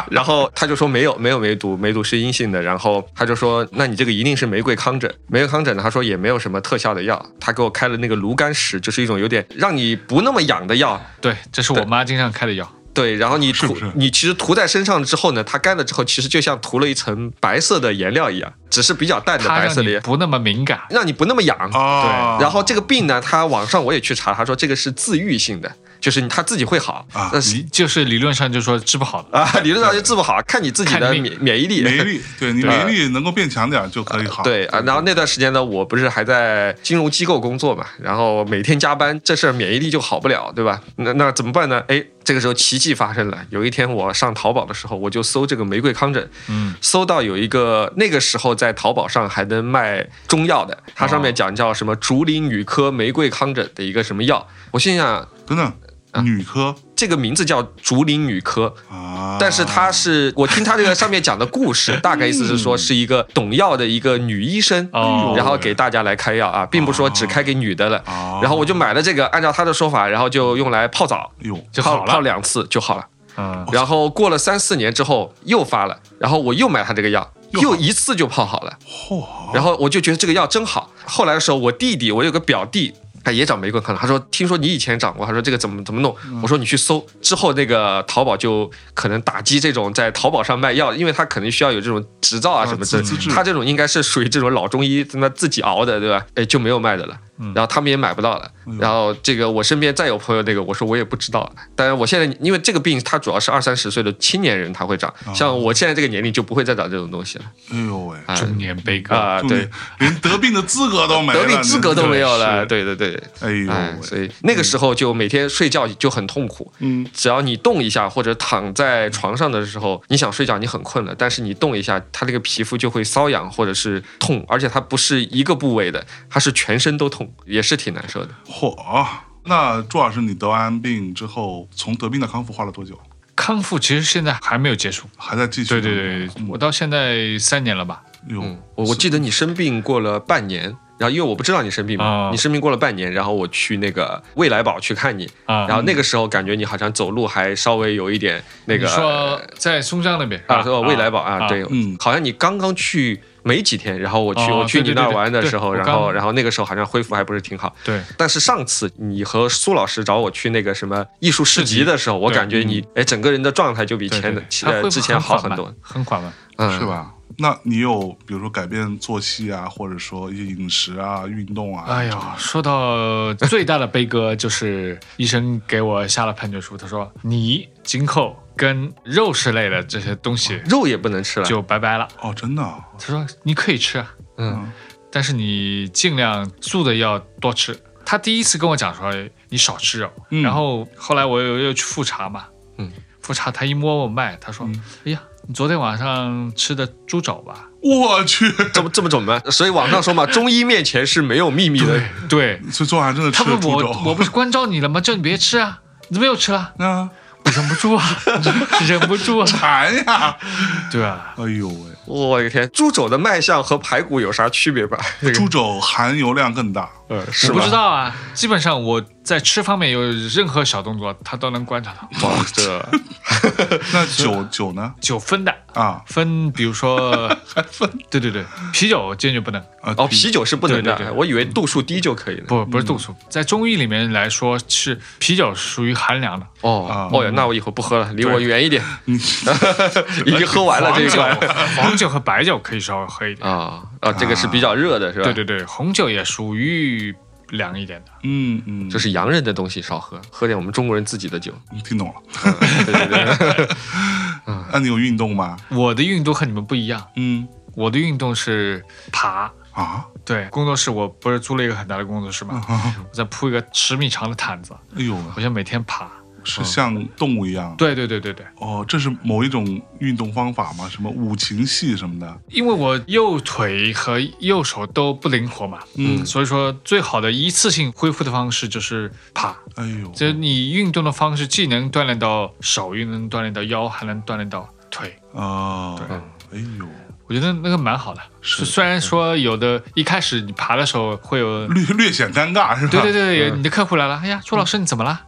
[SPEAKER 4] 然后他就说没有，没有梅毒，梅毒是阴性的。然后他就说，那你这个一定是玫瑰糠疹。玫瑰糠疹呢，他说也没有什么特效的药，他给我开了那个炉甘石，就是一种有点让你不那么痒的药。
[SPEAKER 5] 对，这是我妈经常开的药，
[SPEAKER 4] 对，然后你
[SPEAKER 2] 是
[SPEAKER 4] 涂
[SPEAKER 2] 不是
[SPEAKER 4] 你其实涂在身上之后呢，它干了之后，其实就像涂了一层白色的颜料一样，只是比较淡的
[SPEAKER 5] 它
[SPEAKER 4] 白
[SPEAKER 5] 让
[SPEAKER 4] 色的
[SPEAKER 5] 你
[SPEAKER 4] 颜，
[SPEAKER 5] 不那么敏感。
[SPEAKER 4] 让你不那么痒。
[SPEAKER 2] 啊，
[SPEAKER 4] 然后这个病呢，它网上我也去查，他说这个是自愈性的，就是你它自己会好
[SPEAKER 2] 啊
[SPEAKER 4] 但呃是
[SPEAKER 2] 你
[SPEAKER 5] 就是理论上就说治不好的，
[SPEAKER 4] 啊，理论上就治不好，看你自己的
[SPEAKER 5] 看你
[SPEAKER 4] 免免疫力。
[SPEAKER 2] 免疫力，对你
[SPEAKER 5] 对
[SPEAKER 2] 免疫力能够变强点儿就可以好。
[SPEAKER 4] 啊对啊，然后那段时间呢，我不是还在金融机构工作嘛，然后每天加班，这事儿免疫力就好不了，对吧？那那怎么办呢？哎，这个时候奇迹发生了。有一天我上淘宝的时候，我就搜这个玫瑰糠疹，
[SPEAKER 5] 嗯，
[SPEAKER 4] 搜到有一个那个时候在淘宝上还能卖中药的，它上面讲叫什么竹林女科玫瑰糠疹的一个什么药，我心想
[SPEAKER 2] 等
[SPEAKER 4] 啊
[SPEAKER 2] 等，女科
[SPEAKER 4] 这个名字叫竹林女科，
[SPEAKER 2] 啊，
[SPEAKER 4] 但是她是我听她这个上面讲的故事，大概意思是说是一个懂药的一个女医生，
[SPEAKER 5] 哦
[SPEAKER 4] 然后给大家来开药啊，并不说只开给女的了。
[SPEAKER 2] 哦
[SPEAKER 4] 然后我就买了这个，按照她的说法，然后就用来泡澡，
[SPEAKER 2] 哟，
[SPEAKER 5] 就
[SPEAKER 4] 泡
[SPEAKER 5] 好
[SPEAKER 4] 泡
[SPEAKER 5] 了。
[SPEAKER 4] 两次就好了。
[SPEAKER 5] 嗯，
[SPEAKER 4] 然后过了三四年之后又发了，然后我又买她这个药，
[SPEAKER 2] 又
[SPEAKER 4] 又
[SPEAKER 2] 好
[SPEAKER 4] 一次就泡好了。
[SPEAKER 2] 嚯，
[SPEAKER 4] 然后我就觉得这个药真好。后来的时候，我弟弟，我有个表弟。他也长玫瑰糠了，他说：“听说你以前长过，他说这个怎么怎么弄？”我说：“你去搜。”之后那个淘宝就可能打击这种在淘宝上卖药，因为他肯定需要有这种执照啊
[SPEAKER 2] 啊
[SPEAKER 4] 什么
[SPEAKER 2] 资
[SPEAKER 4] 之
[SPEAKER 2] 资质
[SPEAKER 4] 他这种应该是属于这种老中医他妈自己熬的，对吧？哎，就没有卖的了，然后他们也买不到了。然后这个我身边再有朋友那个，我说我也不知道。但是我现在因为这个病，它主要是二三十岁的青年人他会长，像我现在这个年龄就不会再长这种东西了
[SPEAKER 2] 哎呦喂，
[SPEAKER 4] 啊
[SPEAKER 5] 中年悲歌，
[SPEAKER 4] 啊！
[SPEAKER 2] 兄
[SPEAKER 4] 对
[SPEAKER 2] 弟，，连得病的资格都没了，
[SPEAKER 4] 得病资格都没有了。
[SPEAKER 2] 您
[SPEAKER 4] 对对对，
[SPEAKER 2] 这是，哎
[SPEAKER 4] 哎
[SPEAKER 2] 呦，
[SPEAKER 4] 所
[SPEAKER 2] 喂，
[SPEAKER 4] 以那
[SPEAKER 5] 嗯
[SPEAKER 4] 个时候就每天睡觉就很痛苦。
[SPEAKER 2] 嗯，
[SPEAKER 4] 只要你动一下或者躺在床上的时候，你想睡觉，你很困了，但是你动一下，它这个皮肤就会瘙痒或者是痛，而且它不是一个部位的，它是全身都痛，也是挺难受的。
[SPEAKER 2] 嚯。啊那朱老师，你得完病之后，从得病到康复花了多久？
[SPEAKER 5] 康复其实现在还没有结束。
[SPEAKER 2] 还在继续？嗯
[SPEAKER 5] 对对对，对我到现在三年了吧？
[SPEAKER 2] 哟，
[SPEAKER 4] 嗯，我我记得你生病过了半年，然后因为我不知道你生病嘛，
[SPEAKER 5] 啊
[SPEAKER 4] 你生病过了半年，然后我去那个未来宝去看你，
[SPEAKER 5] 啊
[SPEAKER 4] 然后那个时候感觉你好像走路还稍微有一点那
[SPEAKER 5] 你
[SPEAKER 4] 个呃
[SPEAKER 5] 说在松江那边
[SPEAKER 4] 啊，说未来
[SPEAKER 5] 吧。
[SPEAKER 4] 宝啊，
[SPEAKER 5] 啊
[SPEAKER 4] 对，
[SPEAKER 2] 嗯
[SPEAKER 4] 好像你刚刚去没几天，然后我去、
[SPEAKER 5] 哦
[SPEAKER 4] 我去
[SPEAKER 5] 对
[SPEAKER 4] 你
[SPEAKER 5] 对
[SPEAKER 4] 那儿
[SPEAKER 5] 对对
[SPEAKER 4] 玩的时候，
[SPEAKER 5] 对我
[SPEAKER 4] 然后
[SPEAKER 5] 刚
[SPEAKER 4] 然后那个时候好像恢复还不是挺好。
[SPEAKER 5] 对，
[SPEAKER 4] 但是上次你和苏老师找我去那个什么艺术市集
[SPEAKER 5] 市集
[SPEAKER 4] 的时候，我感觉你哎整个人的状态就比
[SPEAKER 5] 嗯对
[SPEAKER 4] 前的
[SPEAKER 5] 对
[SPEAKER 4] 其
[SPEAKER 5] 它恢
[SPEAKER 4] 呃
[SPEAKER 5] 复
[SPEAKER 4] 之前好
[SPEAKER 5] 很
[SPEAKER 4] 很
[SPEAKER 5] 缓慢
[SPEAKER 4] 多，
[SPEAKER 5] 很缓慢。
[SPEAKER 4] 嗯，
[SPEAKER 2] 是？吧？那你有比如说改变作息啊，或者说一些饮食啊、运动啊？
[SPEAKER 5] 哎呦，说到最大的悲歌，就是医生给我下了判决书，他说你今后跟肉食类的这些东西
[SPEAKER 4] 肉也不能吃了，
[SPEAKER 5] 就拜拜了。
[SPEAKER 2] 哦，真的啊，
[SPEAKER 5] 他说你可以吃啊，
[SPEAKER 4] 嗯
[SPEAKER 5] 但是你尽量素的要多吃。他第一次跟我讲说哎你少吃肉，
[SPEAKER 2] 嗯
[SPEAKER 5] 然后后来我又又去复查嘛，
[SPEAKER 4] 嗯，
[SPEAKER 5] 复查他一摸我脉，他说，哎呀，你昨天晚上吃的猪肘吧？
[SPEAKER 2] 我去，
[SPEAKER 4] 这么这么准吗？所以网上 说嘛，中医面前是没有秘密的。
[SPEAKER 5] 对，
[SPEAKER 2] 所以昨晚真的
[SPEAKER 5] 他
[SPEAKER 2] 吃了
[SPEAKER 5] 问
[SPEAKER 2] 猪
[SPEAKER 5] 我， 我
[SPEAKER 2] 肘。
[SPEAKER 5] 不是关照你了吗？叫你别吃啊，你怎么又吃了？
[SPEAKER 2] 啊，
[SPEAKER 5] 我忍不住啊， 忍不住啊，
[SPEAKER 2] 馋呀！
[SPEAKER 5] 对啊，
[SPEAKER 2] 哎呦喂，
[SPEAKER 4] 我的天，猪肘的卖相和排骨有啥区别吧？这个
[SPEAKER 2] 猪肘含油量更大，
[SPEAKER 4] 呃，
[SPEAKER 5] 我
[SPEAKER 4] 是
[SPEAKER 5] 不
[SPEAKER 4] 吧
[SPEAKER 5] 知？道啊，基本上我在吃方面有任何小动作，他都能观察到。
[SPEAKER 4] 哇，这
[SPEAKER 2] 那酒酒呢？
[SPEAKER 5] 酒分的
[SPEAKER 2] 啊
[SPEAKER 5] 分，比如说还分，对对对，啤酒坚决不能，
[SPEAKER 2] 啊
[SPEAKER 4] 哦，啤酒是不能
[SPEAKER 5] 对对
[SPEAKER 4] 的，
[SPEAKER 5] 对
[SPEAKER 4] 我以为度数低就可以了。
[SPEAKER 5] 不不是度数，在中医里面来说是啤酒属于寒凉的，
[SPEAKER 4] 哦，哦哟，那我以后不喝了，离我远一点。嗯 已经喝完了这
[SPEAKER 5] 黄酒
[SPEAKER 4] 个
[SPEAKER 5] 黄酒和白酒可以稍微喝一点，
[SPEAKER 4] 啊啊，这个是比较热的，是吧？
[SPEAKER 5] 对对啊对，红酒也属于凉一点的。
[SPEAKER 2] 嗯嗯，
[SPEAKER 4] 就是洋人的东西少喝，喝点我们中国人自己的酒。
[SPEAKER 2] 你听懂了。
[SPEAKER 4] 对对 对，
[SPEAKER 2] 那你有运动吗？
[SPEAKER 5] 我的运动和你们不一样，
[SPEAKER 2] 嗯
[SPEAKER 5] 我的运动是爬。
[SPEAKER 2] 啊，
[SPEAKER 5] 对，工作室我不是租了一个很大的工作室嘛，我在铺一个十米长的毯子，
[SPEAKER 2] 哎呦，
[SPEAKER 5] 我先每天爬。
[SPEAKER 2] 是像动物一样。
[SPEAKER 5] 哦对对对对对，
[SPEAKER 2] 哦，这是某一种运动方法吗？什么五禽戏什么的？
[SPEAKER 5] 因为我右腿和右手都不灵活嘛，
[SPEAKER 2] 嗯
[SPEAKER 5] 所以说最好的一次性恢复的方式就是爬。
[SPEAKER 2] 哎呦，
[SPEAKER 5] 就是你运动的方式，既能锻炼到手，又能锻炼到腰，还能锻炼到腿。
[SPEAKER 2] 哦，哎呦，
[SPEAKER 5] 我觉得那个蛮好的。
[SPEAKER 2] 是
[SPEAKER 5] 就虽然说有的一开始你爬的时候会有，
[SPEAKER 2] 略略显尴尬是吧？
[SPEAKER 5] 对对对，有你的客户来了，哎呀，朱老师你怎么了？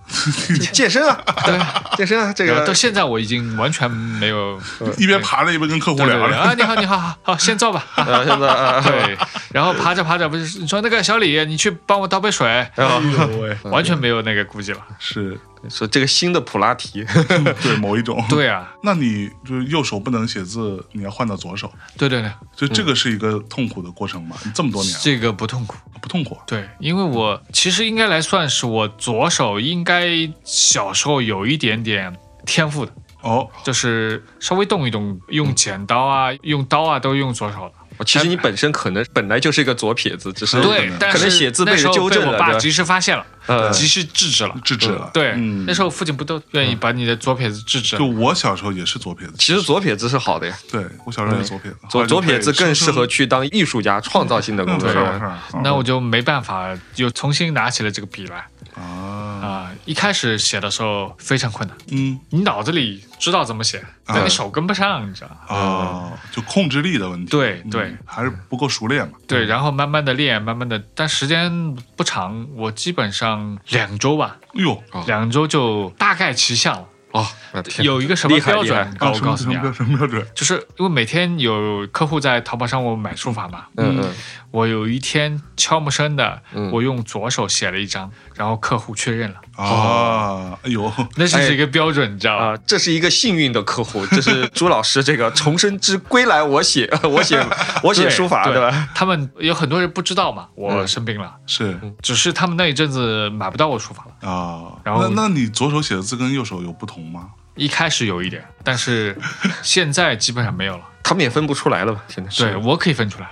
[SPEAKER 4] 健身 啊，
[SPEAKER 5] 对，
[SPEAKER 4] 健身啊，这
[SPEAKER 5] 然后到
[SPEAKER 4] 个
[SPEAKER 5] 现在我已经完全没有
[SPEAKER 2] 一边爬着一边跟客户
[SPEAKER 5] 对对
[SPEAKER 2] 聊
[SPEAKER 5] 对
[SPEAKER 2] 着。
[SPEAKER 5] 啊，你好你好好好，先坐吧。啊
[SPEAKER 4] 啊，现在啊，
[SPEAKER 5] 对，然后爬着爬着，不是你说那个小李，你去帮我倒杯水，
[SPEAKER 2] 哎呦喂，
[SPEAKER 5] 完全没有那个顾忌了。
[SPEAKER 2] 是
[SPEAKER 4] 说这个新的普拉提，
[SPEAKER 2] 对某一种。，
[SPEAKER 5] 对啊，
[SPEAKER 2] 那你就是右手不能写字，你要换到左手，
[SPEAKER 5] 对对对，
[SPEAKER 2] 就这个是一个痛苦的过程吗？你这么多年
[SPEAKER 5] 嗯这个不痛苦。
[SPEAKER 2] 不痛苦啊？
[SPEAKER 5] 对，因为我其实应该来算是我左手应该小时候有一点点天赋的，
[SPEAKER 2] 哦，
[SPEAKER 5] 就是稍微动一动，
[SPEAKER 4] 嗯
[SPEAKER 5] 用剪刀啊、用刀啊都用左手的。
[SPEAKER 4] 其实你本身可能本来就是一个左撇子，只是
[SPEAKER 5] 对，嗯但
[SPEAKER 4] 可
[SPEAKER 5] 是
[SPEAKER 4] 能写字被
[SPEAKER 5] 那时
[SPEAKER 4] 人
[SPEAKER 5] 候
[SPEAKER 4] 纠正
[SPEAKER 5] 被
[SPEAKER 4] 了，
[SPEAKER 5] 我爸
[SPEAKER 4] 对吧
[SPEAKER 5] 及时发现了，
[SPEAKER 4] 呃
[SPEAKER 5] 及时制止了。
[SPEAKER 2] 制止了。
[SPEAKER 5] 对，
[SPEAKER 2] 嗯
[SPEAKER 5] 那时候父亲不都愿意
[SPEAKER 4] 嗯
[SPEAKER 5] 把你的左撇子制止
[SPEAKER 2] 就
[SPEAKER 5] 了？
[SPEAKER 2] 我小时候也是左撇子，
[SPEAKER 4] 其实左撇子是好的呀，
[SPEAKER 2] 对我小时候也是左撇子，后
[SPEAKER 4] 左
[SPEAKER 2] 来就
[SPEAKER 4] 左撇子
[SPEAKER 2] 被
[SPEAKER 4] 更适合
[SPEAKER 2] 生
[SPEAKER 4] 去当艺术家，创造性的工
[SPEAKER 2] 生对
[SPEAKER 4] 作。是吧
[SPEAKER 2] 嗯是吧
[SPEAKER 5] 那我就没办法，又重新拿起了这个笔来
[SPEAKER 4] 嗯
[SPEAKER 2] 啊，
[SPEAKER 5] 啊、一开始写的时候非常困难，
[SPEAKER 2] 嗯
[SPEAKER 5] 你脑子里知道怎么写，但你手跟不上，你知道吗？
[SPEAKER 2] 啊，就控制力的问题，
[SPEAKER 5] 嗯对
[SPEAKER 2] 嗯
[SPEAKER 5] 对，
[SPEAKER 2] 还是不够熟练嘛。
[SPEAKER 5] 对，然后慢慢的练，慢慢的，但时间不长，我基本上两周吧，
[SPEAKER 2] 哎呦，
[SPEAKER 4] 哦
[SPEAKER 5] 两周就大概齐下了。
[SPEAKER 4] 哦，我的天
[SPEAKER 5] 有一个什么
[SPEAKER 4] 厉害
[SPEAKER 5] 标
[SPEAKER 4] 厉害
[SPEAKER 5] 准？高我
[SPEAKER 2] 什么
[SPEAKER 5] 告诉
[SPEAKER 2] 什
[SPEAKER 5] 你
[SPEAKER 2] 么标
[SPEAKER 5] 啊，
[SPEAKER 2] 什么标准？
[SPEAKER 5] 就是因为每天有客户在淘宝上我买书法嘛，
[SPEAKER 4] 嗯嗯，
[SPEAKER 5] 我有一天悄无声的
[SPEAKER 4] 嗯，哦
[SPEAKER 5] 我用左手写了一张，然后客户确认了，哦
[SPEAKER 2] 啊，哎呦，
[SPEAKER 5] 那是一个标准，你知道
[SPEAKER 4] 啊
[SPEAKER 5] 吧？，
[SPEAKER 4] 这是一个幸运的客户， 这是朱老师这个重生之归来，我写 我写我写
[SPEAKER 5] 对
[SPEAKER 4] 书法，
[SPEAKER 5] 对
[SPEAKER 4] 对吧？？
[SPEAKER 5] 他们有很多人不知道嘛，我
[SPEAKER 4] 嗯
[SPEAKER 5] 生病了，
[SPEAKER 2] 是
[SPEAKER 5] 只是他们那一阵子买不到我书法了。
[SPEAKER 2] 啊。
[SPEAKER 5] 嗯然后
[SPEAKER 2] 那那你左手写的字跟右手有不同 吗？
[SPEAKER 5] 一开始有一点，但是现在基本上没有了。
[SPEAKER 4] 他们也分不出来了吧？现在
[SPEAKER 5] 对我可以分出来。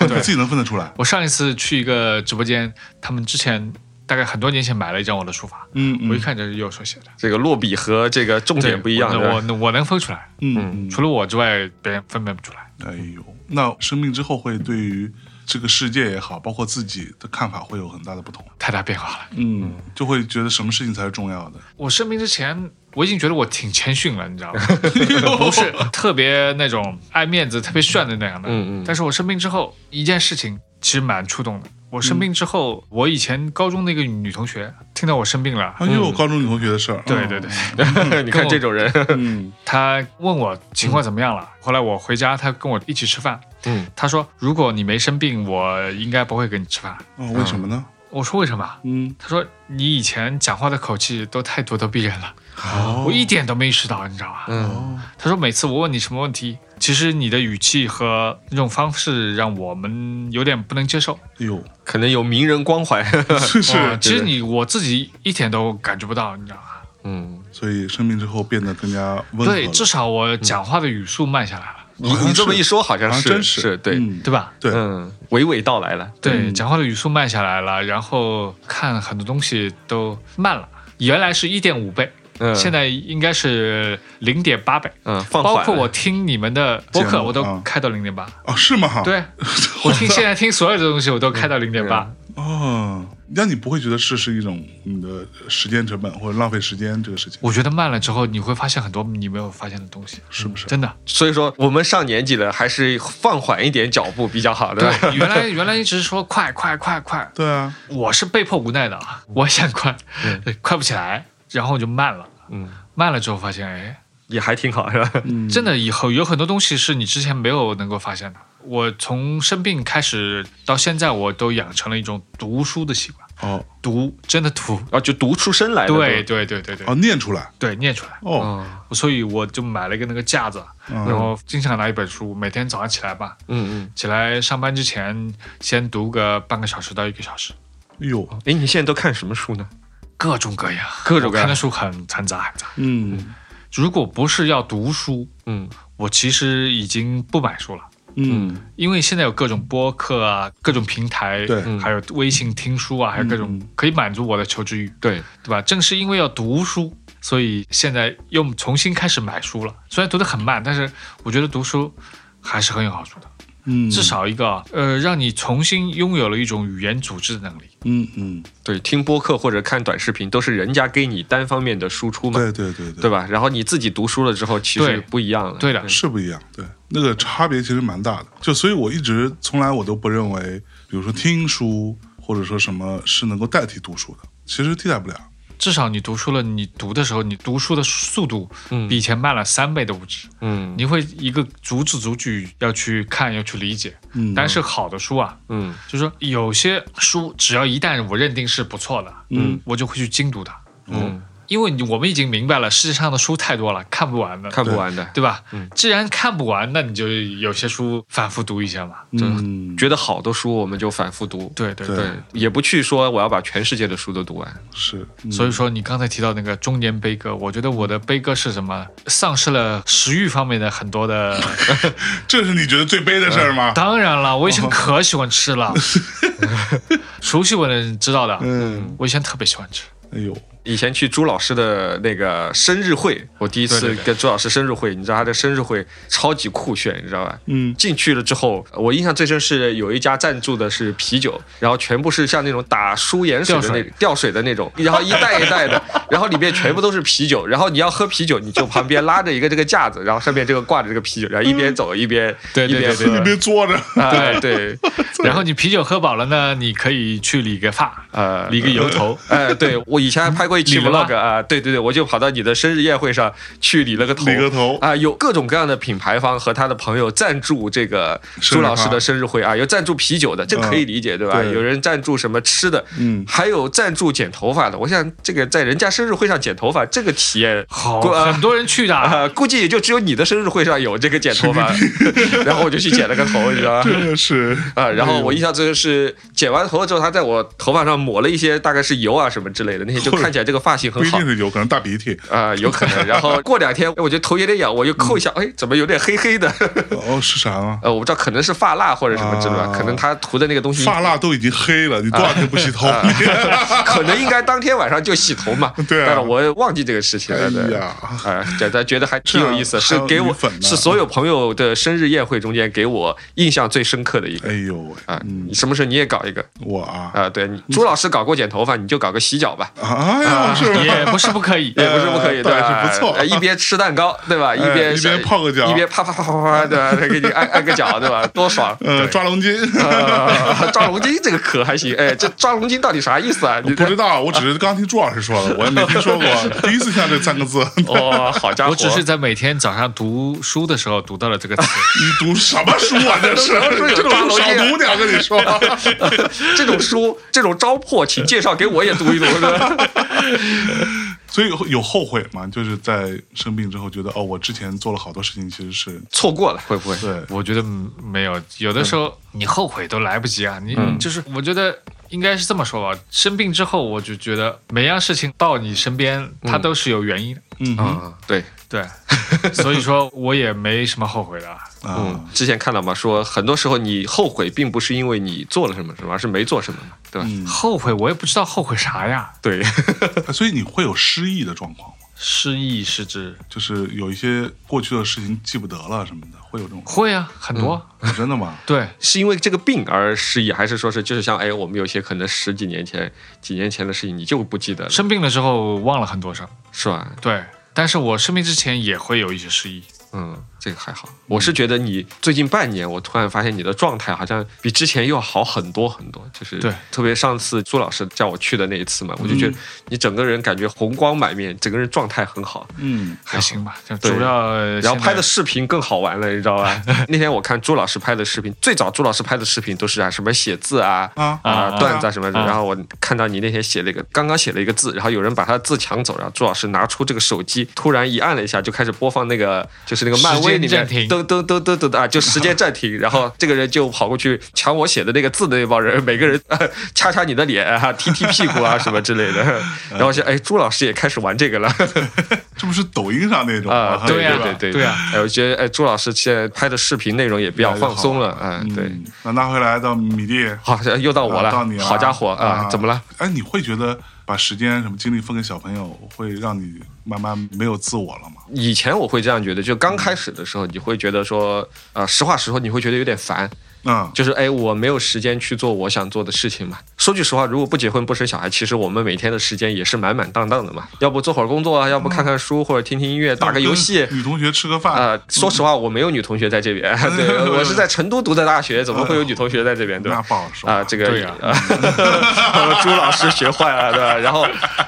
[SPEAKER 2] 你自己能分得出来？
[SPEAKER 5] 我上一次去一个直播间，他们之前大概很多年前买了一张我的书法，
[SPEAKER 2] 嗯
[SPEAKER 5] 我一
[SPEAKER 2] 嗯
[SPEAKER 5] 看就是右手写的，
[SPEAKER 4] 这个落笔和这个重点不一样，
[SPEAKER 5] 对
[SPEAKER 4] 对吧
[SPEAKER 5] 我能我我能分出来，
[SPEAKER 2] 嗯，嗯
[SPEAKER 5] 除了我之外，别人分辨不出来。
[SPEAKER 2] 哎呦，那生病之后会对于这个世界也好，包括自己的看法会有很大的不同。
[SPEAKER 5] 太大变化了。
[SPEAKER 2] 嗯，就会觉得什么事情才是重要的。
[SPEAKER 5] 我生病之前，我已经觉得我挺谦逊了，你知 道吗？我不是特别那种爱面子、特别炫的那样的。
[SPEAKER 4] 嗯嗯
[SPEAKER 5] 但是我生病之后，一件事情其实蛮触动的。我生病之后，我以前高中的一个女同学听到我生病了，
[SPEAKER 4] 嗯
[SPEAKER 2] 啊，又有高中女同学的事儿。
[SPEAKER 5] 嗯对
[SPEAKER 2] 嗯
[SPEAKER 5] 对对，，
[SPEAKER 4] 你看这种 人，
[SPEAKER 2] 嗯，
[SPEAKER 5] 他问我情况怎么样了。后来我回家，他跟我一起吃饭。
[SPEAKER 4] 嗯，
[SPEAKER 5] 他说如果你没生病，我应该不会跟你吃饭。
[SPEAKER 2] 哦，为什么呢？
[SPEAKER 5] 我说为什么？
[SPEAKER 2] 嗯，
[SPEAKER 5] 他说你以前讲话的口气都太咄咄逼人了，
[SPEAKER 2] 哦
[SPEAKER 5] 我一点都没意识到，你知道吧？
[SPEAKER 4] 嗯，
[SPEAKER 2] 哎
[SPEAKER 5] 他说每次我问你什么问题，其实你的语气和那种方式让我们有点不能接受。
[SPEAKER 2] 哎呦，
[SPEAKER 4] 可能有名人光环，
[SPEAKER 2] 是
[SPEAKER 5] 哇
[SPEAKER 2] 是，
[SPEAKER 5] 其实你我自己一点都感觉不到，你知道吧？
[SPEAKER 4] 嗯，
[SPEAKER 2] 所以生病之后变得更加温和了。嗯
[SPEAKER 5] 对，至少我讲话的语速慢下来了，
[SPEAKER 4] 你你这么一说，好像
[SPEAKER 2] 好像
[SPEAKER 4] 是
[SPEAKER 2] 真
[SPEAKER 4] 是
[SPEAKER 2] 是
[SPEAKER 4] 对，
[SPEAKER 2] 嗯
[SPEAKER 5] 对吧？
[SPEAKER 2] 对
[SPEAKER 4] 嗯，娓娓道来了，
[SPEAKER 5] 对，
[SPEAKER 2] 嗯
[SPEAKER 5] 讲话的语速慢下来了，然后看很多东西都慢了。原来是一点五倍，
[SPEAKER 4] 嗯，
[SPEAKER 5] 现在应该是零点八倍。
[SPEAKER 4] 嗯放缓了
[SPEAKER 5] 包括我听你们的播
[SPEAKER 2] 节
[SPEAKER 5] 客，
[SPEAKER 2] 目
[SPEAKER 5] 我都
[SPEAKER 2] 嗯
[SPEAKER 5] 开到零点八。
[SPEAKER 2] 哦，是吗？
[SPEAKER 4] 嗯
[SPEAKER 5] 对，我听现在听所有的东西，我都开到零点八。
[SPEAKER 2] 哦，那你不会觉得这是一种你的时间成本或者浪费时间这个事情，
[SPEAKER 5] 我觉得慢了之后，你会发现很多你没有发现的东西，
[SPEAKER 2] 是不是？
[SPEAKER 5] 真的。
[SPEAKER 4] 所以说我们上年纪了，还是放缓一点脚步比较好的。
[SPEAKER 5] 对，原来 原来一直说快快快快，
[SPEAKER 2] 对啊，
[SPEAKER 5] 我是被迫无奈的啊，我想快，对 快不起来，然后我就慢了，
[SPEAKER 4] 嗯，
[SPEAKER 5] 慢了之后发现，哎，
[SPEAKER 4] 也还挺好，是吧？
[SPEAKER 5] 真的以后有很多东西是你之前没有能够发现的。我从生病开始到现在，我都养成了一种读书的习惯，
[SPEAKER 2] 哦
[SPEAKER 5] 读真的读，
[SPEAKER 4] 啊，就读出声来了。
[SPEAKER 5] 对，对对对对
[SPEAKER 2] 哦，念出来
[SPEAKER 5] 对，念出来。
[SPEAKER 2] 哦，嗯
[SPEAKER 5] 所以我就买了一个那个架子，然后经常拿一本书，每天早上起来吧，
[SPEAKER 4] 嗯嗯。
[SPEAKER 5] 起来上班之前先读个半个小时到一个小时，
[SPEAKER 2] 哎呦，
[SPEAKER 4] 哎，你现在都看什么书呢？
[SPEAKER 5] 各种各样，
[SPEAKER 4] 各种各
[SPEAKER 5] 我看
[SPEAKER 4] 样
[SPEAKER 5] 的。书很很杂很杂。
[SPEAKER 2] 嗯
[SPEAKER 5] 如果不是要读书，
[SPEAKER 4] 嗯
[SPEAKER 5] 我其实已经不买书了。
[SPEAKER 2] 嗯，
[SPEAKER 5] 因为现在有各种播客啊，各种平台，
[SPEAKER 2] 对
[SPEAKER 4] 嗯
[SPEAKER 5] 还有微信听书啊，还有各种可以满足我的求知欲，
[SPEAKER 4] 对，
[SPEAKER 5] 对吧？正是因为要读书，所以现在又重新开始买书了。虽然读得很慢，但是我觉得读书还是很有好处的，
[SPEAKER 2] 嗯，
[SPEAKER 5] 至少一个啊呃，让你重新拥有了一种语言组织的能力。
[SPEAKER 2] 嗯嗯，
[SPEAKER 4] 对，听播客或者看短视频，都是人家给你单方面的输出嘛，
[SPEAKER 2] 对对对对
[SPEAKER 4] 对吧？然后你自己读书了之后，其
[SPEAKER 5] 对
[SPEAKER 4] 实不一样了。
[SPEAKER 5] 对的，
[SPEAKER 2] 是不一样，对，那个差别其实蛮大的。就所以，我一直从来我都不认为，比如说听书或者说什么是能够代替读书的，其实替代不了。
[SPEAKER 5] 至少你读书了，你读的时候，你读书的速度
[SPEAKER 4] 嗯
[SPEAKER 5] 比以前慢了三倍都不止。
[SPEAKER 4] 嗯
[SPEAKER 5] 你会一个逐字逐句要去看，要去理解。
[SPEAKER 2] 嗯，
[SPEAKER 5] 但是好的书啊，
[SPEAKER 4] 嗯
[SPEAKER 5] 就是说有些书，只要一旦我认定是不错的，
[SPEAKER 2] 嗯，
[SPEAKER 5] 我就会去精读它，
[SPEAKER 4] 嗯，
[SPEAKER 5] 因为你我们已经明白了，世界上的书太多了，看不完的，
[SPEAKER 4] 看不完的，
[SPEAKER 5] 对吧？既然看不完，那你就有些书反复读一下嘛。
[SPEAKER 2] 嗯，
[SPEAKER 4] 觉得好的书我们就反复读，
[SPEAKER 5] 对对
[SPEAKER 2] 对
[SPEAKER 4] 对，也不去说我要把全世界的书都读完。
[SPEAKER 2] 是，嗯
[SPEAKER 5] 所以说你刚才提到那个中年悲歌，我觉得我的悲歌是什么？丧失了食欲方面的很多的。
[SPEAKER 2] 这是你觉得最悲的事儿吗？
[SPEAKER 5] 当然了，我以前可喜欢吃了，熟悉我的人知道的，
[SPEAKER 2] 嗯，
[SPEAKER 5] 我以前特别喜欢吃。
[SPEAKER 2] 哎呦，
[SPEAKER 4] 以前去朱老师的那个生日会，我第一次
[SPEAKER 5] 对对对
[SPEAKER 4] 跟朱老师生日会，你知道他的生日会超级酷炫，你知道吧？
[SPEAKER 2] 嗯
[SPEAKER 4] 进去了之后，我印象最深是有一家赞助的是啤酒，然后全部是像那种打输盐水的那
[SPEAKER 5] 吊水
[SPEAKER 4] 吊水的那种，然后一袋一 袋的，然后里面全部都是啤酒，然后你要喝啤酒，你就旁边拉着一个这个架子，然后上面这个挂着这个啤酒，然后一边走一边
[SPEAKER 5] 嗯对对
[SPEAKER 4] 一边
[SPEAKER 5] 对对
[SPEAKER 4] 喝
[SPEAKER 5] 对。
[SPEAKER 2] 别坐 着，
[SPEAKER 4] 哎，对，
[SPEAKER 5] 然后你啤酒喝饱了呢，你可以去理个发，
[SPEAKER 4] 呃，
[SPEAKER 5] 理个油头。
[SPEAKER 4] 哎，对我以前还拍过一期
[SPEAKER 5] 理了吗
[SPEAKER 4] vlog 啊，对对对，我就跑到你的生日宴会上去理了个头，
[SPEAKER 2] 理个头
[SPEAKER 4] 啊，有各种各样的品牌方和他的朋友赞助这个
[SPEAKER 2] 生日
[SPEAKER 4] 朱老师
[SPEAKER 2] 趴
[SPEAKER 4] 的生日会啊，有赞助啤酒的，
[SPEAKER 5] 嗯
[SPEAKER 4] 这可以理解对吧？
[SPEAKER 2] 对
[SPEAKER 4] 有人赞助什么吃的，
[SPEAKER 2] 嗯
[SPEAKER 4] 还有赞助剪头发的。我想这个在人家生日会上剪头发，这个体验
[SPEAKER 5] 好，
[SPEAKER 4] 过啊
[SPEAKER 5] 哦很多人 去的。
[SPEAKER 4] 啊，估计也就只有你的生日会上有这个剪头发， 然后我就去剪了个头，你知道吗？
[SPEAKER 2] 真的是，
[SPEAKER 4] 啊，然后我印象最深是剪完头发之后，他在我头发上抹了一些大概是油啊什么之类的，那些就看起来这个发型
[SPEAKER 2] 不
[SPEAKER 4] 很
[SPEAKER 2] 一
[SPEAKER 4] 好
[SPEAKER 2] 定。是有可能大鼻涕，
[SPEAKER 4] 啊、有可 能。然后过两天，哎我觉得头有点痒，我就抠一下，
[SPEAKER 2] 嗯
[SPEAKER 4] 哎，怎么有点黑黑的？
[SPEAKER 2] 哦，是啥啊？
[SPEAKER 4] 呃，我不知道，可能是发蜡或者什么之类的，
[SPEAKER 2] 啊
[SPEAKER 4] 可能他涂的那个东西，
[SPEAKER 2] 发蜡都已经黑了，你多少天不洗 头？
[SPEAKER 4] 可能应该当天晚上就洗头嘛。
[SPEAKER 2] 对啊
[SPEAKER 4] 但是我忘记这个事情
[SPEAKER 2] 哎
[SPEAKER 4] 了。对。
[SPEAKER 2] 呀，
[SPEAKER 4] 哎，觉得觉得还挺有意思，
[SPEAKER 2] 这
[SPEAKER 4] 是
[SPEAKER 2] 样还有
[SPEAKER 4] 给我
[SPEAKER 2] 米粉呢
[SPEAKER 4] 是所有朋友的生日宴会中间给我印象最深刻的一个
[SPEAKER 2] 哎呦喂，
[SPEAKER 4] 啊！你什么时候你也搞一个
[SPEAKER 2] 我啊
[SPEAKER 4] 啊？对，你朱老师搞过剪头发，你就搞个洗脚吧，
[SPEAKER 2] 哎
[SPEAKER 4] 啊
[SPEAKER 2] 呀，是吧？
[SPEAKER 5] 也不是不可以，
[SPEAKER 4] 也不是不可以，
[SPEAKER 2] 呃
[SPEAKER 4] 对吧？
[SPEAKER 2] 倒也是不错哎
[SPEAKER 4] 哎一边吃蛋糕，对吧？一边
[SPEAKER 2] 一边泡个脚
[SPEAKER 4] 一边啪啪啪啪啪，对吧？再给你按按个脚，对 吧？多爽！
[SPEAKER 2] 呃，抓龙筋。
[SPEAKER 4] 呃，抓龙筋这个可还行，哎，这抓龙筋到底啥意思 啊？你
[SPEAKER 2] 不知道，我只是刚听朱老师说 的，我也没听说过，第一次听到这三个字。
[SPEAKER 4] 哦，好家伙！
[SPEAKER 5] 我只是在每天早上读书的时候读到了这个词。
[SPEAKER 2] 你读什么书啊？ 这是这种书
[SPEAKER 4] 啊
[SPEAKER 2] 少读点，我跟你说。
[SPEAKER 4] 这种书，这种糟粕，请介绍给我也读一读。是吧
[SPEAKER 2] 所以有后悔吗？就是在生病之后，觉得哦，我之前做了好多事情，其实是
[SPEAKER 4] 错过了，会不会？
[SPEAKER 2] 对，
[SPEAKER 5] 我觉得嗯没有，有的时候你后悔都来不及啊！你就是，我觉得应该是这么说吧。生病之后，我就觉得每样事情到你身边，它都是有原因的。
[SPEAKER 2] 嗯哼
[SPEAKER 4] 啊，对，
[SPEAKER 5] 对，所以说我也没什么后悔的啊。
[SPEAKER 2] 啊，
[SPEAKER 4] 嗯，之前看到嘛，说很多时候你后悔，并不是因为你做了什么什么，而是没做什么嘛，对吧？
[SPEAKER 2] 嗯，
[SPEAKER 5] 后悔我也不知道后悔啥呀。
[SPEAKER 4] 对，
[SPEAKER 2] 呃所以你会有失忆的状况吗？
[SPEAKER 5] 失忆失职，
[SPEAKER 2] 就是有一些过去的事情记不得了什么的，会有这种
[SPEAKER 5] 会啊，很多啊。
[SPEAKER 2] 真的吗？
[SPEAKER 5] 对，
[SPEAKER 4] 是因为这个病而失忆，还是说是就是像哎，我们有些可能十几年前、几年前的事情你就不记得了，
[SPEAKER 5] 生病了之后忘了很多事儿。
[SPEAKER 4] 是吧？
[SPEAKER 5] 对，但是我生病之前也会有一些失忆。
[SPEAKER 4] 嗯，这个还好。我是觉得你最近半年，我突然发现你的状态好像比之前又好很多很多，就是
[SPEAKER 5] 对嗯
[SPEAKER 4] 特别上次朱老师叫我去的那一次嘛，我就觉得你整个人感觉红光满面，整个人状态很好。
[SPEAKER 2] 嗯，
[SPEAKER 5] 还行吧，就
[SPEAKER 4] 对
[SPEAKER 5] 主要现在
[SPEAKER 4] 然后拍的视频更好玩了，你知道 吧？那天我看朱老师拍的视频，最早朱老师拍的视频都是啊什么写字啊
[SPEAKER 2] 啊
[SPEAKER 5] 啊
[SPEAKER 4] 段子啊什么的。
[SPEAKER 5] 啊
[SPEAKER 4] 然后我看到你那天写了一个，刚刚写了一个字，然后有人把他的字抢走，然后朱老师拿出这个手机，突然一按了一下，就开始播放那个就是那个漫威里
[SPEAKER 5] 时间暂
[SPEAKER 4] 面
[SPEAKER 5] 停
[SPEAKER 4] 噔噔噔噔噔的啊，就时间暂停。然后这个人就跑过去抢我写的那个字的那帮人，每个人、啊掐掐你的脸啊，踢踢屁股啊什么之类的。 然后我想，哎，朱老师也开始玩这个了。
[SPEAKER 2] 这不是抖音上那种
[SPEAKER 4] 啊，
[SPEAKER 2] 吗
[SPEAKER 5] 对呀
[SPEAKER 4] 呀，
[SPEAKER 2] 吧
[SPEAKER 4] 对
[SPEAKER 5] 对呀
[SPEAKER 4] 哎，我觉得哎，朱老师现在拍的视频内容也比较放松了，嗯，对。
[SPEAKER 2] 嗯那拿回来到米粒，
[SPEAKER 4] 好，又到我了，
[SPEAKER 2] 啊到你了，
[SPEAKER 4] 好家伙啊，怎么了？？
[SPEAKER 2] 哎，你会觉得把时间什么精力分给小朋友，会让你慢慢没有自我了吗？
[SPEAKER 4] 以前我会这样觉得，就刚开始的时候，你会觉得说，呃，实话实说，你会觉得有点烦，
[SPEAKER 2] 嗯，
[SPEAKER 4] 就是哎，我没有时间去做我想做的事情嘛。说句实话，如果不结婚不生小孩，其实我们每天的时间也是满满当当的嘛，要不做会儿工作啊，要不看看书或者听听音乐，打个游戏，
[SPEAKER 2] 跟女同学吃个饭，
[SPEAKER 4] 啊、说实话，我没有女同学在 这边，对我是在成都读的大学，怎么会有女同学在这边？对吧？
[SPEAKER 2] 那不好说
[SPEAKER 4] 啊、这个
[SPEAKER 5] 对呀
[SPEAKER 4] 啊 朱老师学坏了，对吧？然后，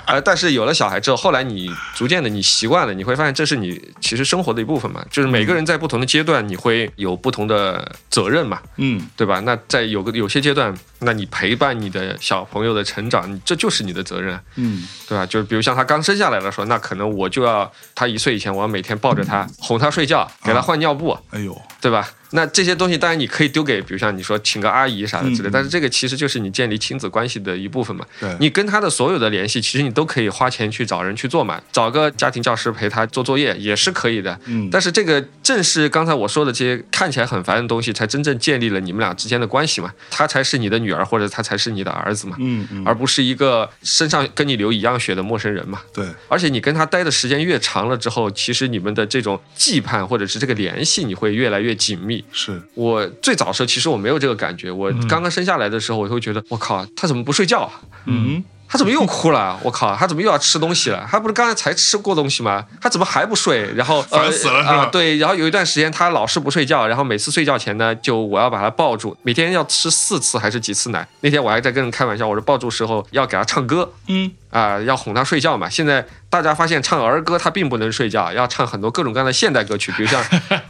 [SPEAKER 4] 呃，但是有了小孩之后，后来你逐渐的你习惯了，你会发现这是你其实生活的一部分嘛，就是
[SPEAKER 2] 嗯
[SPEAKER 4] 每个人在不同的阶段，你会有不同的责任嘛，
[SPEAKER 2] 嗯，
[SPEAKER 4] 对吧？那在有个有些阶段，那你陪伴你的小朋友的成长，你这就是你的责任，啊
[SPEAKER 2] 嗯
[SPEAKER 4] 对吧？就是比如像他刚生下来的时候，那可能我就要他一岁以前，我要每天抱着他，哄他睡觉，给他换尿布，
[SPEAKER 2] 哎呦，
[SPEAKER 4] 对吧？那这些东西当然你可以丢给，比如像你说请个阿姨啥的之类，
[SPEAKER 2] 嗯
[SPEAKER 4] 但是这个其实就是你建立亲子关系的一部分嘛。
[SPEAKER 2] 对，
[SPEAKER 4] 你跟他的所有的联系，其实你都可以花钱去找人去做嘛，找个家庭教师陪他做作业也是可以的。
[SPEAKER 2] 嗯，
[SPEAKER 4] 但是这个正是刚才我说的这些看起来很烦的东西，才真正建立了你们俩之间的关系嘛。他才是你的女儿，或者他才是你的儿子嘛，
[SPEAKER 2] 嗯嗯，
[SPEAKER 4] 而不是一个身上跟你流一样血的陌生人嘛。
[SPEAKER 2] 对，
[SPEAKER 4] 而且你跟他待的时间越长了之后，其实你们的这种羁绊或者是这个联系，你会越来越紧密。
[SPEAKER 2] 是，
[SPEAKER 4] 我最早时候其实我没有这个感觉，我刚刚生下来的时候，我会觉得我靠，他怎么不睡觉啊？
[SPEAKER 2] 嗯，
[SPEAKER 4] 他怎么又哭了？啊我靠，他怎么又要吃东西了？他不是刚才才吃过东西吗？他怎么还不睡？然后
[SPEAKER 2] 烦死了
[SPEAKER 4] 呃
[SPEAKER 2] 是吧
[SPEAKER 4] 啊、对，然后有一段时间他老是不睡觉，然后每次睡觉前呢，就我要把他抱住，每天要吃四次还是几次奶？那天我还在跟人开玩笑，我说抱住时候要给他唱歌，
[SPEAKER 2] 嗯
[SPEAKER 4] 啊、要哄他睡觉嘛。现在大家发现唱儿歌他并不能睡觉，要唱很多各种各样的现代歌曲，比 如像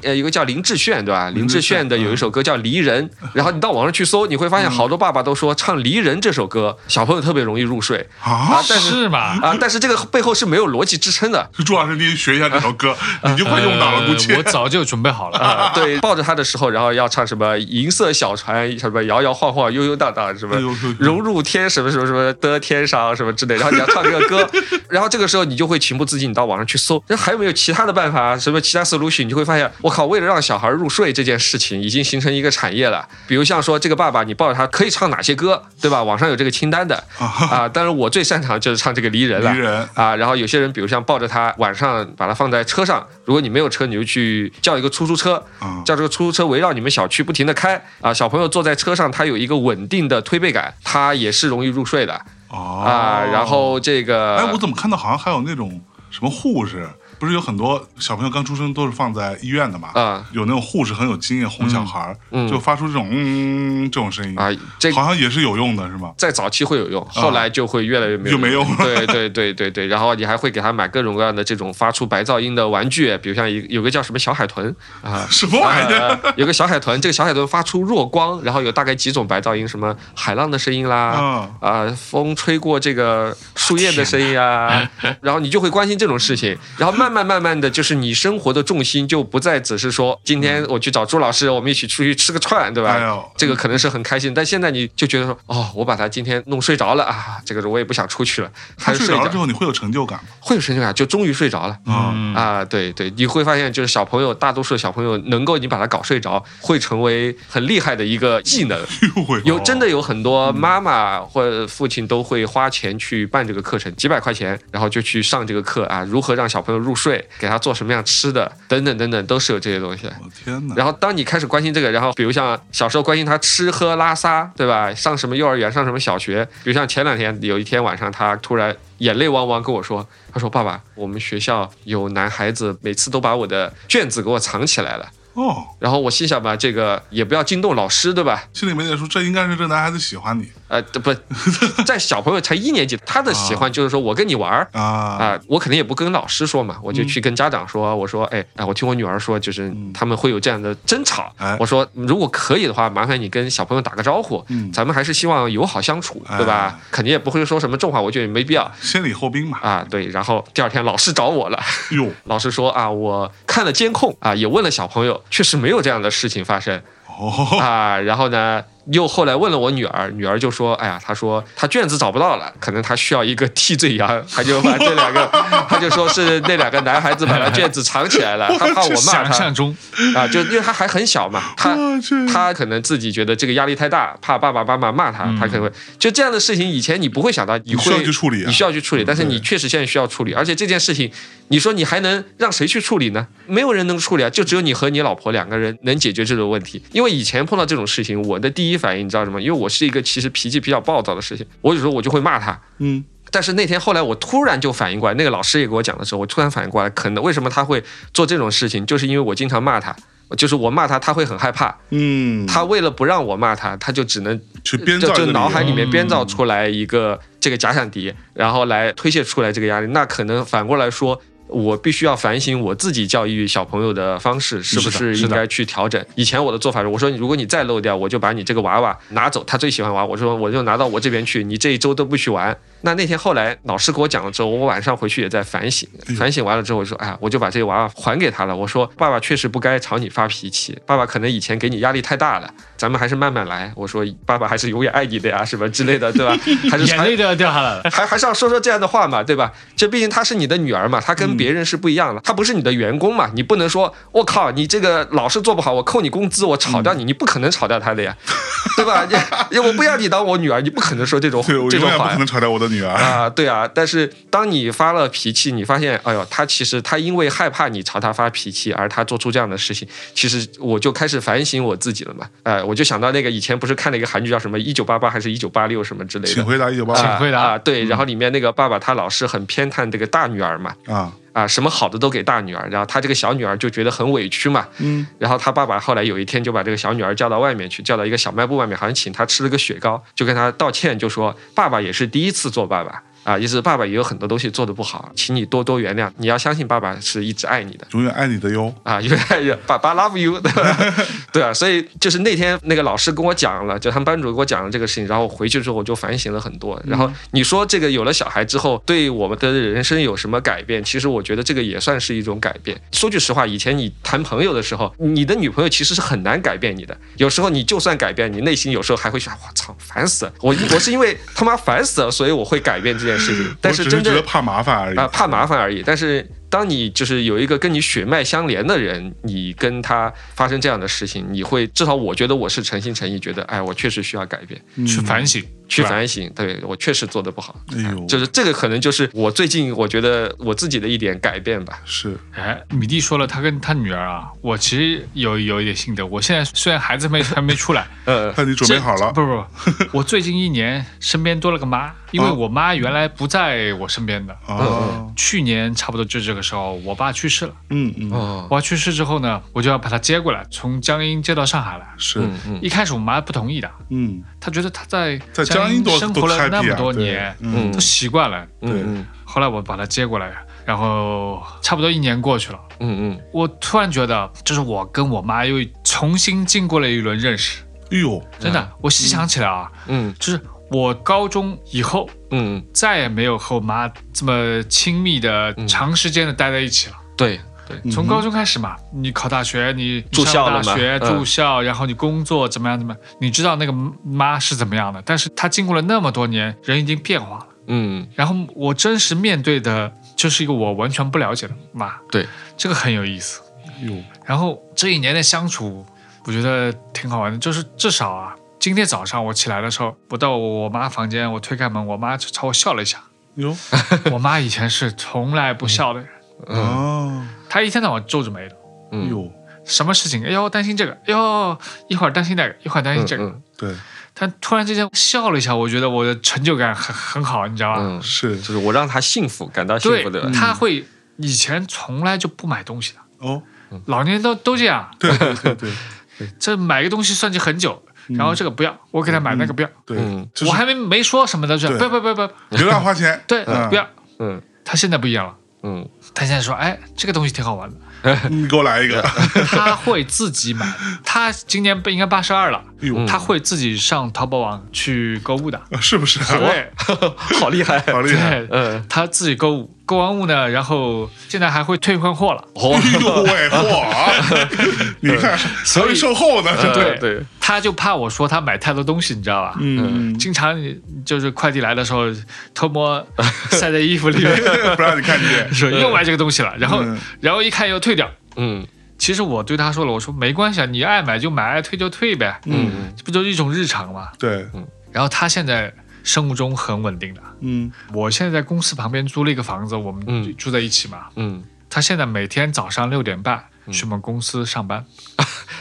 [SPEAKER 4] 呃有个叫林志炫对吧？林志炫嗯的有一首歌叫《离人》，然后你到网上去搜，你会发现好多爸爸都说唱《离人》这首歌小朋友特别容易入睡
[SPEAKER 2] 啊
[SPEAKER 4] 啊，，但是。
[SPEAKER 5] 是嗯吗？
[SPEAKER 4] 啊，但是这个背后是没有逻辑支撑的。
[SPEAKER 2] 就朱老师，你学一下这首歌，你就快用到了，
[SPEAKER 5] 呃
[SPEAKER 2] 估计
[SPEAKER 5] 我早就准备好了。
[SPEAKER 4] 啊，对，抱着他的时候，然后要唱什么银色小船，什么摇摇晃晃、悠悠荡荡，什么
[SPEAKER 2] 哎呦呦呦
[SPEAKER 4] 融入天什么什么什么的天上什么之类，然后你要唱这个歌，然后这个时候你就会情不自禁，你到网上去搜，那还有没有其他的办法？什么其他 solution？你就会发现，我靠，为了让小孩入睡这件事情已经形成一个产业了。比如像说这个爸爸，你抱着他可以唱哪些歌，对吧？网上有这个清单的啊。当然我最擅长就是唱这个离人了。
[SPEAKER 2] 离人
[SPEAKER 4] 啊，然后有些人比如像抱着他，晚上把他放在车上，如果你没有车，你就去叫一个出租车
[SPEAKER 2] 啊，
[SPEAKER 4] 叫这个出租车围绕你们小区不停的开啊，小朋友坐在车上，他有一个稳定的推背感，他也是容易入睡的
[SPEAKER 2] 哦
[SPEAKER 4] 啊。然后呃这个，
[SPEAKER 2] 哎，我怎么看到好像还有那种什么护士？不是有很多小朋友刚出生都是放在医院的嘛？
[SPEAKER 4] 啊
[SPEAKER 2] 有那种护士很有经验哄小孩儿，
[SPEAKER 4] 嗯
[SPEAKER 2] 就发出这种嗯这种声音
[SPEAKER 4] 啊这
[SPEAKER 2] 好像也是有用的，是吗？
[SPEAKER 4] 在早期会有用，后来就会越来越没有
[SPEAKER 2] 就没用了
[SPEAKER 4] 对对对对对，然后你还会给他买各种各样的这种发出白噪音的玩具，比如像一有个叫什么小海豚啊，
[SPEAKER 2] 什么玩意儿？
[SPEAKER 4] 呃有个小海豚，这个小海豚发出弱光，然后有大概几种白噪音，什么海浪的声音啦，啊、 风吹过这个树叶的声音啊，然后你就会关心这种事情，然后慢慢慢慢慢的，就是你生活的重心就不再只是说今天我去找朱老师，我们一起出去吃个串，对吧？
[SPEAKER 2] 哎呦
[SPEAKER 4] 这个可能是很开心，但现在你就觉得说，哦，我把他今天弄睡着了啊，这个我也不想出去了，
[SPEAKER 2] 他
[SPEAKER 4] 就
[SPEAKER 2] 睡
[SPEAKER 4] 睡
[SPEAKER 2] 着了之后，你会有成就感吗？
[SPEAKER 4] 会有成就感，就终于睡着了。
[SPEAKER 2] 啊、
[SPEAKER 5] 嗯
[SPEAKER 4] 啊，对对，你会发现，就是小朋友，大多数的小朋友能够你把他搞睡着，会成为很厉害的一个技能。
[SPEAKER 2] 又会
[SPEAKER 4] 有真的有很多妈妈或者父亲都会花钱去办这个课程，几百块钱，然后就去上这个课啊，如何让小朋友入睡，给他做什么样吃的，等等等等，都是有这些东西的。
[SPEAKER 2] 哦我天哪！
[SPEAKER 4] 然后当你开始关心这个，然后比如像小时候关心他吃喝拉撒，对吧？上什么幼儿园，上什么小学，比如像前两天有一天晚上，他突然眼泪汪汪跟我说，他说：“爸爸，我们学校有男孩子每次都把我的卷子给我藏起来了。”
[SPEAKER 2] 哦，
[SPEAKER 4] 然后我心想吧，这个也不要惊动老师，对吧？
[SPEAKER 2] 心里没点数，这应该是这男孩子喜欢你
[SPEAKER 4] 呃，不， 在小朋友才一年级，他的喜欢就是说我跟你玩儿。
[SPEAKER 2] 啊嗯
[SPEAKER 4] 啊、我肯定也不跟老师说嘛，我就去跟家长说，我说，哎，啊，我听我女儿说，就是他们会有这样的争吵，
[SPEAKER 2] 哎
[SPEAKER 4] 我说如果可以的话，麻烦你跟小朋友打个招呼，
[SPEAKER 2] 嗯哎
[SPEAKER 4] 咱们还是希望友好相处，对吧？肯定也不会说什么重话，我觉得也没必要
[SPEAKER 2] 先礼后兵嘛。
[SPEAKER 4] 啊。对，然后第二天老师找我了，
[SPEAKER 2] 哟，
[SPEAKER 4] 老师说啊，我看了监控啊，也问了小朋友，确实没有这样的事情发生，
[SPEAKER 2] 哦，
[SPEAKER 4] 啊，然后呢，又后来问了我女儿，女儿就说：“哎呀，她说她卷子找不到了，可能她需要一个替罪羊。”她就把这两个，她就说是那两个男孩子把她卷子藏起来了，她怕我骂
[SPEAKER 5] 想象
[SPEAKER 4] 她
[SPEAKER 5] 中，
[SPEAKER 4] 啊，就因为她还很小嘛，她
[SPEAKER 2] 我去
[SPEAKER 4] 她可能自己觉得这个压力太大，怕爸爸妈妈骂她，她可能会就这样的事情，以前你不会想到，
[SPEAKER 2] 嗯
[SPEAKER 4] 你
[SPEAKER 2] 你需
[SPEAKER 4] 会
[SPEAKER 2] 要去处理啊
[SPEAKER 4] 你需要去处理，但是你确实现在需要处理，而且这件事情，你说你还能让谁去处理呢？没有人能处理啊，就只有你和你老婆两个人能解决这个问题。因为以前碰到这种事情，我的第一反应你知道什么？因为我是一个其实脾气比较暴躁的事情，我有时候我就会骂他。
[SPEAKER 2] 嗯，
[SPEAKER 4] 但是那天后来我突然就反应过来，那个老师也给我讲的时候，我突然反应过来，可能为什么他会做这种事情，就是因为我经常骂他，就是我骂他，他会很害怕，
[SPEAKER 2] 嗯，
[SPEAKER 4] 他为了不让我骂他，他就只能呃
[SPEAKER 2] 去编造
[SPEAKER 4] 就
[SPEAKER 2] 一个理由
[SPEAKER 4] 就脑海里面编造出来一个呃这个假想敌，然后来推卸出来这个压力。那可能反过来说，我必须要反省我自己教育小朋友的方式是不
[SPEAKER 2] 是的
[SPEAKER 4] 是应该去调整。以前我的做法是，我说你如果你再漏掉，我就把你这个娃娃拿走，他最喜欢娃，我说我就拿到我这边去，你这一周都不许玩。那那天后来老师给我讲了之后，我晚上回去也在反省，反省完了之后我就说，哎呀，我就把这个娃娃还给他了。我说爸爸确实不该朝你发脾气，爸爸可能以前给你压力太大了，咱们还是慢慢来。我说爸爸还是永远爱你的呀，什么之类的，对吧？还是
[SPEAKER 5] 眼泪都要掉下来了。
[SPEAKER 4] 还还是要说说这样的话嘛，对吧？这毕竟她是你的女儿嘛，她
[SPEAKER 2] 嗯
[SPEAKER 4] 跟别人是不一样的，她不是你的员工嘛，你不能说我靠，你这个老是做不好，我扣你工资，我炒
[SPEAKER 2] 嗯
[SPEAKER 4] 掉你，你不可能炒掉她的呀，对吧？ 你我不要你当我女儿，你不可能说这种
[SPEAKER 2] 对我
[SPEAKER 4] 这
[SPEAKER 2] 永
[SPEAKER 4] 种
[SPEAKER 2] 远不
[SPEAKER 4] 话
[SPEAKER 2] 可
[SPEAKER 4] 呀。
[SPEAKER 2] 能传掉我的女儿。
[SPEAKER 4] 啊，对啊，但是当你发了脾气，你发现，哎呦，他其实他因为害怕你朝他发脾气，而他做出这样的事情，其实我就开始反省我自己了嘛。哎、我就想到那个以前不是看了一个韩剧叫什么《一九八八》还是《一九八六》什么之类
[SPEAKER 2] 请
[SPEAKER 4] 的。
[SPEAKER 2] 回答一九八
[SPEAKER 5] 请回答嗯
[SPEAKER 4] 啊，对，然后里面那个爸爸他老是很偏袒这个大女儿嘛，
[SPEAKER 2] 啊，
[SPEAKER 4] 啊，什么好的都给大女儿，然后他这个小女儿就觉得很委屈嘛，
[SPEAKER 2] 嗯，
[SPEAKER 4] 然后他爸爸后来有一天就把这个小女儿叫到外面去，叫到一个小卖部外面，好像请她吃了个雪糕，就跟她道歉，就说爸爸也是第一次做爸爸啊，意思爸爸也有很多东西做的不好，请你多多原谅，你要相信爸爸是一直爱你的。
[SPEAKER 2] 永远爱你的哟。
[SPEAKER 4] 啊， 因为爸爸 love you，对 吧？对啊，所以就是那天那个老师跟我讲了，就他们班主任给我讲了这个事情，然后我回去之后我就反省了很多。然
[SPEAKER 2] 嗯
[SPEAKER 4] 后你说这个有了小孩之后，对我们的人生有什么改变？其实我觉得这个也算是一种改变。说句实话，以前你谈朋友的时候，你的女朋友其实是很难改变你的。有时候你就算改变，你内心有时候还会想，我操，烦死了！我我是因为他妈烦死了，所以我会改变这件事 情。但
[SPEAKER 2] 我只
[SPEAKER 4] 真
[SPEAKER 2] 是觉
[SPEAKER 4] 正
[SPEAKER 2] 得怕麻烦而已
[SPEAKER 4] 啊、。怕麻烦而已。但是当你就是有一个跟你血脉相连的人，你跟他发生这样的事情，你会至少我觉得我是诚心诚意觉得，哎，我确实需要改变，
[SPEAKER 5] 去反省，
[SPEAKER 4] 去
[SPEAKER 5] 对吧
[SPEAKER 4] 反省，对我确实做的不好。
[SPEAKER 2] 嗯
[SPEAKER 4] 啊
[SPEAKER 2] 哎呦，
[SPEAKER 4] 就是这个，可能就是我最近我觉得我自己的一点改变吧。
[SPEAKER 2] 是
[SPEAKER 5] 哎，米蒂说了，他跟他女儿啊，我其实有有一点心得。我现在虽然孩子没还没出来，
[SPEAKER 4] 呃，
[SPEAKER 2] 看你准备好了
[SPEAKER 5] 这不不不，我最近一年身边多了个妈，因为
[SPEAKER 2] 哦
[SPEAKER 5] 我妈原来不在我身边的。
[SPEAKER 2] 啊，
[SPEAKER 5] 去年差不多就这个时候，我爸去世了。
[SPEAKER 2] 嗯嗯，
[SPEAKER 4] 哦，
[SPEAKER 5] 我爸去世之后呢，我就要把他接过来，从江阴接到上海来。
[SPEAKER 2] 是
[SPEAKER 4] 嗯嗯
[SPEAKER 5] 一开始我妈不同意的，
[SPEAKER 2] 嗯，
[SPEAKER 5] 她觉得她在
[SPEAKER 2] 在江阴
[SPEAKER 5] 阴
[SPEAKER 2] 多
[SPEAKER 5] 生
[SPEAKER 2] 多
[SPEAKER 5] 活了
[SPEAKER 2] happy
[SPEAKER 5] 那么
[SPEAKER 2] 啊
[SPEAKER 5] 多
[SPEAKER 2] 对
[SPEAKER 5] 年，
[SPEAKER 2] 嗯
[SPEAKER 5] 都习惯了。
[SPEAKER 2] 对
[SPEAKER 4] 嗯
[SPEAKER 5] 后来我把她接过来，然后差不多一年过去了。
[SPEAKER 4] 嗯嗯
[SPEAKER 5] 我突然觉得，就是我跟我妈又重新经过了一轮认识，
[SPEAKER 2] 哎呦，
[SPEAKER 5] 真的，我细想起来啊，
[SPEAKER 4] 嗯
[SPEAKER 5] 就是我高中以后
[SPEAKER 4] 嗯，
[SPEAKER 5] 再也没有和我妈这么亲密的、长时间的待在一起了。
[SPEAKER 4] 对对，
[SPEAKER 2] 嗯
[SPEAKER 5] 从高中开始嘛，你考大学，你
[SPEAKER 4] 嗯住
[SPEAKER 5] 上
[SPEAKER 4] 校了嘛
[SPEAKER 5] 大学
[SPEAKER 4] 嗯
[SPEAKER 5] 住校，然后你工作怎么样怎么样，你知道那个妈是怎么样的，但是她经过了那么多年，人已经变化了。
[SPEAKER 4] 嗯
[SPEAKER 5] 然后我真实面对的就是一个我完全不了解的妈，
[SPEAKER 4] 对，
[SPEAKER 5] 这个很有意思。
[SPEAKER 2] 哟，
[SPEAKER 5] 然后这一年的相处，我觉得挺好玩的，就是至少啊，今天早上我起来的时候，我到我妈房间，我推开门，我妈就朝我笑了 一下。
[SPEAKER 2] 嗯哟，
[SPEAKER 5] 我妈以前是从来不笑的人，
[SPEAKER 4] 嗯
[SPEAKER 2] 啊，哎
[SPEAKER 5] 她一天到晚皱着眉的，
[SPEAKER 4] 嗯，
[SPEAKER 2] 哟，
[SPEAKER 5] 什么事情，哎呦担心这个，哎呦一会儿担心那个，一会儿担哎心这个。
[SPEAKER 4] 嗯
[SPEAKER 2] 对，
[SPEAKER 5] 她突然之间笑了一下，我觉得我的成就感很很好，你知道吧？
[SPEAKER 4] 嗯，
[SPEAKER 2] 是
[SPEAKER 4] 就是我让他幸福，感到幸
[SPEAKER 5] 啊对
[SPEAKER 4] 福的，，
[SPEAKER 5] 她会以前从来就不买东西的，
[SPEAKER 2] 哦，
[SPEAKER 4] 嗯
[SPEAKER 5] 老年人都都这样，
[SPEAKER 2] 对对对对
[SPEAKER 5] 这买个东西算计很久，然后这个不要，我给她买那个不要。
[SPEAKER 2] 对
[SPEAKER 4] 嗯，
[SPEAKER 2] 就是
[SPEAKER 5] 我还没没说什么的，就是
[SPEAKER 2] 对
[SPEAKER 5] 不要不要不要不要，
[SPEAKER 2] 流量花钱，
[SPEAKER 5] 对，
[SPEAKER 2] 嗯
[SPEAKER 5] 不要。
[SPEAKER 4] 嗯
[SPEAKER 5] 他现在不一样了，
[SPEAKER 4] 嗯
[SPEAKER 5] 他现在说，哎，这个东西挺好玩的，
[SPEAKER 2] 你给我来一个，
[SPEAKER 5] 他会自己买。他今年不应该八十二了，
[SPEAKER 2] 哎呦，
[SPEAKER 5] 他会自己上淘宝网去 购物的。
[SPEAKER 2] 是不是啊？
[SPEAKER 5] 对
[SPEAKER 4] 好厉害，
[SPEAKER 2] 好厉害！
[SPEAKER 5] 对，
[SPEAKER 4] 嗯，
[SPEAKER 5] 他自己购物，购完物呢，然后现在还会退换货了。
[SPEAKER 4] 哦，
[SPEAKER 2] 哎呦喂，嚯！ 你看，所以售后呢，这
[SPEAKER 5] 对
[SPEAKER 4] 嗯对，
[SPEAKER 5] 他就怕我说他买太多东西，你知道吧？
[SPEAKER 2] 嗯，
[SPEAKER 5] 经常你就是快递来的时候偷摸塞在衣服 里面，
[SPEAKER 2] 不让你看见，
[SPEAKER 5] 说又买这个东西了，然后
[SPEAKER 2] 嗯
[SPEAKER 5] 然后一看又退掉，
[SPEAKER 4] 嗯
[SPEAKER 5] 其实我对他说了，我说没关系啊，你爱买就买，爱退就退呗，
[SPEAKER 4] 嗯
[SPEAKER 5] 这不就是一种日常嘛。
[SPEAKER 2] 对，
[SPEAKER 5] 然后他现在生物钟很稳定的，
[SPEAKER 2] 嗯，
[SPEAKER 5] 我现在在公司旁边租了一个房子，我们
[SPEAKER 4] 嗯
[SPEAKER 5] 就住在一起嘛。
[SPEAKER 4] 嗯
[SPEAKER 5] 他现在每天早上六点半去我们公司 上班，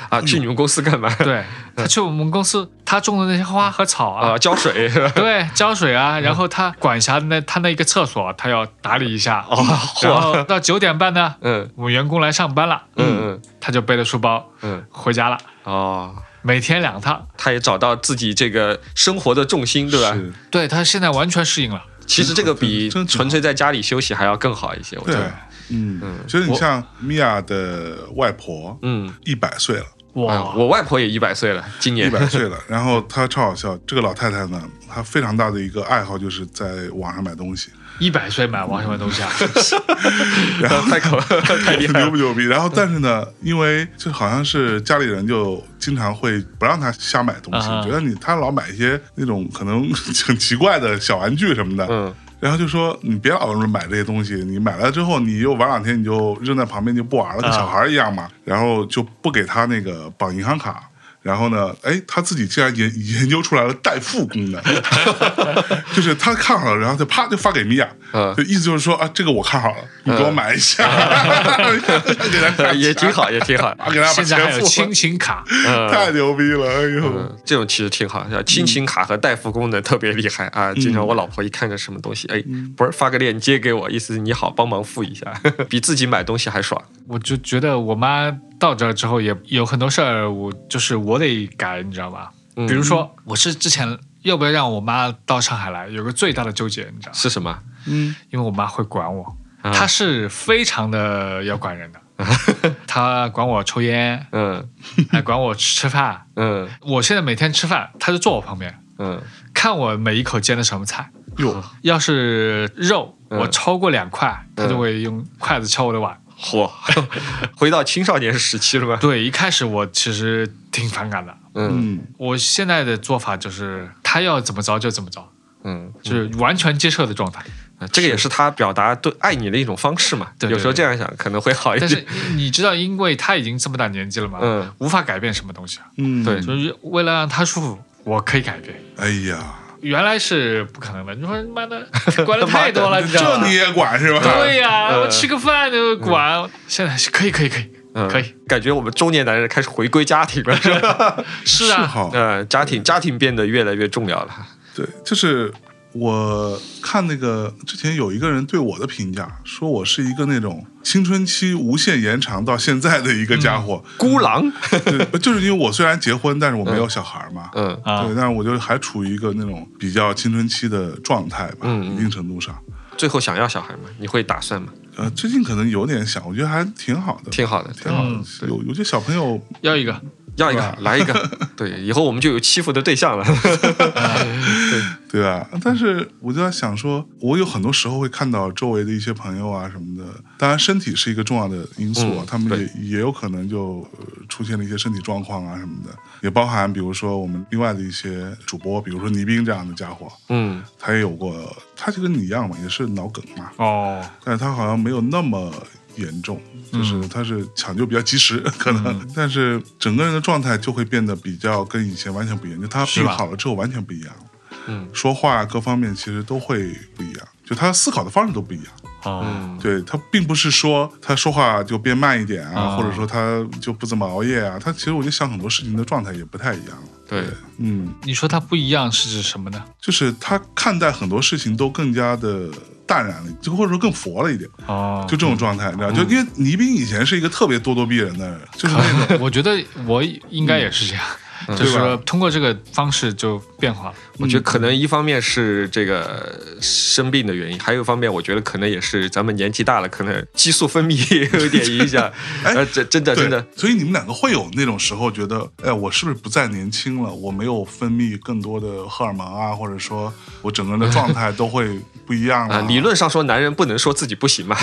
[SPEAKER 4] 啊，去你们公司干嘛？
[SPEAKER 5] 对他去我们公司，他种的那些花和草啊。
[SPEAKER 4] 啊，浇嗯水，
[SPEAKER 5] 对，浇水啊，然后他管辖那他那一个厕所，他要打理一下。
[SPEAKER 4] 哦，
[SPEAKER 5] 然
[SPEAKER 4] 嚯，
[SPEAKER 5] 后到九点半呢，
[SPEAKER 4] 嗯
[SPEAKER 5] 我们员工来上班了，
[SPEAKER 4] 嗯嗯
[SPEAKER 5] 他就背着书包
[SPEAKER 4] 嗯，
[SPEAKER 5] 回家了，
[SPEAKER 4] 哦，
[SPEAKER 5] 每天两趟。
[SPEAKER 4] 他也找到自己这个生活的重心，对吧？
[SPEAKER 2] 是
[SPEAKER 5] 对他现在完全适应了。
[SPEAKER 4] 其实这个比
[SPEAKER 2] 真真挺好
[SPEAKER 4] 纯粹在家里休息还要更好一些，我觉
[SPEAKER 2] 对
[SPEAKER 4] 得。，
[SPEAKER 2] 嗯，其实你像米娅的外婆，
[SPEAKER 4] 嗯，
[SPEAKER 2] 一百岁了。
[SPEAKER 5] 哇，
[SPEAKER 4] 哎我外婆也一百岁了，今
[SPEAKER 2] 一
[SPEAKER 4] 年。
[SPEAKER 2] 百岁了，然后她超好笑。这个老太太呢，她非常大的一个爱好就是在网上买东西，
[SPEAKER 5] 一百岁买王什么东西啊？
[SPEAKER 4] 太可 太厉 害
[SPEAKER 2] 牛
[SPEAKER 4] 了。
[SPEAKER 2] 不牛逼？然后但是呢，因为就好像是家里人就经常会不让她瞎买东西，
[SPEAKER 5] 啊
[SPEAKER 2] 觉得你她老买一些那种可能 很奇怪的小玩具什么的，
[SPEAKER 4] 嗯，
[SPEAKER 2] 然后就说你别老买这些东西，你买了之后你又玩两天你就扔在旁边就不玩
[SPEAKER 4] 啊
[SPEAKER 2] 了，跟小孩一样嘛。然后就不给他那个绑银行卡。然后呢，哎，他自己竟然研 研究出来了代付功能， 就是他看好了，然后就啪就发给米娅，
[SPEAKER 4] 嗯
[SPEAKER 2] 就意思就是说啊，这个我看好了，你给我买一 下，给他看一下
[SPEAKER 4] 也挺，好，也 挺好。嗯
[SPEAKER 2] 啊，给他把
[SPEAKER 5] 现在还
[SPEAKER 2] 钱
[SPEAKER 5] 有
[SPEAKER 2] 付
[SPEAKER 5] 亲
[SPEAKER 2] 了，
[SPEAKER 5] 情卡，
[SPEAKER 2] 太牛逼了，哎呦，
[SPEAKER 4] 这种其实挺好，像亲情卡和代付功能特别厉害
[SPEAKER 2] 嗯
[SPEAKER 4] 啊！经常我老婆一看着什么东西，哎，不是发个链接给我，意思是你好，帮忙付一下， 比自己买东西还爽。
[SPEAKER 5] 我就觉得我妈到这儿之后也有很多事儿，我就是我得改，你知道吧？比
[SPEAKER 2] 嗯
[SPEAKER 5] 如说，我是之前要不要让我妈到上海来，有个最大的纠结，你知道吗，
[SPEAKER 4] 是什么？
[SPEAKER 2] 嗯，
[SPEAKER 5] 因为我妈会管我，
[SPEAKER 4] 啊
[SPEAKER 5] 她是非常的要 管人的，她管我抽烟，
[SPEAKER 4] 嗯
[SPEAKER 5] 还管我吃吃饭。
[SPEAKER 4] 嗯
[SPEAKER 5] 我现在每天吃饭，她就坐我旁边，
[SPEAKER 4] 嗯，
[SPEAKER 5] 看我每一口煎的什么菜。
[SPEAKER 2] 哟，
[SPEAKER 5] 要是肉，
[SPEAKER 4] 嗯
[SPEAKER 5] 我超过两块，他
[SPEAKER 4] 嗯
[SPEAKER 5] 就会用筷子敲我的碗。
[SPEAKER 4] 嚯，回到青少年时期了吗？
[SPEAKER 5] 对，一开始我其实挺反感的。
[SPEAKER 4] 嗯
[SPEAKER 2] 嗯，
[SPEAKER 5] 我现在的做法就是，他要怎么着就怎么着，
[SPEAKER 4] 嗯，啊
[SPEAKER 5] 就是完全接受的状态。
[SPEAKER 4] 这个也是他表达对爱你的一种方式嘛。
[SPEAKER 5] 对对
[SPEAKER 4] 有时候这样想可能会好一
[SPEAKER 5] 但
[SPEAKER 4] 点
[SPEAKER 5] 是。你知道，因为他已经这么大年纪了嘛，
[SPEAKER 4] 嗯
[SPEAKER 5] 无法改变什么东西啊。
[SPEAKER 2] 嗯，
[SPEAKER 4] 对
[SPEAKER 5] 就是为了让他舒服，我可以改变。
[SPEAKER 2] 哎呀，
[SPEAKER 5] 原来是不可能的，你说妈的管的太多了，你知道
[SPEAKER 2] 这
[SPEAKER 5] 吗
[SPEAKER 2] 你？也管是吧？
[SPEAKER 5] 对呀，
[SPEAKER 4] 嗯
[SPEAKER 5] 我吃个饭都管。现在是可以，可以，可以，
[SPEAKER 4] 嗯
[SPEAKER 5] 可以。
[SPEAKER 4] 感觉我们中年男人开始回归家庭了，是 吧？
[SPEAKER 5] 是啊，
[SPEAKER 2] 好，
[SPEAKER 4] 呃，家庭家庭变得越来越重要了。
[SPEAKER 2] 对，就是我看那个之前有一个人对我的评价，说我是一个那种青春期无限延长到现在的一个家伙，
[SPEAKER 4] 孤狼，
[SPEAKER 2] 对就是因为我虽然结婚，但是我没有小孩儿嘛，
[SPEAKER 4] 嗯
[SPEAKER 5] 啊
[SPEAKER 2] 对，但是我就还处于一个那种比较青春期的状态吧，
[SPEAKER 4] 嗯嗯
[SPEAKER 2] 一定程度上。
[SPEAKER 4] 最后想要小孩嘛？你会打算吗？
[SPEAKER 2] 呃，最近可能有点想，我觉得还挺好的，
[SPEAKER 4] 挺好的，
[SPEAKER 2] 挺好的
[SPEAKER 5] 嗯。啊
[SPEAKER 2] 有有些小朋友
[SPEAKER 5] 要一个，
[SPEAKER 4] 要一个来一个， 对，以后我们就有欺负的对象了。
[SPEAKER 2] 对吧？但是我就在想说，我有很多时候会看到周围的一些朋友啊什么的，当然身体是一个重要的因素啊，
[SPEAKER 4] 嗯
[SPEAKER 2] 他们也也有可能就、呃出现了一些身体状况啊什么的，也包含比如说我们另外的一些主播，比如说倪斌这样的家伙，
[SPEAKER 4] 嗯，
[SPEAKER 2] 他也有过，他就跟你一样嘛，也是脑梗嘛，
[SPEAKER 5] 哦，
[SPEAKER 2] 但是他好像没有那么严重，就是
[SPEAKER 5] 嗯
[SPEAKER 2] 他是抢救比较及时，可能，但是整个人的状态就会变得比较跟以前完全不一样，就他
[SPEAKER 5] 是
[SPEAKER 2] 病
[SPEAKER 5] 吧
[SPEAKER 2] 好了之后完全不一样，
[SPEAKER 4] 嗯，
[SPEAKER 2] 说话各方面其实都会不一样，就他思考的方式都不一样。
[SPEAKER 4] 嗯
[SPEAKER 5] 哦，
[SPEAKER 2] 对他并不是说他说话就变慢一点啊，
[SPEAKER 5] 哦
[SPEAKER 2] 或者说他就不怎么熬夜啊，他其实我就想很多事情的状态也不太一样。
[SPEAKER 4] 对，
[SPEAKER 2] 嗯，
[SPEAKER 5] 你说它不一样是指什么呢？
[SPEAKER 2] 就是他看待很多事情都更加的淡然了，就或者说更佛了一点。
[SPEAKER 5] 哦，
[SPEAKER 2] 就这种状态，你知道？就
[SPEAKER 4] 哦
[SPEAKER 2] 因为倪斌以前是一个特别咄咄逼人的人，就是那 种
[SPEAKER 5] 我觉得我应该也是这样，
[SPEAKER 4] 嗯
[SPEAKER 5] 就是
[SPEAKER 2] 对吧
[SPEAKER 5] 说通过这个方式就 变化了。
[SPEAKER 4] 我
[SPEAKER 2] 嗯
[SPEAKER 4] 觉得可能一方面是这个生病的原因，还有一方面我觉得可能也是咱们年纪大了，可能激素分泌也有点影响。
[SPEAKER 2] 哎
[SPEAKER 4] 呃，真真的
[SPEAKER 2] 对
[SPEAKER 4] 真的，，
[SPEAKER 2] 所以你们两个会有那种时候觉得，哎，我是不是不再年轻了？我没有分泌更多的荷尔蒙啊，或者说我整个人的状态都会不一 样了、
[SPEAKER 4] 啊，理论上说男人不能说自己不行嘛。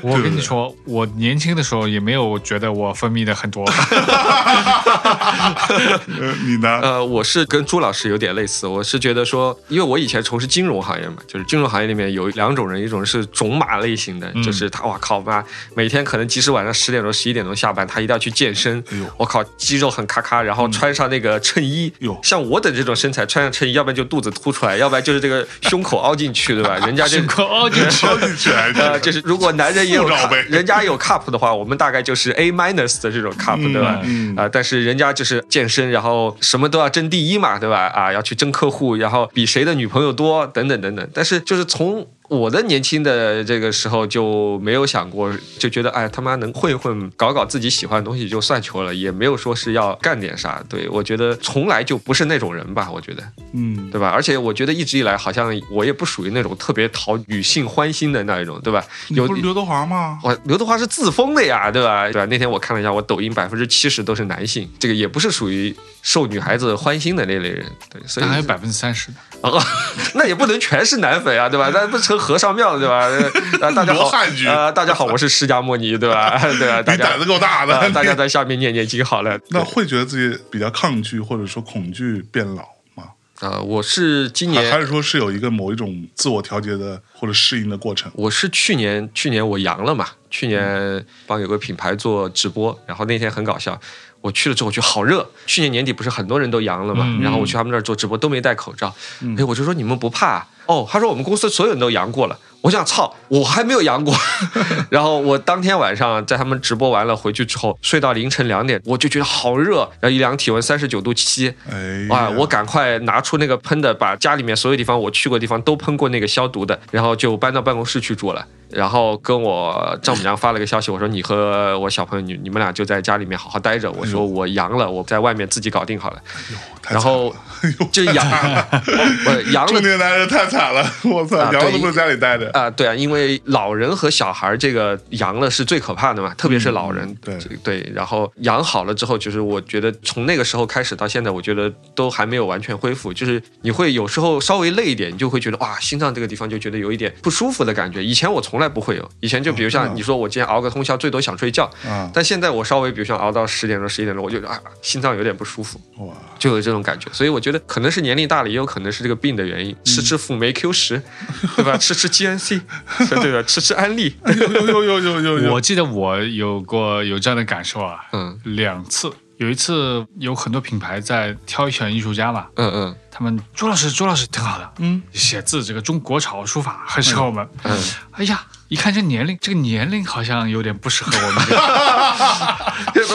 [SPEAKER 5] 我跟你说，我年轻的时候也没有觉得我分泌的很多，
[SPEAKER 2] 呃， 你 呢？
[SPEAKER 4] 呃，我是跟朱老师有点类似，我是觉得说，因为我以前从事金融行业嘛，就是金融行业里面有两种人，一种是种马类型的，就是他哇靠妈，每天可能即使晚上十点钟、十一点钟下班，他一定要去健身，
[SPEAKER 2] 哎呦
[SPEAKER 4] 我靠，肌肉很咔咔，然后穿上那个衬衣，
[SPEAKER 2] 哟
[SPEAKER 4] 像我等这种身材，穿上衬衣，要不然就肚子凸出来，要不然就是这个胸口凹进去，对吧？人 家这
[SPEAKER 5] 胸口凹进去。
[SPEAKER 2] 超级起来
[SPEAKER 4] 呃，就是如果男 人也有
[SPEAKER 2] 塑料
[SPEAKER 4] cup，
[SPEAKER 2] 呗
[SPEAKER 4] 人家有 cup 的话，我们大概就是 A minus 的这种 cup，对吧？啊、
[SPEAKER 2] 嗯
[SPEAKER 4] 但是人家就是健身，然后什么都要争第一嘛，对吧？啊，要去争客户，然后比谁的女朋友多，等等等等。但是就是从我的年轻的这个时候就没有想过，就觉得哎他妈能混一混，搞搞自己喜欢的东西就算球了，也没有说是要干点啥。对我觉得从来就不是那种人吧，我觉得。
[SPEAKER 2] 嗯，
[SPEAKER 4] 对吧？而且我觉得一直以来，好像我也不属于那种特别讨女性欢心的那一种，对吧？
[SPEAKER 2] 你
[SPEAKER 4] 有
[SPEAKER 2] 不是刘德华吗？
[SPEAKER 4] 我刘德华是自封的呀，对吧？对吧？那天我看了一下，我抖音百分之七十都是男性，这个也不是属于受女孩子欢心的那类人，对，所以
[SPEAKER 5] 那还有百分之三十的，
[SPEAKER 4] 哦， 那也不能全是男粉啊，对吧？那不成和尚庙了，对吧？呃，大家 好
[SPEAKER 2] 罗汉局，
[SPEAKER 4] 呃，大家好，我是释迦摩尼，对吧？ 对吧？大
[SPEAKER 2] 你
[SPEAKER 4] 家
[SPEAKER 2] 胆子够大的，
[SPEAKER 4] 呃大家在下面念念经好了。
[SPEAKER 2] 那会觉得自己比较抗拒或者说恐惧变老吗？
[SPEAKER 4] 啊、我是今
[SPEAKER 2] 还
[SPEAKER 4] 年
[SPEAKER 2] 还是说是有一个某一种自我调节的或者适应的过程？
[SPEAKER 4] 我是去年去年我阳了嘛，去年帮有个品牌做直播，然后那天很搞笑，我去了之后我觉得好热，去年年底不是很多人都阳了嘛，然后我去他们那儿做直播都没戴口罩，哎，我就说你们不怕、啊？哦，他说我们公司所有人都阳过了。我想操，我还没有阳过。然后我当天晚上在他们直播完了回去之后，睡到凌晨两点，我就觉得好热，然后一量体温三十九度七，
[SPEAKER 2] 哎呀，
[SPEAKER 4] 啊！我赶快拿出那个喷的，把家里面所有地方我去过的地方都喷过那个消毒的，然后就搬到办公室去住了。然后跟我丈母娘发了个消息，我说你和我小朋友，你你们俩就在家里面好好待着。我说我阳了，我在外面自己搞定好了。
[SPEAKER 2] 太惨
[SPEAKER 4] 然后
[SPEAKER 2] 了哎 呦，
[SPEAKER 4] 就阳， 我阳
[SPEAKER 2] 中
[SPEAKER 4] 了
[SPEAKER 2] 年男人太惨了， 我操，
[SPEAKER 4] 啊
[SPEAKER 2] 阳了
[SPEAKER 4] 对
[SPEAKER 2] 都不能在家里待 着。
[SPEAKER 4] 啊、对啊，因为老人和小孩儿这个阳了是最可怕的嘛，特别是老人。
[SPEAKER 2] 嗯对
[SPEAKER 4] 这个对，然后阳好了之后，就是我觉得从那个时候开始到现在，我觉得都还没有完全恢复，就是你会有时候稍微累一点，你就会觉得哇，心脏这个地方就觉得有一点不舒服的感觉。以前我从来不会有，以前就比如
[SPEAKER 2] 哦
[SPEAKER 4] 像你说我今天熬个通宵，最多想睡觉，
[SPEAKER 2] 啊，
[SPEAKER 4] 但现在我稍微比如像熬到十点钟、十一点钟，我就觉得啊，心脏有点不舒服。
[SPEAKER 2] 哇，
[SPEAKER 4] 就有这种感觉，所以我觉得可能是年龄大了，也有可能是这个病的原因，吃吃辅酶 Q 十，对吧？吃吃 GNC，对吧？吃吃安利，
[SPEAKER 2] 有有有有有有，
[SPEAKER 5] 我记得我有过有这样的感受啊，
[SPEAKER 4] 嗯
[SPEAKER 5] 两次。有一次有很多品牌在挑选艺术家嘛，
[SPEAKER 4] 嗯嗯
[SPEAKER 5] 他们朱老师，朱老师挺好的，
[SPEAKER 2] 嗯，
[SPEAKER 5] 写字这个中国潮书法很适合我们。
[SPEAKER 4] 嗯，
[SPEAKER 5] 哎呀，一看这年龄，这个年龄好像有点不适合我们这个。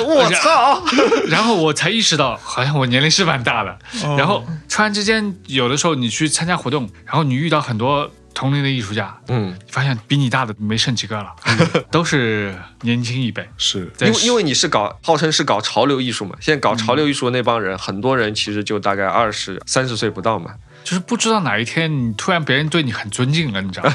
[SPEAKER 4] 我操，嗯
[SPEAKER 5] 然后我才意识到，好像我年龄是蛮大的。
[SPEAKER 4] 哦
[SPEAKER 5] 然后突然之间，有的时候你去参加活动，然后你遇到很多同龄的艺术家，
[SPEAKER 4] 嗯，
[SPEAKER 5] 你发现比你大的没剩几个 了，都是年轻一辈。
[SPEAKER 2] 是
[SPEAKER 5] 在
[SPEAKER 4] 因为因为你是搞号称是搞嗯潮流艺术嘛，现在搞潮流艺术的那帮人，很多人其实就大概二十三十岁不到嘛，
[SPEAKER 5] 就是不知道哪一天你突然别人对你很尊敬了，你知道吗？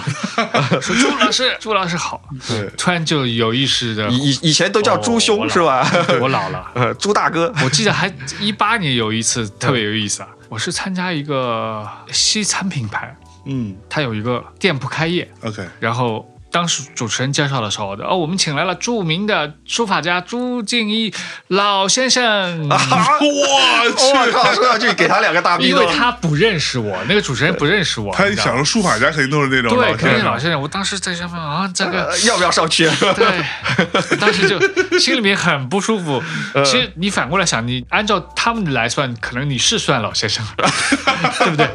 [SPEAKER 5] 说朱老师，朱老师好，
[SPEAKER 2] 对
[SPEAKER 5] 突然就有意识的，
[SPEAKER 4] 以以以前都叫猪兄、
[SPEAKER 5] 哦
[SPEAKER 4] 是吧？
[SPEAKER 5] 我老了。
[SPEAKER 4] 呃，猪大哥，
[SPEAKER 5] 我记得还一八年有一次特别有意思啊，我是参加一个西餐品牌，
[SPEAKER 2] 嗯
[SPEAKER 5] 它有一个店铺开业，
[SPEAKER 2] ，OK，
[SPEAKER 5] 然后当时主持人介绍的时候的，哦，我们请来了著名的书法家朱敬一老先生。
[SPEAKER 2] 啊我
[SPEAKER 4] 我
[SPEAKER 2] 去，
[SPEAKER 4] 靠， 说上去给他两个大逼
[SPEAKER 5] 因
[SPEAKER 4] 兜
[SPEAKER 5] 为。他不认识我，那个主持人不认识我，
[SPEAKER 2] 他
[SPEAKER 5] 你
[SPEAKER 2] 一
[SPEAKER 5] 知道
[SPEAKER 2] 想说
[SPEAKER 5] 吗
[SPEAKER 2] 书法家肯定都是那种
[SPEAKER 5] 对，
[SPEAKER 2] 老
[SPEAKER 5] 肯定
[SPEAKER 2] 先
[SPEAKER 5] 是老
[SPEAKER 2] 生，
[SPEAKER 5] 先生。我当时在上面啊，这个
[SPEAKER 4] 呃要不要上去？
[SPEAKER 5] 对，当时就心里面很不舒服。
[SPEAKER 2] 呃
[SPEAKER 5] 其实你反过来想，你按照他们来算，可能你是算老先生了， 对不对？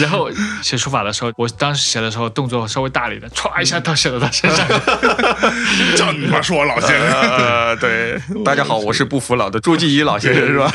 [SPEAKER 5] 然后写书法的时候，我当时写的时候动作稍微大了一点，歘一下到写到他身 上。
[SPEAKER 2] 叫你妈说我老先生，
[SPEAKER 4] 呃，对，大家好，我是不服老的朱继一老先生，是吧？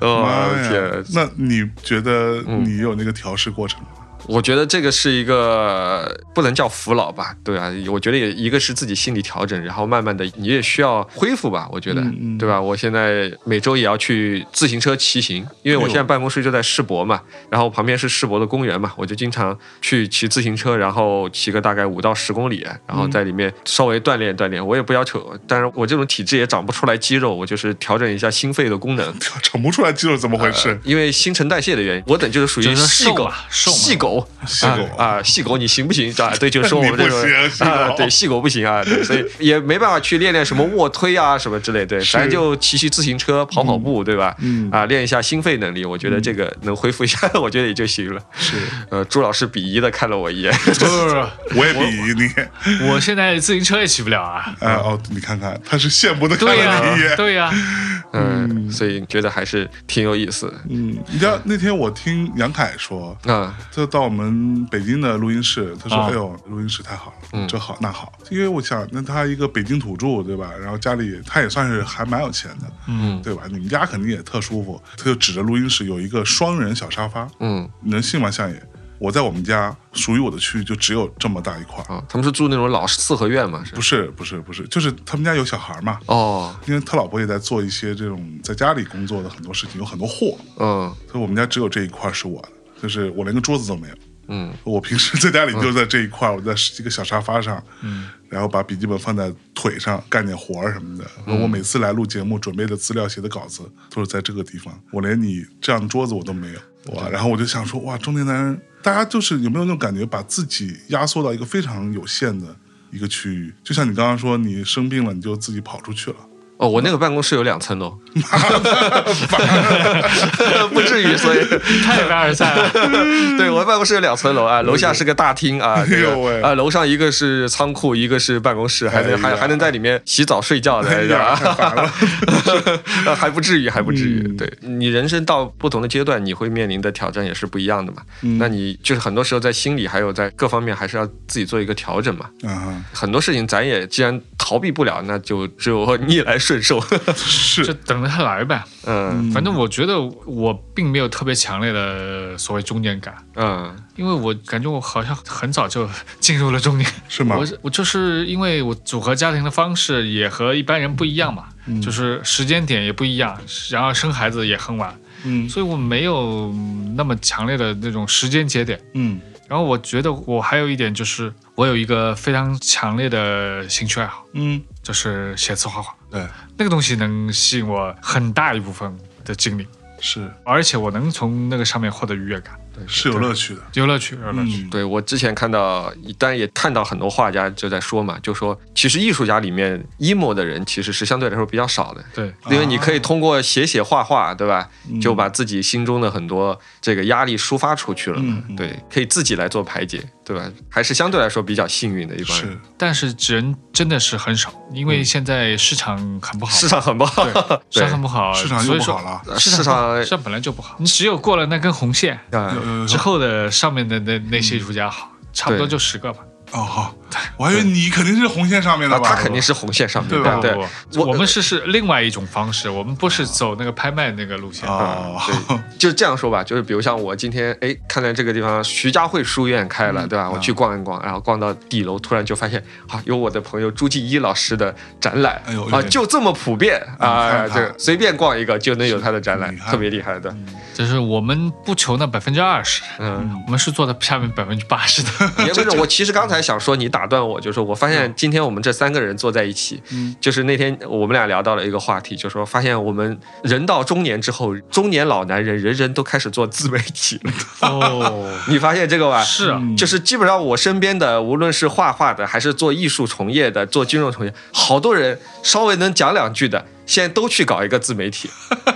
[SPEAKER 2] 妈
[SPEAKER 4] 哦
[SPEAKER 2] 呀
[SPEAKER 4] 天，！
[SPEAKER 2] 那你觉得你有那个调试过程吗？
[SPEAKER 4] 我觉得这个是一个不能叫服老吧，对啊，我觉得也一个是自己心理调整，然后慢慢的你也需要恢复吧，我觉得，
[SPEAKER 2] 嗯嗯
[SPEAKER 4] 对吧？我现在每周也要去自行车骑行，因为我现在办公室就在世博嘛，然后旁边是世博的公园嘛，我就经常去骑自行车，然后骑个大概五到十公里，然
[SPEAKER 2] 嗯
[SPEAKER 4] 后在里面稍微锻炼锻炼。我也不要求，但是我这种体质也长不出来肌肉，我就是调整一下心肺的功能。
[SPEAKER 2] 整不出来肌肉怎么回事？
[SPEAKER 4] 因为新陈代谢的原因，我等就是属于
[SPEAKER 5] 就是说
[SPEAKER 4] 细
[SPEAKER 5] 瘦
[SPEAKER 4] 狗
[SPEAKER 5] 啊，瘦嘛
[SPEAKER 4] 细狗，
[SPEAKER 2] 细狗
[SPEAKER 4] 啊啊，细狗，你行不行？啊，对，就是说我们这
[SPEAKER 2] 你不行细
[SPEAKER 4] 种
[SPEAKER 2] 狗
[SPEAKER 4] 啊，对，细狗不行啊，对，所以也没办法去练练什么卧推啊什么之类，对，
[SPEAKER 2] 是
[SPEAKER 4] 咱就骑骑自行车，跑跑步，对吧？
[SPEAKER 2] 嗯
[SPEAKER 4] 啊，练一下心肺能力，我觉得这个能恢复一下， 我觉得也就行了。
[SPEAKER 2] 是，
[SPEAKER 4] 呃，朱老师鄙夷的看了我一 眼，
[SPEAKER 5] 不是不是
[SPEAKER 2] 我也比你。
[SPEAKER 5] 不是，我现在自行车也骑不 了啊。
[SPEAKER 2] 哎哦，你看看，他是羡慕的看
[SPEAKER 5] 对呀、
[SPEAKER 2] 了你一眼。
[SPEAKER 5] 对呀、
[SPEAKER 4] 嗯， 所以觉得还是挺有意思的
[SPEAKER 2] 嗯，你知道那天我听杨凯说，
[SPEAKER 4] 啊，
[SPEAKER 2] 他到我们北京的录音室，他说：“
[SPEAKER 5] 啊嗯
[SPEAKER 2] 哎呦，录音室太好了，这好那好。”因为我想，那他一个北京土著，对吧？然后家里他也算是还蛮有钱的，
[SPEAKER 5] 嗯，
[SPEAKER 2] 对吧？你们家肯定也特舒服。他就指着录音室有一个双人小沙发，
[SPEAKER 4] 嗯
[SPEAKER 2] 你能信吗，相爷？我在我们家属于我的区域就只有这么大一块，
[SPEAKER 4] 啊，他们是住那种老四合院嘛，是
[SPEAKER 2] 不是不是不是，就是他们家有小孩嘛。
[SPEAKER 4] 哦，
[SPEAKER 2] 因为他老婆也在做一些这种在家里工作的很多事情，有很多货，
[SPEAKER 4] 嗯
[SPEAKER 2] 所以我们家只有这一块是我的，就是我连个桌子都没有。
[SPEAKER 4] 嗯
[SPEAKER 2] 我平时在家里就在这一块，我在一个小沙发上，然后把笔记本放在腿上干点活儿什么的。我每次来录节目准备的资料、写的稿子都是在这个地方，我连你这样的桌子我都没有。哇！然后我就想说，哇，中年男人，大家就是有没有那种感觉，把自己压缩到一个非常有限的一个区域？就像你刚刚说，你生病了，你就自己跑出去了。
[SPEAKER 4] 哦，我那个办公室有两层楼，
[SPEAKER 2] 反
[SPEAKER 4] 不至 于，所以
[SPEAKER 5] 太凡尔赛了。
[SPEAKER 4] 对我办公室有两层楼啊，楼下是个大厅啊，这
[SPEAKER 2] 哎呦喂
[SPEAKER 4] 个啊，楼上一个是仓库，一个是办公室，还能
[SPEAKER 2] 哎
[SPEAKER 4] 还
[SPEAKER 2] 呀
[SPEAKER 4] 还能在里面洗澡睡觉的，
[SPEAKER 2] 哎
[SPEAKER 4] 是
[SPEAKER 2] 呀，太
[SPEAKER 4] 吧？
[SPEAKER 2] 烦了。
[SPEAKER 4] 啊还不至于，还不至于。
[SPEAKER 2] 嗯
[SPEAKER 4] 对你人生到不同的阶段，你会面临的挑战也是不一样的嘛。
[SPEAKER 2] 嗯
[SPEAKER 4] 那你就是很多时候在心理还有在各方面，还是要自己做一个调整嘛。
[SPEAKER 2] 啊，
[SPEAKER 4] 很多事情咱也既然逃避不了，那就只有逆来顺受。
[SPEAKER 5] 就是等着他来呗，
[SPEAKER 4] 嗯
[SPEAKER 5] 反正我觉得我并没有特别强烈的所谓中年感，
[SPEAKER 4] 嗯
[SPEAKER 5] 因为我感觉我好像很早就进入了中年，
[SPEAKER 2] 是吗
[SPEAKER 5] 我？是我就是因为我组合家庭的方式也和一般人不一样嘛，就是时间点也不一样，然后生孩子也很晚，
[SPEAKER 2] 嗯
[SPEAKER 5] 所以我没有嗯那么强烈的那种时间节点。
[SPEAKER 2] 嗯
[SPEAKER 5] 然后我觉得我还有一点就是，我有一个非常强烈的兴趣爱好，
[SPEAKER 2] 嗯，
[SPEAKER 5] 就是写字画画，
[SPEAKER 2] 对，
[SPEAKER 5] 那个东西能吸引我很大一部分的精力，
[SPEAKER 2] 是
[SPEAKER 5] 而且我能从那个上面获得愉悦感，
[SPEAKER 2] 是有乐趣的。
[SPEAKER 5] 有乐趣，有乐趣。
[SPEAKER 2] 嗯，
[SPEAKER 4] 对我之前看到，当然也看到很多画家就在说嘛，就说其实艺术家里面 emo 的人其实是相对来说比较少的，
[SPEAKER 5] 对，
[SPEAKER 4] 因为你可以通过写写画画，对吧
[SPEAKER 2] 啊嗯？
[SPEAKER 4] 就把自己心中的很多这个压力抒发出去了嘛
[SPEAKER 2] 嗯嗯，
[SPEAKER 4] 对，可以自己来做排解，对吧？还是相对来说比较幸运的一帮人
[SPEAKER 2] 是，
[SPEAKER 5] 但是人真的是很少，因为现在市场很不好，
[SPEAKER 4] 市场很不 好，啊
[SPEAKER 5] 对市场很不好，
[SPEAKER 2] 市场
[SPEAKER 5] 所
[SPEAKER 2] 又
[SPEAKER 5] 以
[SPEAKER 2] 不
[SPEAKER 5] 说
[SPEAKER 2] 好了，
[SPEAKER 4] 呃
[SPEAKER 5] 市
[SPEAKER 4] 市
[SPEAKER 5] 场
[SPEAKER 4] 场
[SPEAKER 5] 市场本来就不好，你只有过了那根红线
[SPEAKER 4] 啊
[SPEAKER 2] 有有有
[SPEAKER 5] 之后的上面的那那些艺术家好，
[SPEAKER 2] 嗯
[SPEAKER 5] 差不多就十个吧。
[SPEAKER 2] 哦好，我还以为你肯定是红线上面的
[SPEAKER 4] 啊，
[SPEAKER 2] 吧？
[SPEAKER 4] 他肯定是红线上面
[SPEAKER 2] 对
[SPEAKER 4] 的，
[SPEAKER 2] 吧
[SPEAKER 4] 对
[SPEAKER 5] 不，
[SPEAKER 4] 我
[SPEAKER 5] 不我们是是另外一种方式，我们不是走那个拍卖那个路线。
[SPEAKER 2] 哦，
[SPEAKER 4] 啊 对，就这样说吧，就是比如像我今天哎，看见这个地方徐家汇书院开
[SPEAKER 2] 嗯
[SPEAKER 4] 了，对吧？我去逛一逛，然后逛到地楼，突然就发现啊，有我的朋友朱继一老师的展览，
[SPEAKER 2] 哎呦
[SPEAKER 4] 啊，
[SPEAKER 2] 对
[SPEAKER 4] 就这么普遍
[SPEAKER 2] 啊
[SPEAKER 4] 啊，
[SPEAKER 2] 你看
[SPEAKER 4] 这
[SPEAKER 2] 看嗯
[SPEAKER 4] 个随便逛一个就能有他的展览
[SPEAKER 2] 你，看
[SPEAKER 4] 特别厉害的。
[SPEAKER 5] 就是我们不求那百分之二十，
[SPEAKER 4] 嗯，
[SPEAKER 5] 我们是做到下面百分之八十 的。
[SPEAKER 4] 也不是，我其实刚才想说，你打断我，就是我发现今天我们这三个人坐在一起，
[SPEAKER 2] 嗯
[SPEAKER 4] 就是那天我们俩聊到了一个话题，就说发现我们人到中年之后，中年老男人人人都开始做自媒体了。
[SPEAKER 5] 哦，
[SPEAKER 4] 你发现这个吧？
[SPEAKER 5] 是啊，
[SPEAKER 4] 就是基本上我身边的，无论是画画的，还是做艺术从业的，做金融从业，好多人稍微能讲两句的，现在都去搞一个自媒体。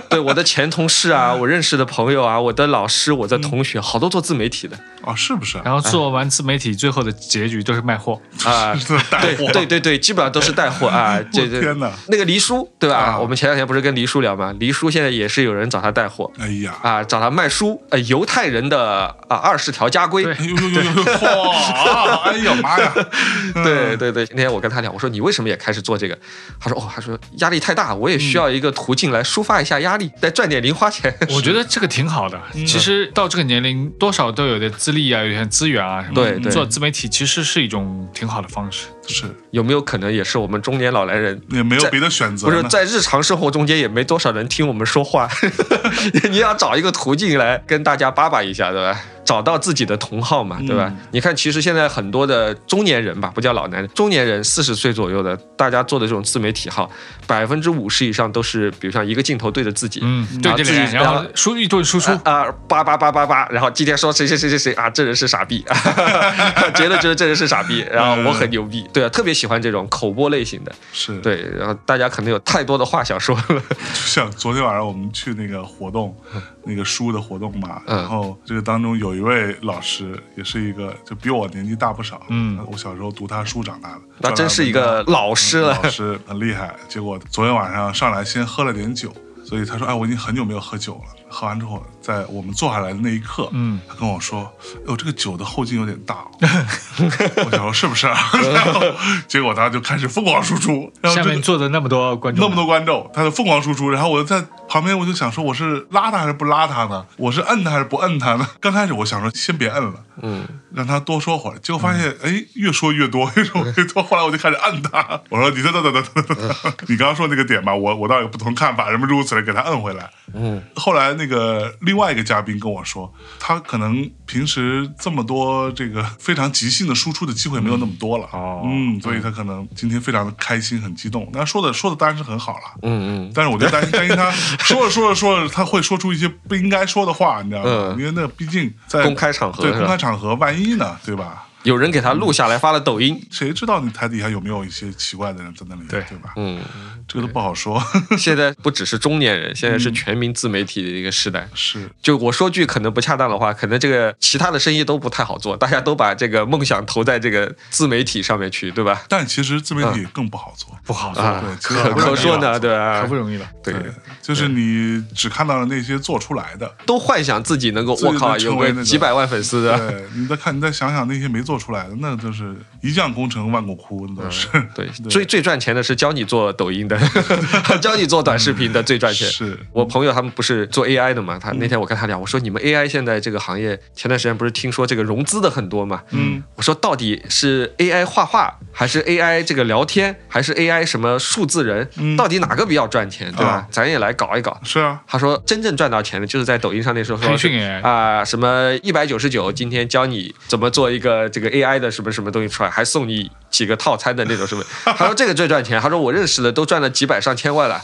[SPEAKER 4] 对我的前同事啊，我认识的朋友啊，我的老师，我的同学，好多做自媒体的
[SPEAKER 2] 啊，是不是？
[SPEAKER 5] 然后做完自媒体，最后的结局都是卖货。
[SPEAKER 4] 啊。
[SPEAKER 2] 是带
[SPEAKER 4] 对
[SPEAKER 2] 货，
[SPEAKER 4] 对对对，基本上都是带货啊！这这
[SPEAKER 2] 天哪
[SPEAKER 4] 那个黎叔对吧？
[SPEAKER 2] 啊
[SPEAKER 4] 我们前两天不是跟黎叔聊吗？黎叔现在也是有人找他带货
[SPEAKER 2] 哎呀，
[SPEAKER 4] 啊，找他卖书，呃，犹太人的啊二十条家规，
[SPEAKER 5] 对
[SPEAKER 2] 哎呦呦呦呦，嚯！哎呀妈呀！
[SPEAKER 4] 对对对，那天我跟他聊，我说你为什么也开始做这个？他说哦，他说压力太大，我也需要一个途径来抒发一下压力，再赚点零花钱。
[SPEAKER 5] 哎我觉得这个挺好的。其实到这个年龄，多少都有点资历啊，有点资源啊什么的。
[SPEAKER 4] 对对
[SPEAKER 5] 做自媒体其实是一种挺好的方式。
[SPEAKER 2] 是
[SPEAKER 4] 有没有可能也是我们中年老男人？
[SPEAKER 2] 也没有别的选择
[SPEAKER 4] 不
[SPEAKER 2] 呢，
[SPEAKER 4] 是在日常生活中间也没多少人听我们说话， 你要找一个途径来跟大家叭叭一下，对吧？找到自己的同好嘛，对吧？你看，其实现在很多的中年人吧，不叫老男人，中年人四十岁左右的，大家做的这种自媒体号，百分之五十以上都是，比如像一个镜头对着自己，
[SPEAKER 5] 嗯，对
[SPEAKER 4] 啊
[SPEAKER 5] 对
[SPEAKER 4] 自
[SPEAKER 5] 对。
[SPEAKER 4] 己
[SPEAKER 5] 然后输一顿输出，
[SPEAKER 4] 啊，叭叭叭叭叭，然后今天说谁谁谁谁谁啊，这人是傻逼， 觉得觉得这人是傻逼，然后我很牛
[SPEAKER 2] 嗯
[SPEAKER 4] 逼，对啊，特别喜欢这种口播类型的，
[SPEAKER 2] 是
[SPEAKER 4] 对，然后大家可能有太多的话想说了，
[SPEAKER 2] 像昨天晚上我们去那个活动，那个书的活动嘛，
[SPEAKER 4] 嗯
[SPEAKER 2] 然后这个当中有一位老师，也是一个就比我年纪大不少，
[SPEAKER 5] 嗯，
[SPEAKER 2] 我小时候读他书长大的，
[SPEAKER 4] 那真是一个老师了
[SPEAKER 2] 嗯老师很厉害。结果昨天晚上上来先喝了点酒，所以他说：“哎，我已经很久没有喝酒了。”喝完之后，在我们坐下来的那一刻，
[SPEAKER 5] 嗯，
[SPEAKER 2] 他跟我说：“哎呦，这个酒的后劲有点大、哦。”我想说是不是、啊？ 然后结果他就开始疯狂输出，然后
[SPEAKER 5] 下
[SPEAKER 2] 这个
[SPEAKER 5] 面坐的那么多观众，
[SPEAKER 2] 那么多观众，他就疯狂输出，然后我在旁边我就想说，我是拉他还是不拉他呢？我是摁他还是不摁他呢？ 刚开始我想说先别摁了，
[SPEAKER 4] 嗯，
[SPEAKER 2] 让他多说会儿，结果发现
[SPEAKER 5] 嗯
[SPEAKER 2] 哎越说越多，越说越多， 后来我就开始摁他， 我说你等等等等等等等，你刚刚说那个点吧，我我倒有不同看法，什么如此类，给他摁回来。
[SPEAKER 4] 嗯，
[SPEAKER 2] 后来那个另外一个嘉宾跟我说，他可能平时这么多这个非常即兴的输出的机会没有那么多了，
[SPEAKER 5] 哦
[SPEAKER 2] 嗯，所以他可能今天非常的开心，很激动。那说的说的当然是很好了，
[SPEAKER 4] 嗯嗯，
[SPEAKER 2] 但是我就担心担心他说着说着说着他会说出一些不应该说的话，你知道吗？
[SPEAKER 4] 嗯
[SPEAKER 2] 因为那毕竟在
[SPEAKER 4] 公开场合
[SPEAKER 2] 对
[SPEAKER 4] 是吧
[SPEAKER 2] 公开场合，万一呢，对吧？
[SPEAKER 4] 有人给他录下来发了抖音，
[SPEAKER 2] 谁知道你台底下有没有一些奇怪的人在那里，对
[SPEAKER 5] 对
[SPEAKER 2] 吧？
[SPEAKER 4] 嗯，
[SPEAKER 2] 这个都不好说，
[SPEAKER 4] 现在不只是中年人，现
[SPEAKER 2] 嗯
[SPEAKER 4] 在是全民自媒体的一个时代。
[SPEAKER 2] 是
[SPEAKER 4] 就我说句可能不恰当的话，可能这个其他的生意都不太好做，大家都把这个梦想投在这个自媒体上面去，对吧？
[SPEAKER 2] 但其实自媒
[SPEAKER 4] 嗯
[SPEAKER 2] 体更不好做，
[SPEAKER 5] 不好做，
[SPEAKER 4] 啊
[SPEAKER 2] 对，其实
[SPEAKER 4] 可
[SPEAKER 2] 很
[SPEAKER 4] 可
[SPEAKER 2] 难
[SPEAKER 4] 说
[SPEAKER 2] 做
[SPEAKER 4] 呢，对吧？
[SPEAKER 5] 可不容易了。
[SPEAKER 4] 对，
[SPEAKER 2] 就是你只看到了那些做出来的，
[SPEAKER 4] 都幻想自己能够，
[SPEAKER 2] 自己
[SPEAKER 4] 我
[SPEAKER 2] 能
[SPEAKER 4] 靠，有
[SPEAKER 2] 成为那
[SPEAKER 4] 个
[SPEAKER 2] 个
[SPEAKER 4] 几百万粉丝啊的。
[SPEAKER 2] 对，你再看，你再想想那些没做出来的，那就是一将功成万骨枯，那都是。
[SPEAKER 4] 对，
[SPEAKER 2] 对
[SPEAKER 4] 最最赚钱的是教你做抖 音的，教你做短视频的最赚
[SPEAKER 2] 嗯
[SPEAKER 4] 钱。
[SPEAKER 2] 是
[SPEAKER 4] 我朋友他们不是做 AI 的嘛？他那天我跟他聊，我说你们 AI 现在这个行业，前段时间不是听说这个融资的很多嘛？
[SPEAKER 2] 嗯，
[SPEAKER 4] 我说到底是 AI 画画，还是 AI 这个聊天，还是 AI 什么数字人？
[SPEAKER 2] 嗯
[SPEAKER 4] 到底哪个比较赚钱，对吧
[SPEAKER 2] 啊？
[SPEAKER 4] 咱也来搞一搞。
[SPEAKER 2] 是啊，
[SPEAKER 4] 他说真正赚到钱的就是在抖音上那时候说
[SPEAKER 5] 培训 AI
[SPEAKER 4] 啊、什么一百九十九，今天教你怎么做一个这个 AI 的什么什么东西出来，还送你几个套餐的那种什么。他说这个最赚钱，他说我认识的都赚了几百上千万了。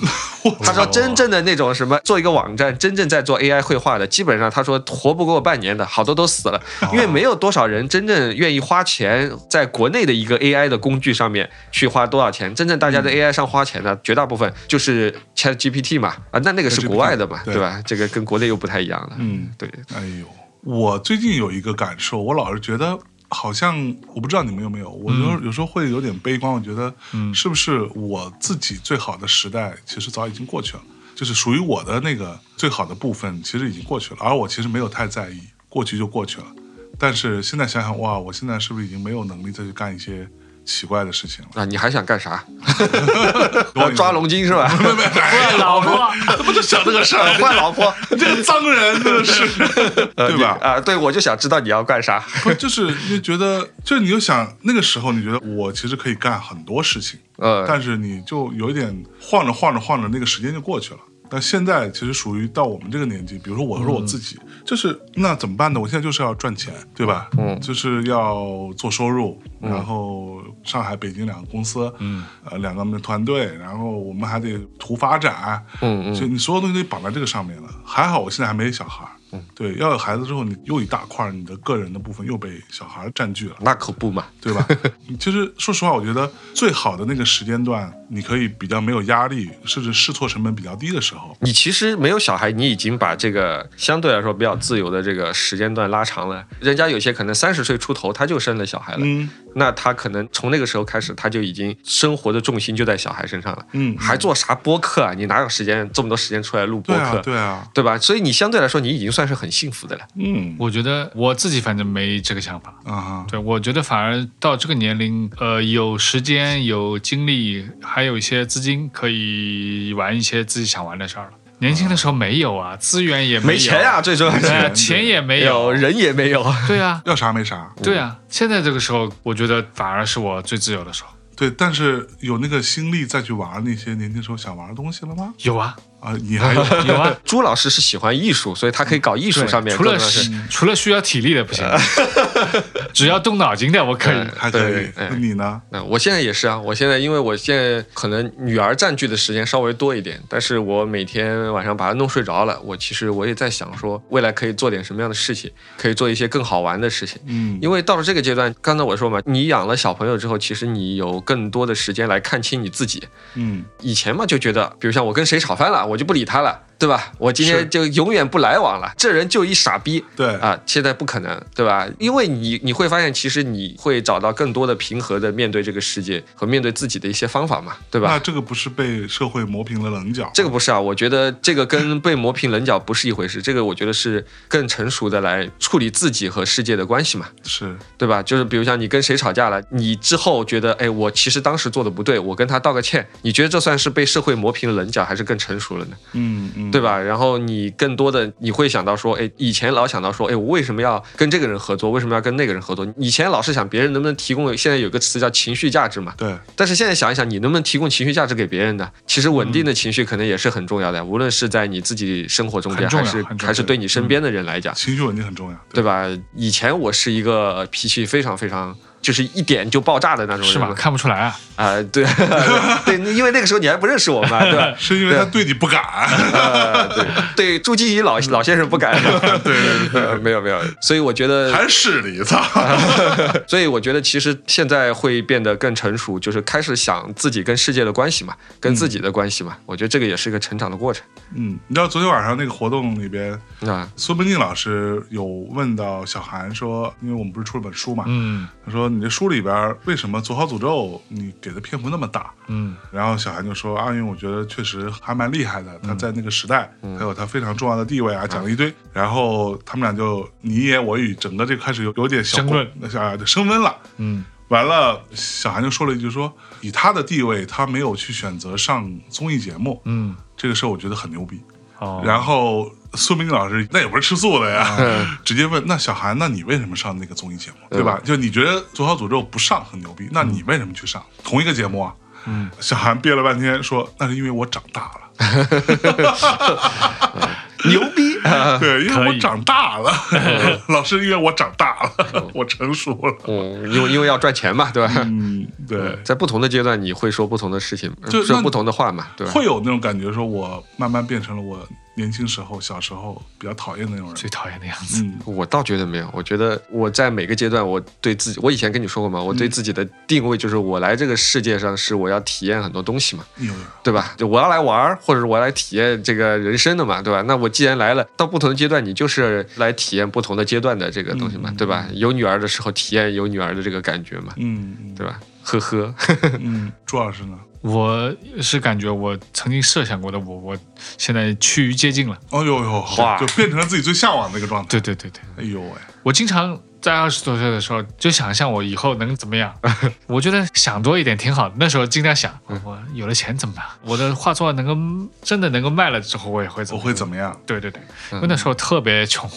[SPEAKER 4] 他说真正的那种什么做一个网站，真正在做 AI 绘画的，基本上他说活不过半年的，好多都死了，
[SPEAKER 2] 哦
[SPEAKER 4] 因为没有多少人真正愿意花钱在国内的一个 AI 的工具上面去花多少钱。真正大家
[SPEAKER 2] 嗯
[SPEAKER 4] 在 AI 上花钱的，绝大部分就是 ChatGPT 嘛，啊，那那个是国外的嘛，
[SPEAKER 2] 对
[SPEAKER 4] 对吧？这个跟国内又不太一样了。
[SPEAKER 2] 嗯，
[SPEAKER 4] 对，
[SPEAKER 2] 哎呦，我最近有一个感受，我老是觉得好像我不知道你们有没有，我有有时候会有点悲观，我觉得是不是我自己最好的时代其实早已经过去了，就是属于我的那个最好的部分其实已经过去了，而我其实没有太在意，过去就过去了。但是现在想想，哇，我现在是不是已经没有能力再去干一些奇怪的事情了？
[SPEAKER 4] 啊，你还想干啥？
[SPEAKER 2] 我
[SPEAKER 4] 抓龙筋 是吧？
[SPEAKER 5] 换老婆，
[SPEAKER 2] 哎怎么就想这个事 儿？
[SPEAKER 4] 换老婆，
[SPEAKER 2] 你这个脏人真的是，
[SPEAKER 4] 呃
[SPEAKER 2] 对吧
[SPEAKER 4] 你啊，对，我就想知道你要干啥。
[SPEAKER 2] 不是就是你就觉得，就是你就想那个时候，你觉得我其实可以干很多事情，
[SPEAKER 4] 呃，
[SPEAKER 2] 但是你就有一点晃着晃着晃着，那个时间就过去了。但现在其实属于到我们这个年纪，比如说我
[SPEAKER 4] 嗯
[SPEAKER 2] 说我自己，就是那怎么办呢？我现在就是要赚钱，对吧？
[SPEAKER 4] 嗯
[SPEAKER 2] 就是要做收入，然后上海、北京两个公司，嗯，呃，两个团队，然后我们还得图发展，
[SPEAKER 4] 嗯嗯
[SPEAKER 2] 就你所有东西都绑在这个上面了。还好我现在还没小孩，嗯，对，要有孩子之后，你又一大块儿你的个人的部分又被小孩占据了。
[SPEAKER 4] 那可不嘛，
[SPEAKER 2] 对吧？ 其实说实话，我觉得最好的那个时间段，你可以比较没有压力，甚至试错成本比较低的时候，
[SPEAKER 4] 你其实没有小孩，你已经把这个相对来说比较自由的这个时间段拉长了。人家有些可能三十岁出头他就生了小孩了，
[SPEAKER 2] 嗯
[SPEAKER 4] 那他可能从那个时候开始他就已经生活的重心就在小孩身上了，
[SPEAKER 2] 嗯，
[SPEAKER 4] 还做啥播客啊？你哪有时间这么多时间出来录播
[SPEAKER 2] 对
[SPEAKER 4] 客？
[SPEAKER 2] 啊对啊，
[SPEAKER 4] 对吧？所以你相对来说，你已经算是很幸福的了。
[SPEAKER 2] 嗯
[SPEAKER 5] 我觉得我自己反正没这个想法，
[SPEAKER 2] 啊哈，
[SPEAKER 5] 对我觉得反而到这个年龄，呃，有时间、有精力，还有一些资金，可以玩一些自己想玩的事儿了。年轻的时候没有啊，资源也
[SPEAKER 4] 没
[SPEAKER 5] 有
[SPEAKER 4] 钱啊，最重要
[SPEAKER 5] 呃
[SPEAKER 4] 是
[SPEAKER 5] 钱也没
[SPEAKER 4] 有，人也没有。
[SPEAKER 5] 对啊，
[SPEAKER 2] 要啥没啥，
[SPEAKER 5] 对啊。现在这个时候，我觉得反而是我最自由的时候。
[SPEAKER 2] 对，但是有那个心力再去玩那些年轻时候想玩的东西了吗？
[SPEAKER 5] 有啊，
[SPEAKER 2] 啊，你还 有
[SPEAKER 5] 有啊。
[SPEAKER 4] 朱老师是喜欢艺术，所以他可以搞艺术
[SPEAKER 5] 对
[SPEAKER 4] 上面
[SPEAKER 5] 除
[SPEAKER 4] 各
[SPEAKER 5] 了
[SPEAKER 4] 种各样的事。
[SPEAKER 5] 除了需要体力的 不行，只要动脑筋的我可以。
[SPEAKER 2] 还可
[SPEAKER 4] 对
[SPEAKER 2] 以
[SPEAKER 4] 对，哎对
[SPEAKER 2] 那你呢？
[SPEAKER 4] 那我现在也是啊，我现在因为我现在可能女儿占据的时间稍微多一点，但是我每天晚上把她弄睡着了，我其实我也在想说，未来可以做点什么样的事情，可以做一些更好玩的事情。
[SPEAKER 2] 嗯
[SPEAKER 4] 因为到了这个阶段，刚才我说嘛，你养了小朋友之后，其实你有更多的时间来看清你自己。
[SPEAKER 2] 嗯，
[SPEAKER 4] 以前嘛就觉得，比如像我跟谁吵翻了，我就不理他了，对吧？我今
[SPEAKER 2] 是
[SPEAKER 4] 天就永远不来往了，这人就一傻逼。
[SPEAKER 2] 对
[SPEAKER 4] 啊，现在不可能，对吧？因为你你会发现，其实你会找到更多的平和的面对这个世界和面对自己的一些方法嘛，对
[SPEAKER 2] 那
[SPEAKER 4] 吧？
[SPEAKER 2] 这个不是被社会磨平了棱角？
[SPEAKER 4] 这个不是啊，我觉得这个跟被磨平棱角不是一回事，这个我觉得是更成熟的来处理自己和世界的关系嘛。
[SPEAKER 2] 是
[SPEAKER 4] 对吧？就是比如像你跟谁吵架了，你之后觉得，哎，我其实当时做的不对，我跟他道个歉，你觉得这算是被社会磨平了棱角，还是更成熟了呢？
[SPEAKER 2] 嗯嗯，
[SPEAKER 4] 对？吧？然后你更多的你会想到说，哎，以前老想到说，哎，我为什么要跟这个人合作，为什么要跟那个人合作？以前老是想别人能不能提供，现在有个词叫情绪价值嘛。
[SPEAKER 2] 对，
[SPEAKER 4] 但是现在想一想，你能不能提供情绪价值给别人呢？其实稳
[SPEAKER 5] 嗯
[SPEAKER 4] 定的情绪可能也是很重要的，无论是在你自己生活中间，
[SPEAKER 5] 很重
[SPEAKER 4] 还
[SPEAKER 5] 要
[SPEAKER 4] 是
[SPEAKER 5] 很重要嗯
[SPEAKER 4] 还是对你身边的人来讲，
[SPEAKER 2] 情绪稳定很重要，
[SPEAKER 4] 对吧？以前我是一个脾气非常非常。就是一点就爆炸的那种人，
[SPEAKER 5] 是吧？看不出来啊，
[SPEAKER 4] 啊、对 对，因为那个时候你还不认识我嘛，对吧？
[SPEAKER 2] 是因为他对你不敢， 啊
[SPEAKER 4] 呃，对对，朱基怡老老先生 不敢，对对对， 没有没有，所以我觉得，
[SPEAKER 2] 还是你操，
[SPEAKER 4] 所以我觉得其实现在会变得更成熟，就是开始想自己跟世界的关系嘛，跟自己的关系嘛，我觉得这个也是一个成长的过程
[SPEAKER 2] 嗯，你知道昨天晚上那个活动里边，
[SPEAKER 4] 啊。
[SPEAKER 2] 苏文静老师有问到小韩说，因为我们不是出了本书嘛，
[SPEAKER 5] 嗯
[SPEAKER 2] 他说你这书里边为什么《左好诅咒》你给的篇幅那么大？
[SPEAKER 5] 嗯，
[SPEAKER 2] 然后小韩就说啊，因为我觉得确实还蛮厉害的，
[SPEAKER 5] 嗯
[SPEAKER 2] 他在那个时代，还有他非常重要的地位啊，讲了一堆。然后他们俩就你言我语，整个这开始有有点小
[SPEAKER 5] 争论，
[SPEAKER 2] 啊，就升温了。
[SPEAKER 5] 嗯，
[SPEAKER 2] 完了，小韩就说了一句说，以他的地位，他没有去选择上综艺节目，
[SPEAKER 5] 嗯，
[SPEAKER 2] 这个事儿我觉得很牛逼。
[SPEAKER 5] 哦，
[SPEAKER 2] 然后苏明老师那也不是吃素的呀， 直接问那小韩，那你为什么上那个综艺节目，对吧？就你觉得《左小诅咒》不上很牛逼，那你为什么去上同一个节目啊？嗯，小韩憋了半天说，那是因为我长大了，
[SPEAKER 4] 牛逼！
[SPEAKER 2] 对，因为
[SPEAKER 5] 可
[SPEAKER 2] 我
[SPEAKER 5] 以
[SPEAKER 2] 长大了， 老师，因为我长大了，我成熟了，
[SPEAKER 4] 嗯，因为因为要赚钱嘛， 对吧？
[SPEAKER 2] 嗯，对。
[SPEAKER 4] 在不同的阶段，你会说不同的事情，嗯
[SPEAKER 2] 就
[SPEAKER 4] 说
[SPEAKER 2] 那
[SPEAKER 4] 不同的话嘛，对吧？
[SPEAKER 2] 会有那种感觉，说我慢慢变成了我年轻时候、小时候比较讨厌的那种人
[SPEAKER 5] 最。讨厌的样子。
[SPEAKER 2] 嗯，
[SPEAKER 4] 我倒觉得没有，我觉得我在每个阶段，我对自己，我以前跟你说过嘛，我
[SPEAKER 2] 嗯
[SPEAKER 4] 对自己的定位就是我来这个世界上是我要体验很多东西嘛，
[SPEAKER 2] 你有点
[SPEAKER 4] 对吧？就我要来玩儿，或者是我要来体验这个人生的嘛，对吧？那我既然来了，到不同的阶段，你就是来体验不同的阶段的这个东西嘛，对吧？有女儿的时候体验有女儿的这个感觉嘛，
[SPEAKER 2] 嗯
[SPEAKER 4] 对吧？呵呵，
[SPEAKER 2] 嗯嗯，朱老师呢？
[SPEAKER 5] 我是感觉我曾经设想过的我，我现在趋于接近了。
[SPEAKER 2] 哦呦呦，
[SPEAKER 4] 哇
[SPEAKER 2] 就变成了自己最向往的一个状态。
[SPEAKER 5] 对对对对，
[SPEAKER 2] 哎呦喂，
[SPEAKER 5] 我经常在二十多岁的时候就想象我以后能怎么 样，我觉得想多一点挺好的。那时候经常想，
[SPEAKER 4] 嗯
[SPEAKER 5] 我有了钱怎么办？我的画作能够真的能够卖了之后，我也会怎
[SPEAKER 2] 我
[SPEAKER 5] 么
[SPEAKER 2] 会怎么样？
[SPEAKER 5] 对对对，因
[SPEAKER 4] 嗯
[SPEAKER 5] 为那时候特 别穷，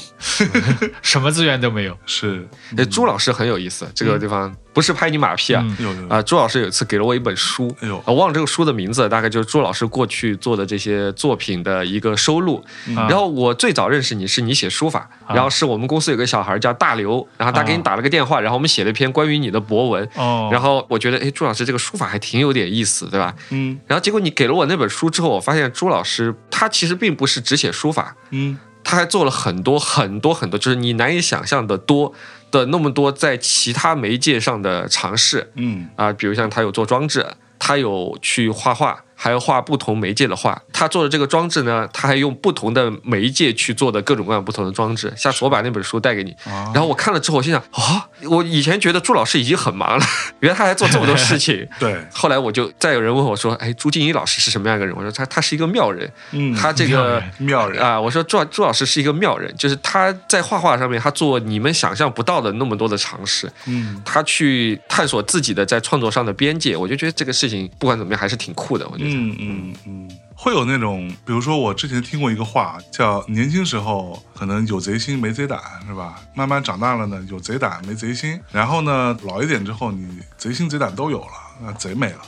[SPEAKER 5] 什么资源都没有。
[SPEAKER 2] 是，
[SPEAKER 4] 哎，朱老师很有意思，这个地方不是拍你马屁啊。
[SPEAKER 5] 嗯
[SPEAKER 2] 有有
[SPEAKER 4] 啊，朱老师有一次给了我一本书，啊
[SPEAKER 2] 哎呦
[SPEAKER 4] 我忘了这个书的名字，大概就是朱老师过去做的这些作品的一个收录。嗯
[SPEAKER 5] 啊
[SPEAKER 4] 然后我最早认识你是你写书法，然后是我们公司有个小孩叫大刘，然后他给你打了个电话，然后我们写了一篇关于你的博文。
[SPEAKER 5] 哦，
[SPEAKER 4] 然后我觉得，哎，朱老师这个书法还挺有点意思，对吧？
[SPEAKER 2] 嗯
[SPEAKER 4] 然后结果你给了我那本书之后，我发现朱老师他其实并不是只写书法，
[SPEAKER 2] 嗯，
[SPEAKER 4] 他还做了很多很多很多，就是你难以想象的多的那么多在其他媒介上的尝试
[SPEAKER 2] 嗯
[SPEAKER 4] 啊、比如像他有做装置，他有去画画，还有画不同媒介的画。他做的这个装置呢，他还用不同的媒介去做的各种各样不同的装置。下次我把那本书带给你，
[SPEAKER 5] 哦
[SPEAKER 2] 啊
[SPEAKER 4] 然后我看了之后，我心想啊、我以前觉得朱老师已经很忙了， 原来他还做这么多事情。
[SPEAKER 2] 对，
[SPEAKER 4] 后来我就再有人问我说：“哎，朱静怡老师是什么样一个人？”我说他：“他是一个妙人，
[SPEAKER 2] 嗯，
[SPEAKER 4] 他这
[SPEAKER 5] 妙
[SPEAKER 4] 个
[SPEAKER 5] 人
[SPEAKER 2] 妙人，
[SPEAKER 4] 啊，我说朱朱老师是一个妙人，就是他在画画上面，他做你们想象不到的那么多的尝试，
[SPEAKER 2] 嗯
[SPEAKER 4] 他去探索自己的在创作上的边界，我就觉得这个事情不管怎么样还是挺酷的，我觉得。
[SPEAKER 2] 嗯嗯嗯，会有那种，比如说我之前听过一个话，叫年轻时候可能有贼心没贼胆，是吧？慢慢长大了呢，有贼胆没贼心，然后呢，老一点之后，你贼心贼胆都有了，那贼没了。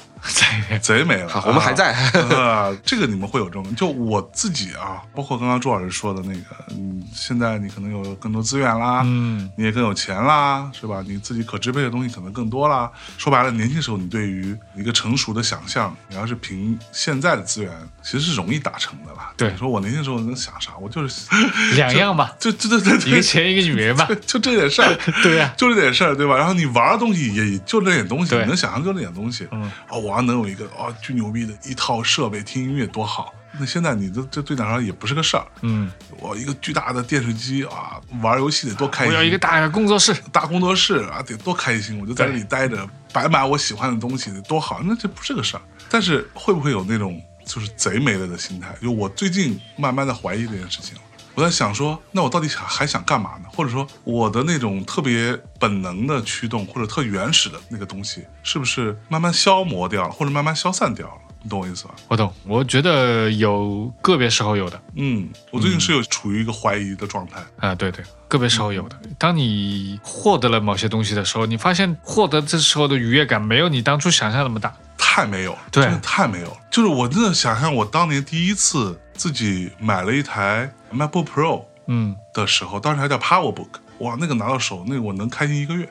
[SPEAKER 5] 在
[SPEAKER 2] 贼没了
[SPEAKER 4] 好，，我们还在，
[SPEAKER 2] 啊， 这个你们会有这种，就我自己啊，包括刚刚朱老师说的那个，嗯，现在你可能有更多资源啦，
[SPEAKER 5] 嗯，
[SPEAKER 2] 你也更有钱啦，是吧？你自己可支配的东西可能更多啦。说白了，年轻时候你对于一个成熟的想象，你要是凭现在的资源，其实是容易达成的啦。
[SPEAKER 5] 对
[SPEAKER 2] 你说我年轻时候能想啥？我就是，
[SPEAKER 5] 两样吧
[SPEAKER 2] ，就就就就
[SPEAKER 5] 一个钱一个女 人吧，
[SPEAKER 2] 就 这点事儿，
[SPEAKER 5] 对呀
[SPEAKER 2] 就这点事儿，对吧？然后你玩的东西也就这点东西，
[SPEAKER 5] 对
[SPEAKER 2] 你能想象就这点东西。
[SPEAKER 5] 嗯，
[SPEAKER 2] 哦，我要能有一个哦巨牛逼的一套设备听音乐多好。那现在你这这对你来说也不是个事儿。
[SPEAKER 5] 嗯，
[SPEAKER 2] 我一个巨大的电视机啊，玩游戏得多开
[SPEAKER 5] 我
[SPEAKER 2] 心！
[SPEAKER 5] 要一个大的工作室，
[SPEAKER 2] 大工作室啊，得多开心！我就在这里待着，摆满我喜欢的东西，得多好！那这不是个事儿。但是会不会有那种就是贼没了的心态？就我最近慢慢的怀疑这件事情了。我在想说，那我到底想还想干嘛呢？或者说，我的那种特别本能的驱动，或者特原始的那个东西，是不是慢慢消磨掉了，或者慢慢消散掉了？你懂我意思吧？
[SPEAKER 5] 我懂，我觉得有个别时候有的，
[SPEAKER 2] 嗯，我最近是有处于一个怀疑的状态。
[SPEAKER 5] 啊，对对，个别时候有的。当你获得了某些东西的时候，你发现获得这时候的愉悦感没有你当初想象那么大。
[SPEAKER 2] 太没有了，
[SPEAKER 5] 对
[SPEAKER 2] 真的太没有了。就是我真的想象我当年第一次自己买了一台 MacBook Pro
[SPEAKER 5] 嗯，
[SPEAKER 2] 的时候，当时还叫 PowerBook，哇，那个拿到手，那个我能开心一个 月。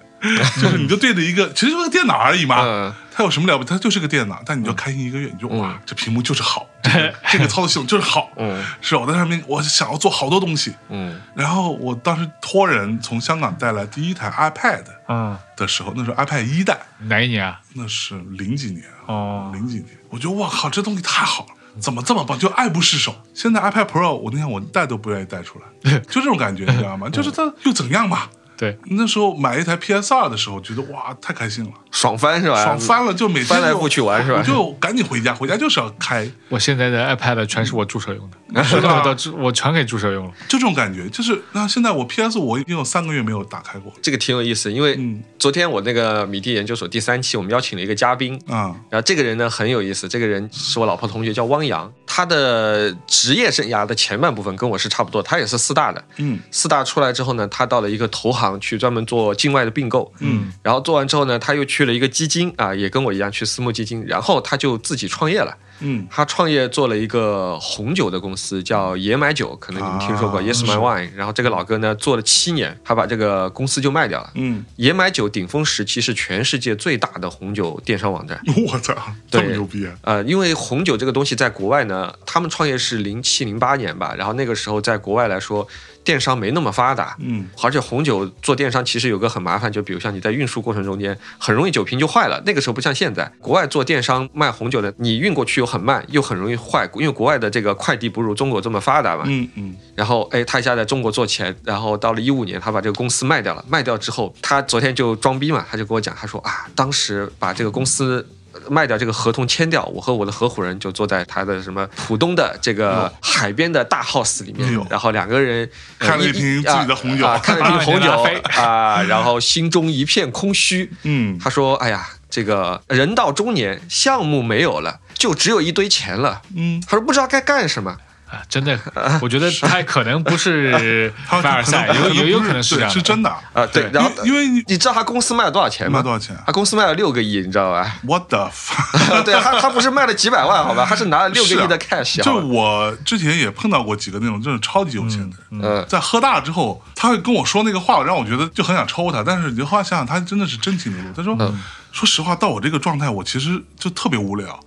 [SPEAKER 2] 就是你就对着一个，其实就是个电脑而已嘛，
[SPEAKER 4] 嗯
[SPEAKER 2] 它有什么了不起？它就是个电脑，但你就开心一个月，你就哇，这屏幕就是好，这 个这个操作系统就是好，
[SPEAKER 4] 嗯
[SPEAKER 2] 是啊吧我在上面我想要做好多东西。
[SPEAKER 4] 嗯
[SPEAKER 2] 然后我当时托人从香港带来第一台 iPad
[SPEAKER 5] 啊，
[SPEAKER 2] 的时候，那时候 iPad 一代，
[SPEAKER 5] 哪一年啊？
[SPEAKER 2] 那是零几年啊
[SPEAKER 5] 哦，
[SPEAKER 2] 零几年，我觉得我靠，这东西太好了。怎么这么棒，就爱不释手。现在 iPad Pro，我那天我带都不愿意带出来，就这种感觉，你知道吗？就是它又怎样吧？
[SPEAKER 5] 对，
[SPEAKER 2] 那时候买一台 PS2 的时候，觉得哇，太开心了，
[SPEAKER 4] 爽翻是吧？
[SPEAKER 2] 爽翻了，就每天
[SPEAKER 4] 翻来
[SPEAKER 2] 就
[SPEAKER 4] 覆去玩是吧
[SPEAKER 2] 我就赶紧回家，回家就是要开，
[SPEAKER 5] 我现在的 iPad 全是我助手用 的，是
[SPEAKER 2] 吧
[SPEAKER 5] 我的我全给助手用了。
[SPEAKER 2] 就这种感觉。就是那现在我 PS 我已经有三个月没有打开过
[SPEAKER 4] 这个挺有意思，因为
[SPEAKER 2] 嗯
[SPEAKER 4] 昨天我那个米蒂研究所第三期，我们邀请了一个嘉宾，
[SPEAKER 2] 了啊，
[SPEAKER 4] 然后这个人呢很有意思，这个人是我老婆同学，叫汪洋。他的职业生涯的前半部分跟我是差不多，他也是四大的。
[SPEAKER 2] 嗯
[SPEAKER 4] 四大出来之后呢，他到了一个投行去专门做境外的并购。
[SPEAKER 2] 嗯，
[SPEAKER 4] 然后做完之后呢，他又去了一个基金啊，也跟我一样去私募基金，然后他就自己创业了。
[SPEAKER 2] 嗯
[SPEAKER 4] 他创业做了一个红酒的公司，叫野买酒，可能你们听说过、
[SPEAKER 2] 啊
[SPEAKER 4] Yes My Wine。然后这个老哥呢做了七年，他把这个公司就卖掉了。
[SPEAKER 2] 嗯，
[SPEAKER 4] 野买酒顶峰时期是全世界最大的红酒电商网站。
[SPEAKER 2] 我操，这么
[SPEAKER 4] 对
[SPEAKER 2] 牛逼啊！
[SPEAKER 4] 呃，因为红酒这个东西在国外呢，他们创业是零七零八年吧，然后那个时候在国外来说，电商没那么发达，
[SPEAKER 2] 嗯，
[SPEAKER 4] 而且红酒做电商其实有个很麻烦，就比如像你在运输过程中间，很容易酒瓶就坏了。那个时候不像现在，国外做电商卖红酒的，你运过去又很慢，又很容易坏，因为国外的这个快递不如中国这么发达嘛。
[SPEAKER 2] 嗯嗯
[SPEAKER 4] 然后哎，他一下在中国做钱，然后到了一五年，他把这个公司卖掉了。卖掉之后，他昨天就装逼嘛，他就跟我讲，他说啊，当时把这个公司。呃卖掉这个合同签掉，我和我的合伙人就坐在他的什么浦东的这个海边的大 house 里面
[SPEAKER 2] 哎呦，
[SPEAKER 4] 然后两个人呃
[SPEAKER 2] 看了一瓶自己的
[SPEAKER 4] 啊
[SPEAKER 2] 红酒
[SPEAKER 4] 啊看了一瓶红 酒
[SPEAKER 5] 拉菲
[SPEAKER 4] 啊，然后心中一片空虚。
[SPEAKER 2] 嗯，
[SPEAKER 4] 他说：“哎呀，这个人到中年，项目没有了，就只有一堆钱了。”
[SPEAKER 2] 嗯
[SPEAKER 4] 他说不知道该干什么。
[SPEAKER 5] 啊，真 的，我觉得他可能不是
[SPEAKER 2] 他
[SPEAKER 5] 凡尔赛，有有有可能
[SPEAKER 2] 是
[SPEAKER 5] 是这样的，
[SPEAKER 2] 是真的
[SPEAKER 4] 啊，对，然后
[SPEAKER 2] 因为因为你
[SPEAKER 4] 你知道他公司卖了多少钱吗？
[SPEAKER 2] 卖多少钱啊
[SPEAKER 4] 他公司卖了六个亿，你知道吧？
[SPEAKER 2] ，what the fuck。
[SPEAKER 4] 对啊他， 他不是卖了几百万，好吧？他是拿了六个
[SPEAKER 2] 是啊
[SPEAKER 4] 亿的 cash，
[SPEAKER 2] 就
[SPEAKER 4] 好吧
[SPEAKER 2] 我之前也碰到过几个那种就是超级有钱的人，
[SPEAKER 4] 嗯
[SPEAKER 2] 在喝大了之后，他会跟我说那个话，让我觉得就很想抽他。但是你后来想想，他真的是真情流露。他说：“
[SPEAKER 4] 嗯
[SPEAKER 2] 说实话，到我这个状态，我其实就特别无聊。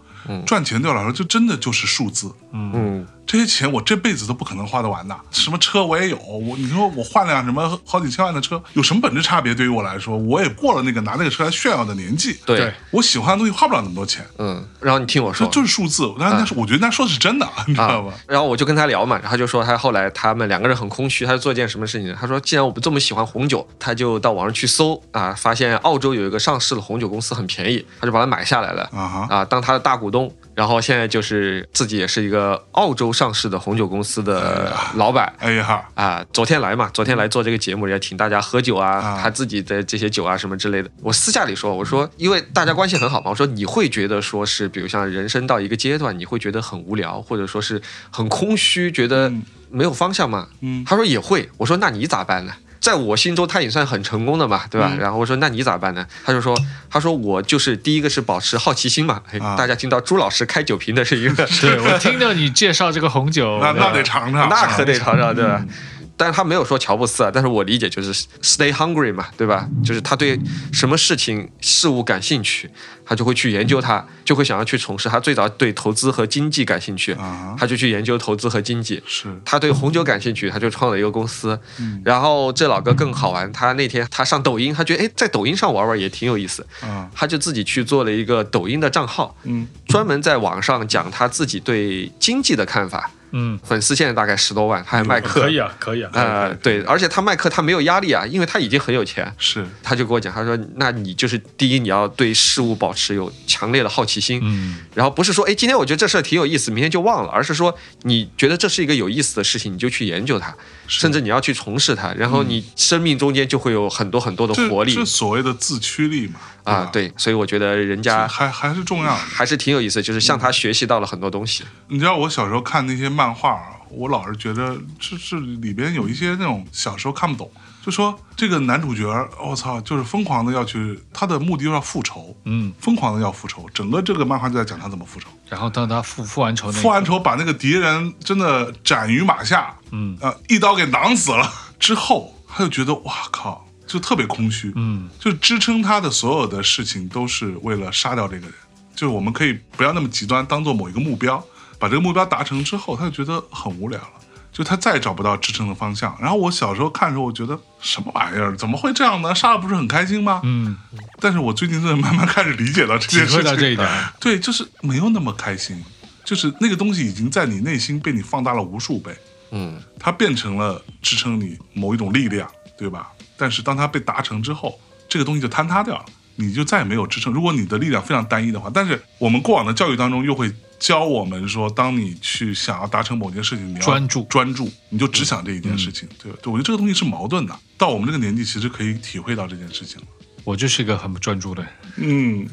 [SPEAKER 2] 赚钱对我来说，就真的就是数字。
[SPEAKER 4] 嗯，
[SPEAKER 2] 这些钱我这辈子都不可能花得完的。什么车我也有，我你说我换辆什么好几千万的车，有什么本质差别？对于我来说，我也过了那个拿那个车来炫耀的年纪。
[SPEAKER 4] 对，
[SPEAKER 2] 我喜欢的东西花不了那么多钱。”
[SPEAKER 4] 嗯，然后你听我
[SPEAKER 2] 这
[SPEAKER 4] 说，啊
[SPEAKER 2] 就是数字，但是那是我觉得那说的是真的，啊你知道吧？
[SPEAKER 4] 然后我就跟他聊嘛，然后他就说他后来他们两个人很空虚，他就做一件什么事情呢？他说既然我不这么喜欢红酒，他就到网上去搜啊，发现澳洲有一个上市的红酒公司很便宜，他就把它买下来了
[SPEAKER 2] 啊哈
[SPEAKER 4] 啊，当他的大股东。然后现在就是自己也是一个澳洲上市的红酒公司的老板。
[SPEAKER 2] 哎呀，
[SPEAKER 4] 啊，昨天来嘛，昨天来做这个节目也请大家喝酒啊，
[SPEAKER 2] 啊嗯
[SPEAKER 4] 他自己的这些酒啊什么之类的。我私下里说，我说因为大家关系很好嘛，我说你会觉得说是，比如像人生到一个阶段，你会觉得很无聊，或者说是很空虚，觉得没有方向嘛。
[SPEAKER 2] 嗯
[SPEAKER 4] 他说也会，我说那你咋办呢？在我心中，他也算很成功的嘛，对吧？
[SPEAKER 2] 嗯
[SPEAKER 4] 然后我说那你咋办呢？他就说，他说我就是第一个是保持好奇心嘛。哎
[SPEAKER 2] 啊
[SPEAKER 4] 大家听到朱老师开酒瓶的声音了，
[SPEAKER 5] 对我听到你介绍这个红酒，
[SPEAKER 2] 那
[SPEAKER 5] 对吧
[SPEAKER 2] 那得尝啊尝，
[SPEAKER 4] 那可得尝尝，对
[SPEAKER 2] 嗯
[SPEAKER 4] 吧？但是他没有说乔布斯啊，但是我理解就是 stay hungry 嘛，对吧？就是他对什么事情事物感兴趣，他就会去研究它，就会想要去从事。他最早对投资和经济感兴趣
[SPEAKER 2] 啊，
[SPEAKER 4] 他就去研究投资和经济。
[SPEAKER 2] 是
[SPEAKER 4] 他对红酒感兴趣，他就创了一个公司。
[SPEAKER 2] 嗯
[SPEAKER 4] 然后这老哥更好玩，他那天他上抖音，他觉得哎，在抖音上玩玩也挺有意思，
[SPEAKER 2] 啊，
[SPEAKER 4] 他就自己去做了一个抖音的账号，
[SPEAKER 2] 嗯，
[SPEAKER 4] 专门在网上讲他自己对经济的看法。
[SPEAKER 5] 嗯，
[SPEAKER 4] 粉丝现在大概十多万，他还卖课，
[SPEAKER 5] 可以啊，可以啊，
[SPEAKER 4] 呃，对，而且他卖课他没有压力啊，因为他已经很有钱。
[SPEAKER 2] 是
[SPEAKER 4] 他就跟我讲，他说：“那你就是第一，你要对事物保持有强烈的好奇心，
[SPEAKER 5] 嗯，
[SPEAKER 4] 然后不是说，哎，今天我觉得这事儿挺有意思，明天就忘了，而是说你觉得这是一个有意思的事情，你就去研究它，甚至你要去从事它，然
[SPEAKER 5] 嗯
[SPEAKER 4] 后你生命中间就会有很多很多的
[SPEAKER 2] 这
[SPEAKER 4] 活力
[SPEAKER 2] 这所谓的自驱力嘛，
[SPEAKER 4] 啊。
[SPEAKER 2] 吧，
[SPEAKER 4] 对，所以我觉得人家
[SPEAKER 2] 还还是重要的。
[SPEAKER 4] 还是挺有意思，就是向他学习到了很多东西。
[SPEAKER 2] 你知道我小时候看那些漫画啊，我老是觉得这这里边有一些那种小时候看不懂，就说这个男主角，我、操，就是疯狂的要去，他的目的就是要复仇，
[SPEAKER 5] 嗯，
[SPEAKER 2] 疯狂的要复仇，整个这个漫画就在讲他怎么复仇。
[SPEAKER 5] 然后当他付付完仇那一刻
[SPEAKER 2] 复完仇把那个敌人真的斩于马下，
[SPEAKER 5] 嗯
[SPEAKER 2] 啊、一刀给囊死了之后，他就觉得哇靠，就特别空虚，
[SPEAKER 5] 嗯，
[SPEAKER 2] 就支撑他的所有的事情都是为了杀掉这个人，就是我们可以不要那么极端，当做某一个目标，把这个目标达成之后，他就觉得很无聊了。就他再也找不到支撑的方向。然后我小时候看的时候，我觉得什么玩意儿，怎么会这样呢？杀了不是很开心吗？
[SPEAKER 5] 嗯，
[SPEAKER 2] 但是我最近真的慢慢开始理解到这
[SPEAKER 5] 体
[SPEAKER 2] 件事
[SPEAKER 5] 会
[SPEAKER 2] 情，
[SPEAKER 5] 到这一点，
[SPEAKER 2] 对，就是没有那么开心，就是那个东西已经在你内心被你放大了无数倍，
[SPEAKER 4] 嗯，
[SPEAKER 2] 它变成了支撑你某一种力量，对吧？但是当它被达成之后，这个东西就坍塌掉了，你就再也没有支撑。如果你的力量非常单一的话，但是我们过往的教育当中又会教我们说，当你去想要达成某件事情，你要
[SPEAKER 5] 专注
[SPEAKER 2] 专注，你就只想这一件事情，对吧？对，我觉得这个东西是矛盾的。到我们这个年纪，其实可以体会到这件事情了。
[SPEAKER 5] 我就是一个很不专注的人。
[SPEAKER 2] 嗯，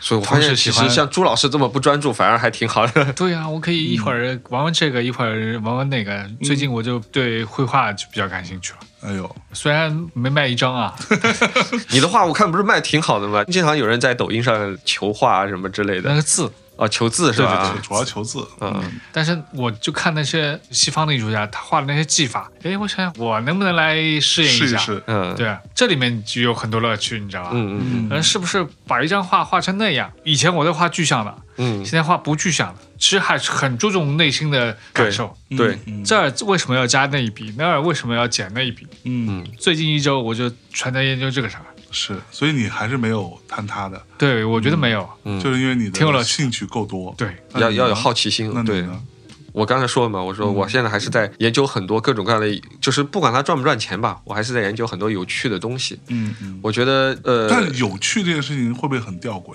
[SPEAKER 4] 所以我发现
[SPEAKER 5] 同时喜
[SPEAKER 4] 其实
[SPEAKER 5] 欢
[SPEAKER 4] 像朱老师这么不专注，反而还挺好的。
[SPEAKER 5] 对啊，我可以一会儿玩玩这个，一会儿玩玩那个。最近我就对绘画就比较感兴趣了，
[SPEAKER 2] 哎呦，
[SPEAKER 5] 虽然没卖一张啊，
[SPEAKER 4] 你的画我看不是卖挺好的吗？经常有人在抖音上求画啊什么之类
[SPEAKER 5] 那
[SPEAKER 2] 嗯
[SPEAKER 4] 的
[SPEAKER 5] 个字，
[SPEAKER 4] 啊，求字是吧？
[SPEAKER 2] 主要求字，
[SPEAKER 4] 嗯，
[SPEAKER 5] 但是我就看那些西方的艺术家，他画的那些技法，哎，我想想我能不能来试验
[SPEAKER 2] 试
[SPEAKER 5] 一
[SPEAKER 2] 一
[SPEAKER 5] 下？
[SPEAKER 2] 试。
[SPEAKER 4] 嗯，
[SPEAKER 5] 对啊，这里面就有很多乐趣，你知道吧？
[SPEAKER 4] 嗯嗯
[SPEAKER 5] 嗯，是不是把一张画画成那样？以前我在画具象的，
[SPEAKER 4] 嗯
[SPEAKER 5] 现在画不具象的，其实还是很注重内心的感受。
[SPEAKER 4] 嗯，对，
[SPEAKER 2] 嗯
[SPEAKER 5] 这儿为什么要加那一笔？那儿为什么要减那一笔？
[SPEAKER 2] 嗯，
[SPEAKER 5] 最近一周我就全在研究这个啥。
[SPEAKER 2] 是，所以你还是没有坍塌的，
[SPEAKER 5] 对，我觉得没有。
[SPEAKER 4] 嗯
[SPEAKER 2] 就是因为你
[SPEAKER 5] 挺有乐
[SPEAKER 2] 的
[SPEAKER 5] 趣
[SPEAKER 2] 兴趣够多。
[SPEAKER 5] 对，
[SPEAKER 2] 那
[SPEAKER 4] 要
[SPEAKER 2] 你
[SPEAKER 4] 要有
[SPEAKER 2] 呢
[SPEAKER 4] 好奇心
[SPEAKER 2] 那。你
[SPEAKER 4] 对，
[SPEAKER 2] 呢？嗯
[SPEAKER 4] 我刚才说了嘛，我说我现在还是在研究很多各种各样的，就是不管它赚不赚钱吧，我还是在研究很多有趣的东西。
[SPEAKER 2] 嗯嗯。
[SPEAKER 4] 我觉得，呃，
[SPEAKER 2] 但有趣这件事情会不会很吊诡？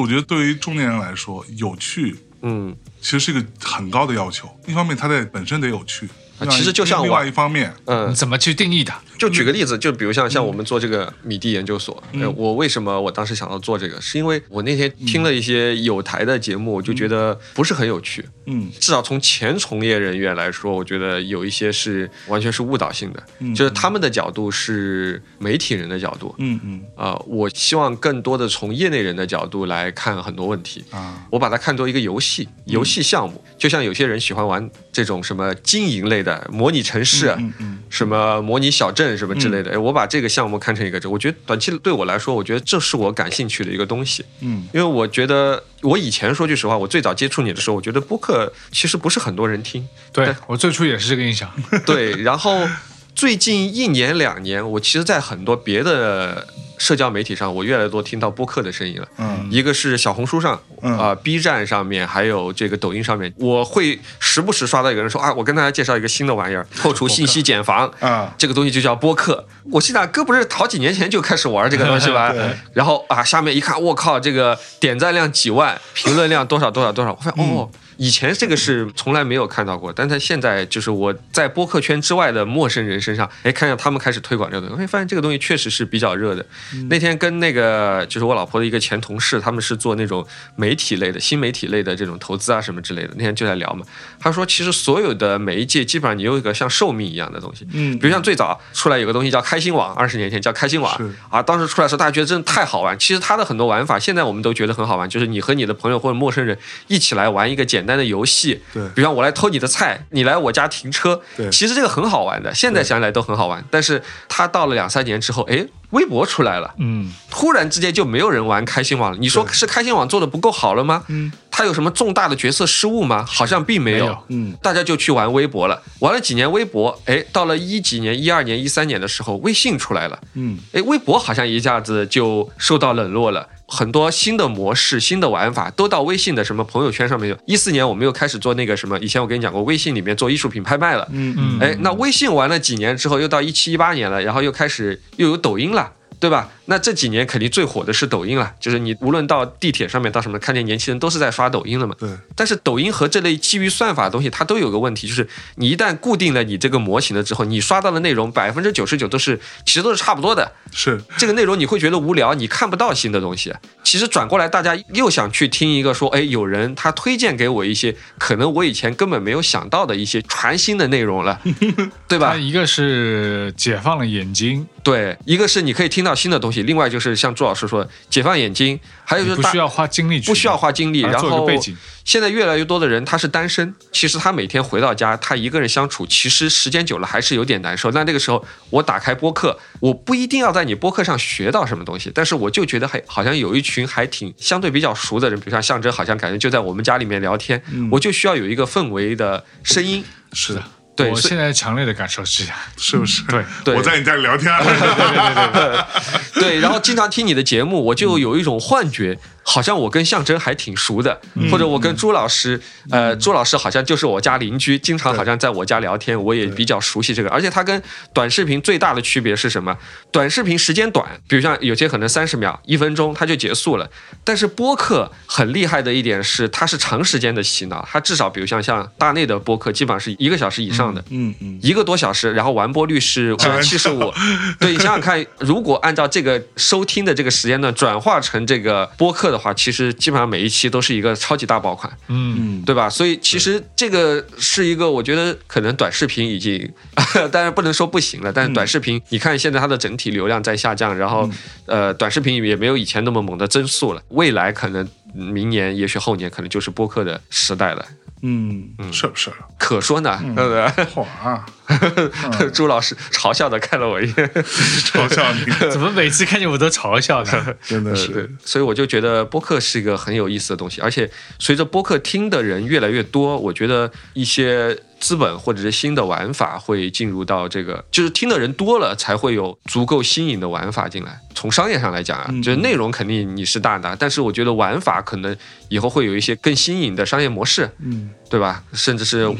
[SPEAKER 2] 我觉得对于中年人来说，有趣
[SPEAKER 4] 嗯，
[SPEAKER 2] 其实是一个很高的要求。一方面，他得本身得有趣
[SPEAKER 4] 啊，其实就像
[SPEAKER 2] 另
[SPEAKER 4] 我
[SPEAKER 2] 外一方面，
[SPEAKER 4] 嗯
[SPEAKER 5] 你，怎么去定义它？
[SPEAKER 4] 就举个例
[SPEAKER 2] 嗯
[SPEAKER 4] 子，就比如像像我们做这个米地研究所，呃我为什么我当时想要做这个，是因为我那天
[SPEAKER 2] 嗯
[SPEAKER 4] 听了一些有台的节目，我就觉得不是很有趣。
[SPEAKER 2] 嗯
[SPEAKER 4] 至少从前从业人员来说，我觉得有一些是完全是误导性的，
[SPEAKER 2] 嗯
[SPEAKER 4] 就是他们的角度是媒体人的角度。
[SPEAKER 2] 嗯嗯
[SPEAKER 4] 啊，我希望更多的从业内人的角度来看很多问题。
[SPEAKER 2] 啊，
[SPEAKER 4] 我把它看作一个游戏，游戏项
[SPEAKER 2] 嗯
[SPEAKER 4] 目，就像有些人喜欢玩这种什么经营类的、模拟城市、啊
[SPEAKER 2] 嗯嗯
[SPEAKER 4] 什么模拟小镇什么之类的。哎我把这个项目看成一个，这我觉得短期对我来说，我觉得这是我感兴趣的一个东西。
[SPEAKER 2] 嗯
[SPEAKER 4] 因为我觉得，我以前说句实话，我最早接触你的时候，我觉得播客其实不是很多人 听，
[SPEAKER 5] 对我最初也是这个印象，
[SPEAKER 4] 对。然后最近一年两年，我其实，在很多别的社交媒体上，我越来越多听到播客的声音了。
[SPEAKER 2] 嗯
[SPEAKER 4] 一个是小红书上，
[SPEAKER 2] 嗯
[SPEAKER 4] 啊、b 站上面，还有这个抖音上面，我会时不时刷到有人说啊，我跟大家介绍一个新的玩意儿，扣除信息茧房
[SPEAKER 2] 啊
[SPEAKER 4] 这个东西就叫播客。我心想，哥不是好几年前就开始玩这个东 西吗
[SPEAKER 2] 对？
[SPEAKER 4] 然后啊，下面一看，我靠，这个点赞量几万，评论量多少多少多少，我发
[SPEAKER 2] 嗯
[SPEAKER 4] 现哦。以前这个是从来没有看到过，但他现在就是我在播客圈之外的陌生人身上，哎，看见他们开始推广这个东西，我发现这个东西确实是比较热的。
[SPEAKER 2] 嗯
[SPEAKER 4] 那天跟那个就是我老婆的一个前同事，他们是做那种媒体类的、新媒体类的这种投资啊什么之类的，那天就在聊嘛。他说，其实所有的媒介基本上你有一个像寿命一样的东西，
[SPEAKER 2] 嗯
[SPEAKER 4] 比如像最早出来有个东西叫开心网，二十年前叫开心网
[SPEAKER 2] 是
[SPEAKER 4] 啊，当时出来的时候大家觉得真的太好玩。其实它的很多玩法，现在我们都觉得很好玩，就是你和你的朋友或者陌生人一起来玩一个简单的游戏，
[SPEAKER 2] 对
[SPEAKER 4] 比方我来偷你的菜，你来我家停车，
[SPEAKER 2] 对
[SPEAKER 4] 其实这个很好玩的，现在想起来都很好玩。但是它到了两三年之后，哎，微博出来了，
[SPEAKER 5] 嗯，
[SPEAKER 4] 突然之间就没有人玩开心网了。你说是开心网做的不够好了吗？
[SPEAKER 2] 嗯，
[SPEAKER 4] 它有什么重大的决策失误吗？好像并没有。
[SPEAKER 5] 没有
[SPEAKER 2] 嗯
[SPEAKER 4] 大家就去玩微博了，玩了几年微博，哎，到了一几年、一二年、一三年的时候，微信出来了，
[SPEAKER 2] 嗯
[SPEAKER 4] 哎，微博好像一下子就受到冷落了，很多新的模式、新的玩法都到微信的什么朋友圈上面去。一四年我们又开始做那个什么，以前我跟你讲过，微信里面做艺术品拍卖了，
[SPEAKER 2] 嗯
[SPEAKER 5] 嗯
[SPEAKER 4] 哎，那微信玩了几年之后，又到一七一八年了，然后又开始又有抖音了。对吧？那这几年肯定最火的是抖音了，就是你无论到地铁上面到什么，看见年轻人都是在刷抖音了嘛。
[SPEAKER 2] 对，
[SPEAKER 4] 但是抖音和这类基于算法的东西，它都有个问题，就是你一旦固定了你这个模型了之后，你刷到的内容百分之九十九都是其实都是差不多的，
[SPEAKER 2] 是
[SPEAKER 4] 这个内容你会觉得无聊，你看不到新的东西。其实转过来，大家又想去听一个说，哎，有人他推荐给我一些可能我以前根本没有想到的一些全新的内容 了，对吧
[SPEAKER 5] 它？一个是解放了眼睛，
[SPEAKER 4] 对，一个是你可以听到新的东西，另外就是像朱老师说，解放眼睛，还哎有就是
[SPEAKER 5] 你不
[SPEAKER 4] 大
[SPEAKER 5] 需要花精力去，
[SPEAKER 4] 不需要花精力，
[SPEAKER 5] 把
[SPEAKER 4] 然
[SPEAKER 5] 它做一
[SPEAKER 4] 后
[SPEAKER 5] 个背景，
[SPEAKER 4] 现在越来越多的人他是单身，其实他每天回到家，他一个人相处，其实时间久了还是有点难受。那这个时候，我打开播客，我不一定要在你播客上学到什么东西，但是我就觉得还好像有一群还挺相对比较熟的人，比如像象征，好像感觉就在我们家里面聊天，我就需要有一个氛围的声音。
[SPEAKER 2] 是的，
[SPEAKER 4] 对，
[SPEAKER 5] 我
[SPEAKER 4] 所以
[SPEAKER 5] 现在强烈的感受 是这样，
[SPEAKER 2] 是不是？
[SPEAKER 5] 对，
[SPEAKER 4] 对
[SPEAKER 2] 我在你家里聊天，啊
[SPEAKER 4] 对，然后经常听你的节目，我就有一种幻觉，好像我跟象征还挺熟的，或者我跟朱老师，呃，朱老师好像就是我家邻居，经常好像在我家聊天，我也比较熟悉这个。而且它跟短视频最大的区别是什么？短视频时间短，比如像有些可能三十秒、一分钟它就结束了，但是播客很厉害的一点是，它是长时间的洗脑，它至少比如像像大内的播客，基本上是一个小时以上的。
[SPEAKER 2] 嗯嗯，
[SPEAKER 4] 一个多小时，然后完播率是七十五。 对你想想看，如果按照这个收听的这个时间段转化成这个播客的话，其实基本上每一期都是一个超级大爆款，
[SPEAKER 5] 嗯，
[SPEAKER 4] 对吧？所以其实这个是一个，我觉得可能短视频已经， 当然不能说不行了，但是短视频，你看现在它的整体流量在下降，然后呃，短视频也没有以前那么猛的增速了。未来可能明年，也许后年，可能就是播客的时代了。
[SPEAKER 2] 嗯，是不是？
[SPEAKER 4] 可说呢，对不对？
[SPEAKER 2] 嚯啊，
[SPEAKER 4] 朱老师嘲笑的看了我一眼，
[SPEAKER 2] 嘲笑你，
[SPEAKER 5] 怎么每次看见我都嘲笑 呢？
[SPEAKER 2] 真的
[SPEAKER 4] 对
[SPEAKER 2] 是，，
[SPEAKER 4] 所以我就觉得播客是一个很有意思的东西，而且随着播客听的人越来越多，我觉得一些资本或者是新的玩法会进入到这个，就是听的人多了才会有足够新颖的玩法进来。从商业上来讲啊，就是内容肯定你是大拿，但是我觉得玩法可能以后会有一些更新颖的商业模式，
[SPEAKER 2] 嗯，
[SPEAKER 4] 对吧？甚至是我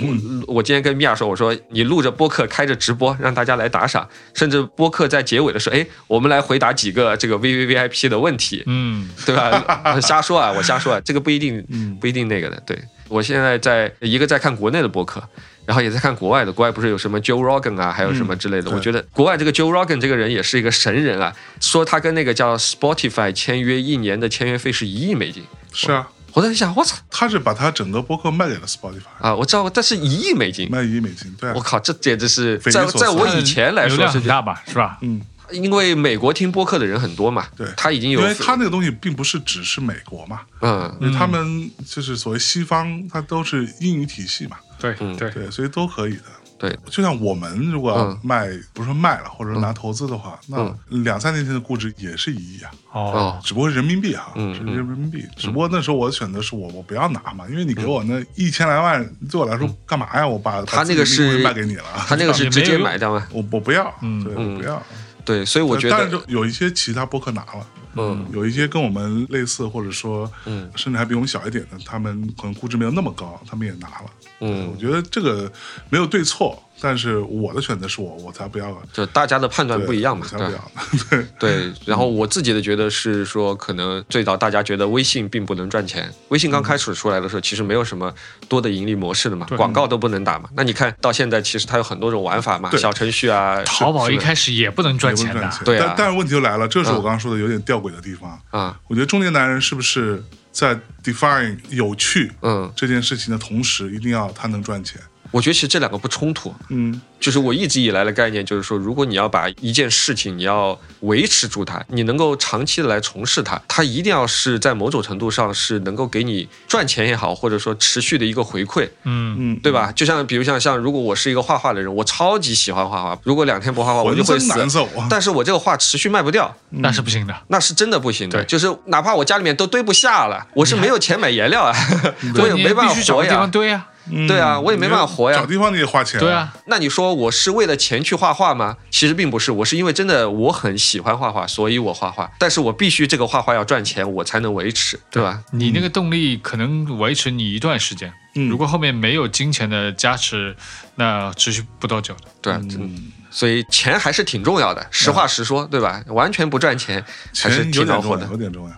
[SPEAKER 4] 我今天跟米娅说，我说你录着播客开着直播，让大家来打赏，甚至播客在结尾的时候，哎，我们来回答几个这个 V V V I P 的问题，
[SPEAKER 5] 嗯，
[SPEAKER 4] 对吧？瞎说啊，我瞎说啊，这个不一定，不一定那个的。对我现在在一个在看国内的播客，然后也在看国外的，国外不是有什么 Joe Rogan 啊，还有什么之类的。
[SPEAKER 2] 对
[SPEAKER 4] 我觉得国外这个 Joe Rogan 这个人也是一个神人啊，说他跟那个叫 Spotify 签约一年的签约费是一亿美金。
[SPEAKER 2] 是啊，
[SPEAKER 4] 我在想，我操
[SPEAKER 2] 他是把他整个播客卖给了 Spotify，
[SPEAKER 4] 啊！我知道，但是一亿美金，
[SPEAKER 2] 卖一亿美金，对啊
[SPEAKER 4] 我，靠，这简直是
[SPEAKER 2] 匪夷
[SPEAKER 4] 在
[SPEAKER 2] 所思
[SPEAKER 4] 在我以前来
[SPEAKER 5] 嗯流
[SPEAKER 4] 说
[SPEAKER 5] 量
[SPEAKER 4] 是
[SPEAKER 5] 很，大吧，是吧？
[SPEAKER 2] 嗯，
[SPEAKER 4] 因为美国听播客的人很多嘛，
[SPEAKER 2] 对，
[SPEAKER 4] 他已经有
[SPEAKER 2] 因为他那个东西并不是只是美国嘛，
[SPEAKER 4] 嗯
[SPEAKER 2] 因为他们就是所谓西方，它都是英语体系嘛，
[SPEAKER 5] 对
[SPEAKER 4] 嗯
[SPEAKER 5] 对，
[SPEAKER 2] 对，所以都可以的。
[SPEAKER 4] 对，
[SPEAKER 2] 就像我们如果要
[SPEAKER 4] 嗯
[SPEAKER 2] 卖，不是说卖了，或者说拿投资的话，那两三年前的估值也是一亿啊，
[SPEAKER 5] 哦，
[SPEAKER 4] 哦
[SPEAKER 2] 只不过是人民币哈，
[SPEAKER 4] 嗯嗯
[SPEAKER 2] 是人民币。只不过那时候我的选择是我我不要拿嘛，因为你给我那一千来万，对我来说干嘛呀？我把把
[SPEAKER 4] 他那个
[SPEAKER 2] 自己的
[SPEAKER 4] 是
[SPEAKER 2] 利益卖给你了，
[SPEAKER 4] 他 那个是直接买的嘛，
[SPEAKER 2] 我我不要，
[SPEAKER 5] 嗯
[SPEAKER 2] 对，
[SPEAKER 4] 嗯
[SPEAKER 2] 我不要。
[SPEAKER 4] 对，所以我觉
[SPEAKER 2] 但是
[SPEAKER 4] 得，
[SPEAKER 2] 就有一些其他播客拿了。
[SPEAKER 4] 嗯
[SPEAKER 2] 有一些跟我们类似，或者说，
[SPEAKER 4] 嗯
[SPEAKER 2] 甚至还比我们小一点的，他们可能估值没有那么高，他们也拿了。我
[SPEAKER 4] 嗯，
[SPEAKER 2] 觉得这个没有对错，但是我的选择是我，我才不要了。
[SPEAKER 4] 就大家的判断
[SPEAKER 2] 对
[SPEAKER 4] 不一样嘛，
[SPEAKER 2] 我才
[SPEAKER 4] 对
[SPEAKER 2] 不要
[SPEAKER 4] 吧。
[SPEAKER 2] 呢。对，
[SPEAKER 4] 对，然后我自己的觉得是说，可能最早大家觉得微信并不能赚钱，微信
[SPEAKER 2] 嗯
[SPEAKER 4] 刚开始出来的时候，其实没有什么多的盈利模式的嘛，
[SPEAKER 5] 对
[SPEAKER 4] 广告都不能打嘛。那你看到现在，其实它有很多种玩法嘛，
[SPEAKER 2] 对
[SPEAKER 4] 小程序啊，
[SPEAKER 5] 淘宝
[SPEAKER 4] 是
[SPEAKER 5] 一
[SPEAKER 4] 不是
[SPEAKER 5] 开始也 不能赚
[SPEAKER 2] 也不
[SPEAKER 5] 钱
[SPEAKER 2] 赚
[SPEAKER 5] 的，
[SPEAKER 2] 钱。
[SPEAKER 4] 对啊
[SPEAKER 2] 但但是问题就来了，这是我刚
[SPEAKER 4] 嗯
[SPEAKER 2] 刚说的有点吊诡的地方。
[SPEAKER 4] 啊，
[SPEAKER 2] 我觉得中年男人是不是在 define 有趣
[SPEAKER 4] 嗯，
[SPEAKER 2] 这件事情的同时，一定要他能赚钱？
[SPEAKER 4] 我觉得其实这两个不冲突，
[SPEAKER 2] 嗯，
[SPEAKER 4] 就是我一直以来的概念，就是说，如果你要把一件事情你要维持住它，你能够长期的来从事它，它一定要是在某种程度上是能够给你赚钱也好，或者说持续的一个回馈，
[SPEAKER 5] 嗯，
[SPEAKER 2] 嗯，
[SPEAKER 4] 对吧？就像比如像像，如果我是一个画画的人，我超级喜欢画画，如果两天不画哦画，我就
[SPEAKER 2] 浑
[SPEAKER 4] 会
[SPEAKER 2] 身
[SPEAKER 4] 死。
[SPEAKER 2] 难受。啊
[SPEAKER 4] 但是我这个画持续卖不掉，
[SPEAKER 5] 那是不行的。
[SPEAKER 4] 那是真的不行的。
[SPEAKER 5] 对
[SPEAKER 4] 就是哪怕我家里面都堆不下了，我是没有钱买颜料啊， 我也
[SPEAKER 5] 嗯你
[SPEAKER 4] 没办
[SPEAKER 5] 必须
[SPEAKER 4] 法
[SPEAKER 5] 找
[SPEAKER 4] 活
[SPEAKER 5] 个地方
[SPEAKER 4] 呀。
[SPEAKER 5] 堆呀，
[SPEAKER 2] 嗯
[SPEAKER 4] 对啊我也没办法活呀
[SPEAKER 2] 找地嗯方你也花钱。
[SPEAKER 5] 对，啊，
[SPEAKER 4] 那你说我是为了钱去画画吗？其实并不是，我是因为真的我很喜欢画画，所以我画画。但是我必须这个画画要赚钱，我才能维持，对吧？
[SPEAKER 5] 你那个动力可能维持你一段时间，
[SPEAKER 2] 嗯
[SPEAKER 5] 如果后面没有金钱的加持，那持续不多久的。
[SPEAKER 4] 对啊，
[SPEAKER 2] 嗯，
[SPEAKER 4] 所以钱还是挺重要的，实话实说，对吧？完全不赚钱还是
[SPEAKER 2] 钱有
[SPEAKER 4] 挺
[SPEAKER 2] 点
[SPEAKER 4] 恼火
[SPEAKER 2] 重
[SPEAKER 4] 的
[SPEAKER 2] 要，，有点重要，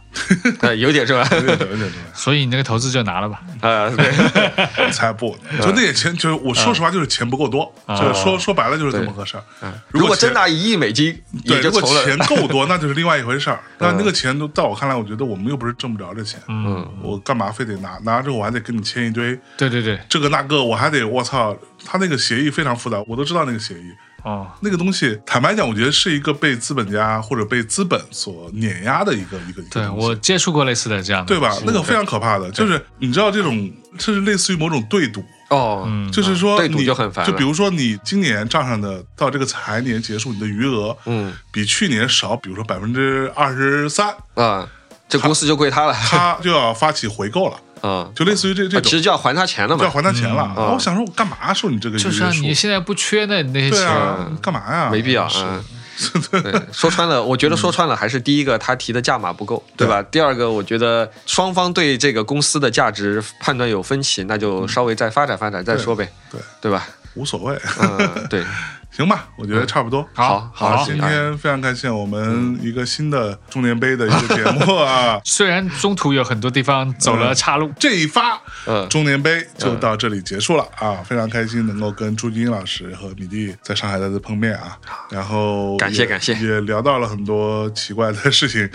[SPEAKER 4] 呃，有点是吧？
[SPEAKER 2] 嗯有点重要有点重要。
[SPEAKER 5] 所以你那个投资就拿了吧，
[SPEAKER 2] 嗯
[SPEAKER 4] 呃，对。
[SPEAKER 2] 才 不
[SPEAKER 4] 嗯
[SPEAKER 2] 呢！就那点钱，就是我说实话，就是钱不够多，
[SPEAKER 5] 啊
[SPEAKER 2] 就是说说白了就是这么个事儿。
[SPEAKER 4] 嗯如果
[SPEAKER 2] 钱
[SPEAKER 4] 真拿一亿美金，
[SPEAKER 2] 对，
[SPEAKER 4] 也就
[SPEAKER 2] 如果
[SPEAKER 4] 从了嗯
[SPEAKER 2] 钱够多，那就是另外一回事儿。那那个钱都在我看来，我觉得我们又不是挣不着这钱，
[SPEAKER 5] 嗯，
[SPEAKER 2] 我干嘛非得拿？拿着我还得跟你签一堆
[SPEAKER 5] 对对对，
[SPEAKER 2] 这个那个，我还得我操，他那个协议非常复杂，我都知道那个协议。
[SPEAKER 5] 哦，
[SPEAKER 2] 那个东西，坦白讲，我觉得是一个被资本家或者被资本所碾压的一个一个一个
[SPEAKER 5] 对
[SPEAKER 2] 东西
[SPEAKER 5] 我接触过类似的这样的，
[SPEAKER 2] 嗯对吧？那个非常可怕的，就是你知道这种，甚至类似于某种对赌，
[SPEAKER 4] 哦，
[SPEAKER 5] 嗯
[SPEAKER 2] 就是说
[SPEAKER 4] 对
[SPEAKER 2] 你
[SPEAKER 4] 赌就很烦了
[SPEAKER 2] 就比如说你今年账上的到这个财年结束，你的余额
[SPEAKER 4] 嗯
[SPEAKER 2] 比去年少，比如说百分之二十 三，
[SPEAKER 4] 啊，这公司就归他了
[SPEAKER 2] 他就要发起回购了，
[SPEAKER 4] 啊，
[SPEAKER 2] 就类似于这这
[SPEAKER 4] 啊其
[SPEAKER 2] 种
[SPEAKER 4] 实就要还他钱了
[SPEAKER 2] 就要
[SPEAKER 4] 嘛。
[SPEAKER 2] 还他钱了。然
[SPEAKER 4] 啊
[SPEAKER 2] 后我想说，我干嘛收你这个余
[SPEAKER 5] 就是啊
[SPEAKER 2] 额数
[SPEAKER 5] 你？现在不缺那那些
[SPEAKER 2] 对
[SPEAKER 5] 钱，
[SPEAKER 2] 啊，你干嘛呀？
[SPEAKER 4] 没必要，
[SPEAKER 2] 是
[SPEAKER 4] 嗯，对，说穿了，我觉得说穿了还是第一个，他提的价码不够，
[SPEAKER 2] 嗯
[SPEAKER 4] 对吧？第二个，我觉得双方对这个公司的价值判断有分歧，那就稍微再发展发展再说呗，
[SPEAKER 2] 对，
[SPEAKER 4] 对吧？
[SPEAKER 2] 无所谓，
[SPEAKER 4] 嗯，对，
[SPEAKER 2] 行吧，我觉得差不多。
[SPEAKER 5] 好
[SPEAKER 4] 嗯好嗯
[SPEAKER 5] 好，
[SPEAKER 2] 今天非常感谢我们一个新的中年杯的一个节目 啊
[SPEAKER 5] 虽然中途有很多地方走了岔路，
[SPEAKER 2] 这一发
[SPEAKER 4] 嗯，
[SPEAKER 2] 中年杯就到这里结束了啊！非常开心能够跟朱军老师和米蒂在上海再次碰面啊，然后
[SPEAKER 4] 感谢
[SPEAKER 2] 也
[SPEAKER 4] 感谢
[SPEAKER 2] 也聊到了很多奇怪的事情，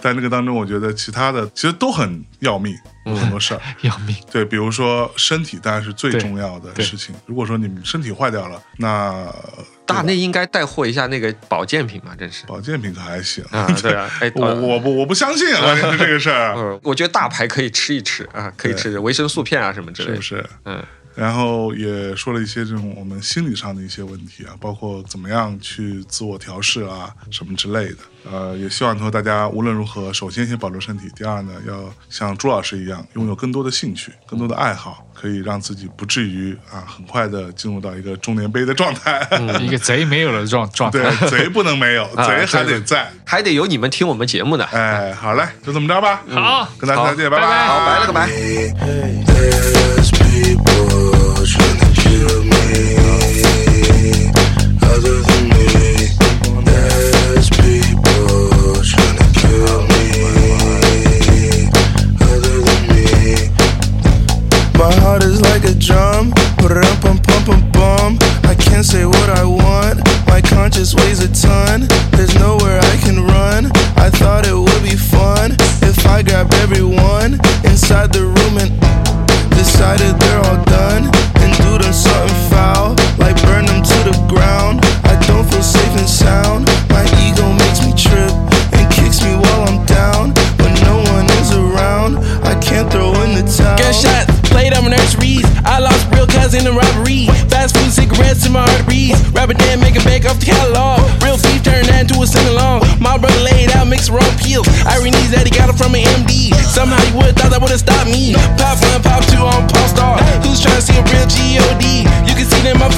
[SPEAKER 2] 在那个当中，我觉得其他的其实都很要命，
[SPEAKER 4] 嗯
[SPEAKER 2] 有很多 事儿。
[SPEAKER 5] 要命，
[SPEAKER 2] 对，比如说身体当然是最
[SPEAKER 5] 对
[SPEAKER 2] 重要的
[SPEAKER 5] 对
[SPEAKER 2] 事情。如果说你们身体坏掉了，那
[SPEAKER 4] 大内应该带货一下那个保健品嘛，真是
[SPEAKER 2] 保健品可还行。
[SPEAKER 4] 啊，对啊，哎，
[SPEAKER 2] 我我不我不相信 啊，这个事儿
[SPEAKER 4] 嗯，我觉得大牌可以吃一吃啊，可以吃吃维生素片啊什么之
[SPEAKER 2] 是
[SPEAKER 4] 类
[SPEAKER 2] 不
[SPEAKER 4] 的。
[SPEAKER 2] 是？
[SPEAKER 4] 嗯
[SPEAKER 2] 然后也说了一些这种我们心理上的一些问题啊，包括怎么样去自我调试啊，什么之类的。呃，也希望说大家无论如何，首先先保重身体，第二呢，要像朱老师一样，拥有更多的兴趣、更多的爱好，可以让自己不至于啊，很快的进入到一个中年杯的状态。
[SPEAKER 5] 一个贼没有了状状态。
[SPEAKER 2] 对，贼不能没有，
[SPEAKER 4] 嗯啊
[SPEAKER 2] 贼还
[SPEAKER 4] 对
[SPEAKER 2] 得在。
[SPEAKER 4] 还得有你们听我们节目呢。
[SPEAKER 2] 哎，好嘞，就这么着吧。嗯
[SPEAKER 5] 好
[SPEAKER 2] 跟大家再见，拜
[SPEAKER 5] 拜拜
[SPEAKER 4] 好，拜了个拜。
[SPEAKER 6] There's people tryna kill me, other than me. There's people tryna kill me, other than me. My heart is like a drum, put it up and pump and
[SPEAKER 7] ransom my arteries. Rapper then make a bake off the catalog. Real beef turn that into a sing along. My brother laid out, mixed wrong pills. Irony's that he got it from an MD. Somehow he would thought that would've stopped me. Pop one, pop two on Pop Star. Who's trying to see a real GOD? You can see them up